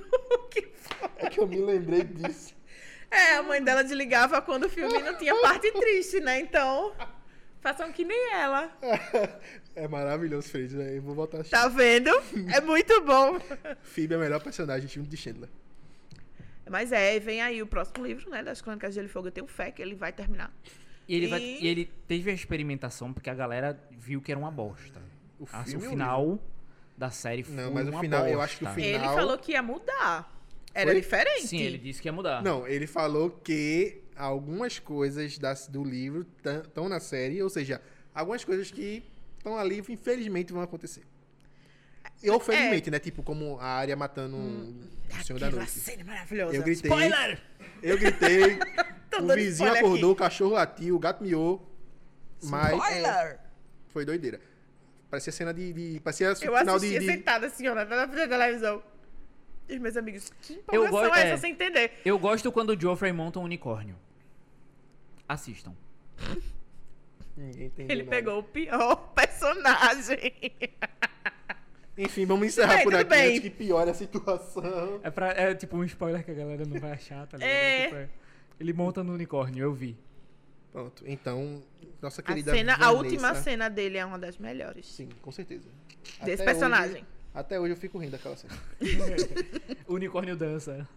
S3: É que eu me lembrei disso.
S2: é, a mãe dela desligava quando o filme não tinha parte triste, né? Então, façam que nem ela.
S3: é maravilhoso, Fred. né? Eu vou voltar a assistir.
S2: Tá vendo? É muito bom.
S3: Phoebe é a melhor personagem junto de Chandler.
S2: Mas é, vem aí o próximo livro, né? Das Crônicas de Gelo e Fogo. Eu tenho fé que ele vai terminar.
S4: E ele, vai-
S2: E-
S4: e ele teve a experimentação porque a galera viu que era uma bosta.
S3: O
S4: Ah, assim,
S3: filme
S4: O
S3: é
S4: final da série foi
S3: Não, mas o
S4: uma
S3: final- eu
S4: bosta.
S3: acho que o fi-
S2: Ele
S3: Final.
S2: falou que ia mudar. Era
S3: Foi?
S2: diferente.
S4: Sim, ele disse que ia
S2: Ah.
S4: mudar.
S3: Não, ele falou que algumas coisas das- do livro estão na série, ou seja, algumas coisas que estão ali, infelizmente, vão acontecer. E,
S2: É,
S3: Ou felizmente, né? Tipo, como a área matando
S2: Hum,
S3: o Senhor da
S2: Aquela
S3: Noite.
S2: cena maravilhosa.
S3: Eu gritei.
S4: Spoiler!
S3: Eu gritei.
S2: Tô
S3: o
S2: dando
S3: vizinho
S2: spoiler
S3: acordou, o cachorro latiu, o gato miou. Mas é,
S2: Spoiler!
S3: foi doideira. Parecia cena de. de parecia
S2: Eu
S3: final de.
S2: assistia
S3: de-
S2: sentada assim, ó, na na frente da televisão. E os meus amigos, que
S4: Eu
S2: empolgação
S4: gosto-
S2: é essa
S4: é.
S2: sem entender?
S4: Eu gosto quando o Geoffrey monta um unicórnio. Assistam.
S3: Ninguém entendeu
S2: Ele
S3: nada.
S2: pegou o pior personagem.
S3: Enfim, vamos encerrar
S2: Bem,
S3: por
S2: tudo
S3: aqui
S2: bem.
S3: antes que piore a situação.
S4: É, pra, é tipo um spoiler que a galera não vai achar, tá ligado?
S2: É.
S4: Tipo, é, ele monta no unicórnio, eu vi.
S3: Pronto, então, nossa
S2: A,
S3: querida.
S2: cena, a
S3: Vanessa-
S2: última cena dele é uma das melhores.
S3: Sim, com certeza.
S2: Desse
S3: Até
S2: personagem.
S3: hoje- até hoje eu fico rindo daquela cena.
S4: O unicórnio dança.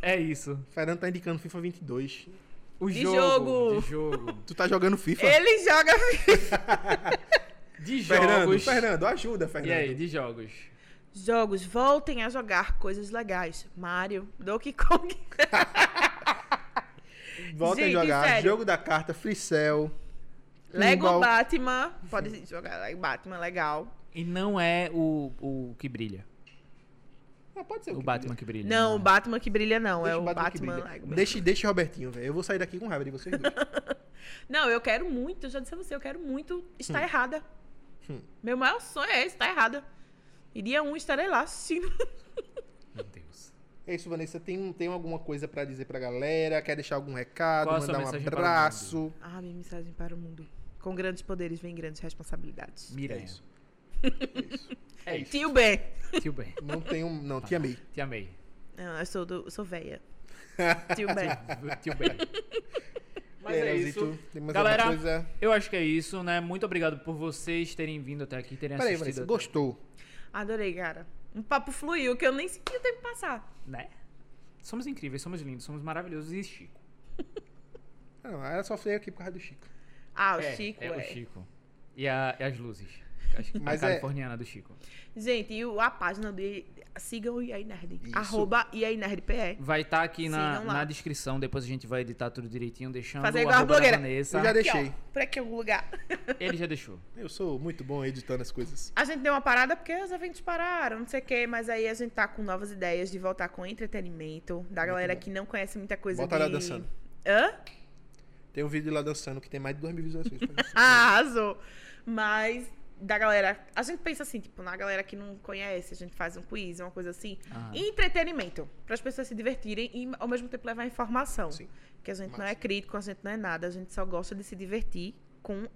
S4: É isso.
S3: Fernando tá indicando FIFA 22.
S4: O
S2: De
S4: jogo.
S2: jogo.
S4: De jogo.
S3: Tu tá jogando FIFA?
S2: Ele joga.
S4: De
S3: Fernando,
S4: jogos.
S3: Fernando, ajuda, Fernando.
S4: E aí, de jogos.
S2: Jogos, voltem a jogar coisas legais. Mario, Donkey Kong.
S3: Volta
S2: Gente,
S3: a jogar.
S2: sério.
S3: Jogo da carta, Free Cell.
S2: Lego
S3: Pinball.
S2: Batman. Pode jogar Lego Batman, legal.
S4: E não é o, o que brilha.
S3: Ah, pode ser
S4: O
S3: que
S4: Batman que brilha. né?
S2: Não, o Batman que brilha não.
S3: Deixa
S2: é o Batman,
S3: que brilha.
S2: Lego Batman.
S3: Deixa, deixa Robertinho, velho. Eu vou sair daqui com raiva de vocês dois.
S2: Não, eu quero muito, eu já disse a você, eu quero muito estar
S4: Hum.
S2: errada. Meu maior sonho é estar errada. E dia um estarei lá assistindo.
S4: Meu Deus.
S3: é isso, Vanessa. Tem, tem alguma coisa pra dizer pra galera? Quer deixar algum recado?
S4: Qual a sua
S3: mandar um
S4: mensagem para o
S3: abraço?
S2: Ah, minha mensagem para o mundo. Com grandes poderes vem grandes responsabilidades.
S3: É
S4: Miranha.
S3: isso.
S4: É isso.
S2: Tio Ben.
S4: Tio Ben.
S3: Não tem um. Não, te amei.
S4: Te amei.
S2: Não, eu sou, do, eu sou véia. Tio Ben.
S4: Tio Ben. Mas é isso.
S3: Leozito, Tem mais
S4: Galera,
S3: alguma coisa?
S4: Eu acho que é isso, né? Muito obrigado por vocês terem vindo até aqui, terem
S3: Peraí,
S4: assistido.
S3: Vanessa.
S4: até-
S3: Gostou?
S2: Adorei, cara. Um papo fluiu que eu nem senti o tempo passar.
S4: Né? Somos incríveis, somos lindos, somos maravilhosos e Chico.
S3: Não, era só feio aqui por causa do Chico.
S2: Ah, o Chico, é.
S4: o Chico. E, a- e as luzes. Acho que
S3: Mas
S4: a
S3: é-
S4: californiana do Chico.
S2: Gente, e o- a página do... I- Sigam o IAI Nerd.
S3: Isso.
S2: Arroba IAI Nerd PE.
S4: Vai estar aqui na,
S2: Sigam lá.
S4: na descrição, depois a gente vai editar tudo direitinho, deixando
S2: Fazer
S4: o
S2: igual a
S4: arroba da
S2: blogueira.
S4: Vanessa.
S3: Eu já
S2: Aqui, ó,
S3: deixei.
S2: Por aqui em algum lugar.
S4: Ele já deixou.
S3: Eu sou muito bom editando as coisas.
S2: A gente deu uma parada porque os eventos pararam, não sei o quê, mas aí a gente tá com novas ideias de voltar com entretenimento, da galera
S3: bom.
S2: que não conhece muita coisa
S3: Bota
S2: de...
S3: lá dançando.
S2: Hã?
S3: Tem um vídeo lá dançando que tem mais de 2 mil visualizações.
S2: Ah, Arrasou! Mas da galera... A gente pensa assim, tipo, na galera que não conhece, a gente faz um quiz, uma coisa assim.
S3: Ah.
S4: Aham.
S2: Entretenimento, para as pessoas se divertirem e ao mesmo tempo levar informação.
S3: Sim.
S2: Porque a gente não
S3: Massa.
S2: é crítico, a gente não é nada, a gente só gosta de se divertir com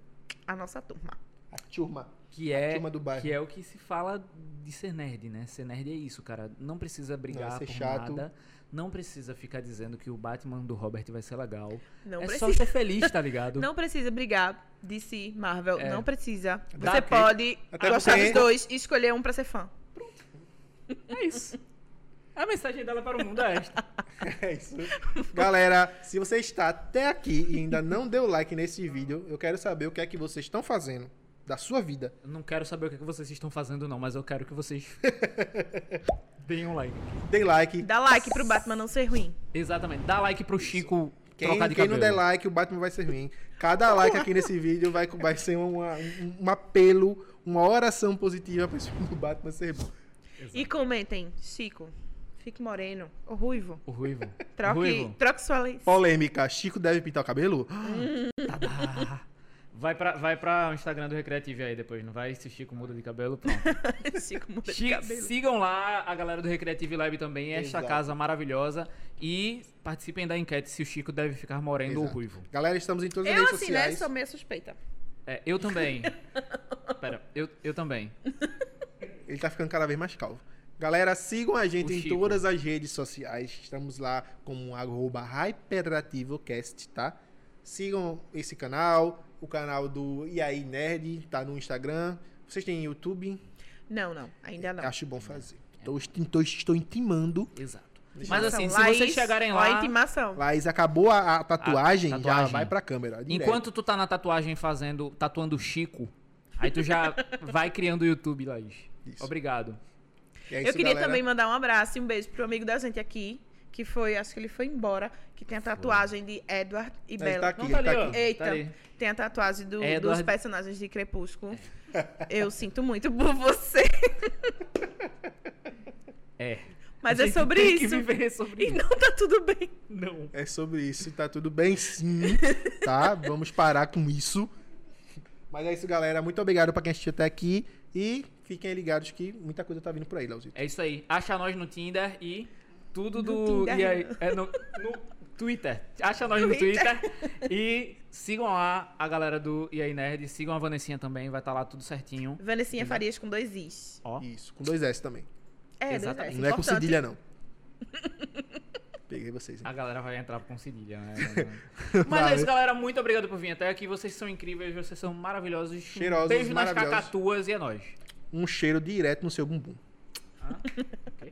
S2: a nossa turma.
S3: A turma.
S4: Que é,
S3: turma do bairro.
S4: que é o que se fala de ser nerd, né? Ser nerd é isso, cara. Não precisa brigar
S3: ser
S4: por
S3: chato.
S4: nada. Não precisa ficar dizendo que o Batman do Robert vai ser legal.
S2: Não
S4: é só
S2: precisa.
S4: ser feliz, tá ligado?
S2: Não precisa brigar de si, Marvel.
S4: É.
S2: Não precisa.
S4: Dá
S2: Você
S4: ok.
S2: pode
S3: Até
S2: gostar
S3: porque-
S2: dos dois e escolher um pra ser fã.
S4: É isso. A mensagem dela para o mundo é esta.
S3: É isso. Galera, se você está até aqui e ainda não deu like nesse vídeo, eu quero saber o que é que vocês estão fazendo da sua vida.
S4: Eu não quero saber o que, é que vocês estão fazendo, não, mas eu quero que vocês deem um like.
S3: Dê like.
S2: Dá like pro Batman não ser ruim.
S4: Exatamente. Dá like pro Chico
S3: Quem,
S4: trocar de
S3: quem
S4: cabelo.
S3: não der like, o Batman vai ser ruim. Cada like aqui nesse vídeo vai, vai ser uma- um, um apelo, uma oração positiva para esse filme do Batman ser bom.
S2: E comentem, Chico, fique moreno ou ruivo.
S4: O Ruivo.
S2: Troque,
S4: Ruivo.
S2: troque sua lei.
S3: Polêmica, Chico deve pintar o cabelo?
S4: Tadá. Tá, Vai pra, vai pra o Instagram do Recreative aí depois, não vai? Se o Chico muda de cabelo, pronto.
S2: Chico muda de
S4: Chi-
S2: cabelo.
S4: Sigam lá a galera do Recreative Lab também, esta
S3: Exato.
S4: casa maravilhosa. E participem da enquete se o Chico deve ficar moreno ou
S3: Exato.
S4: ruivo.
S3: Galera, estamos em todas as
S2: Eu
S3: redes
S2: assim, né?
S3: sociais.
S2: Sou meio suspeita.
S4: É, eu também. Pera, eu, eu também.
S3: Ele tá ficando cada vez mais calvo. Galera, sigam a gente
S4: O
S3: em
S4: Chico.
S3: todas as redes sociais. Estamos lá como um arroba HyperAtivoCast, tá? Sigam esse canal, o canal do E aí Nerd, tá no Instagram. Vocês têm YouTube?
S2: Não, não. Ainda não. É.
S3: Acho bom fazer. Tô, estou, estou intimando.
S4: Exato.
S3: Deixa
S4: Mas
S3: eu-
S4: assim, se
S2: Laís,
S4: vocês chegarem
S2: Ó,
S4: lá,
S2: a intimação.
S3: Laís, acabou a, a tatuagem, já
S4: tatuagem.
S3: vai pra câmera. direto.
S4: enquanto tu tá na tatuagem fazendo, tatuando o Chico, aí tu já vai criando o YouTube, Laís.
S3: Isso.
S4: Obrigado.
S3: E é
S2: eu
S3: isso,
S2: queria
S3: galera.
S2: também mandar um abraço e um beijo pro amigo da gente aqui, que foi, acho que ele foi embora, que tem a tatuagem de Edward e
S3: Mas ele
S2: Bella.
S3: tá aqui, ele tá aqui.
S2: Eita,
S4: Tá ali. É,
S2: tem a tatuagem do-
S4: Edward-
S2: dos personagens de Crepúsculo. Eu sinto muito por você,
S4: É.
S2: mas
S4: A
S2: é
S4: gente
S2: sobre
S4: tem Que
S2: isso.
S4: viver sobre
S2: E
S4: isso.
S2: não tá tudo bem.
S4: Não.
S3: É sobre isso, tá tudo bem sim, tá? Vamos parar com isso. Mas é isso, galera. Muito obrigado pra quem assistiu até aqui. E fiquem ligados que muita coisa tá vindo por aí, Leozito.
S4: É isso aí. Acha nós no Tinder e tudo do.
S2: No Tinder.
S4: E aí, é no, no Twitter. Acha nós no Twitter. E sigam lá a galera do E aí Nerd. Sigam a Vanessinha também, vai estar lá tudo certinho.
S2: Vanessinha Farias com dois Is.
S4: Ó.
S3: Isso, com dois S também.
S2: É, dois
S4: Exatamente.
S2: S.
S3: não é com
S2: importante.
S3: cedilha, não. Peguei vocês, hein?
S4: A galera vai entrar com cedilha, né? Mas é
S3: Vai.
S4: isso, galera. Muito obrigado por vir até aqui. Vocês são incríveis, vocês são maravilhosos. Um
S3: Cheirosos,
S4: Beijo nas
S3: maravilhosos.
S4: cacatuas e é nóis.
S3: Um cheiro direto no seu bumbum.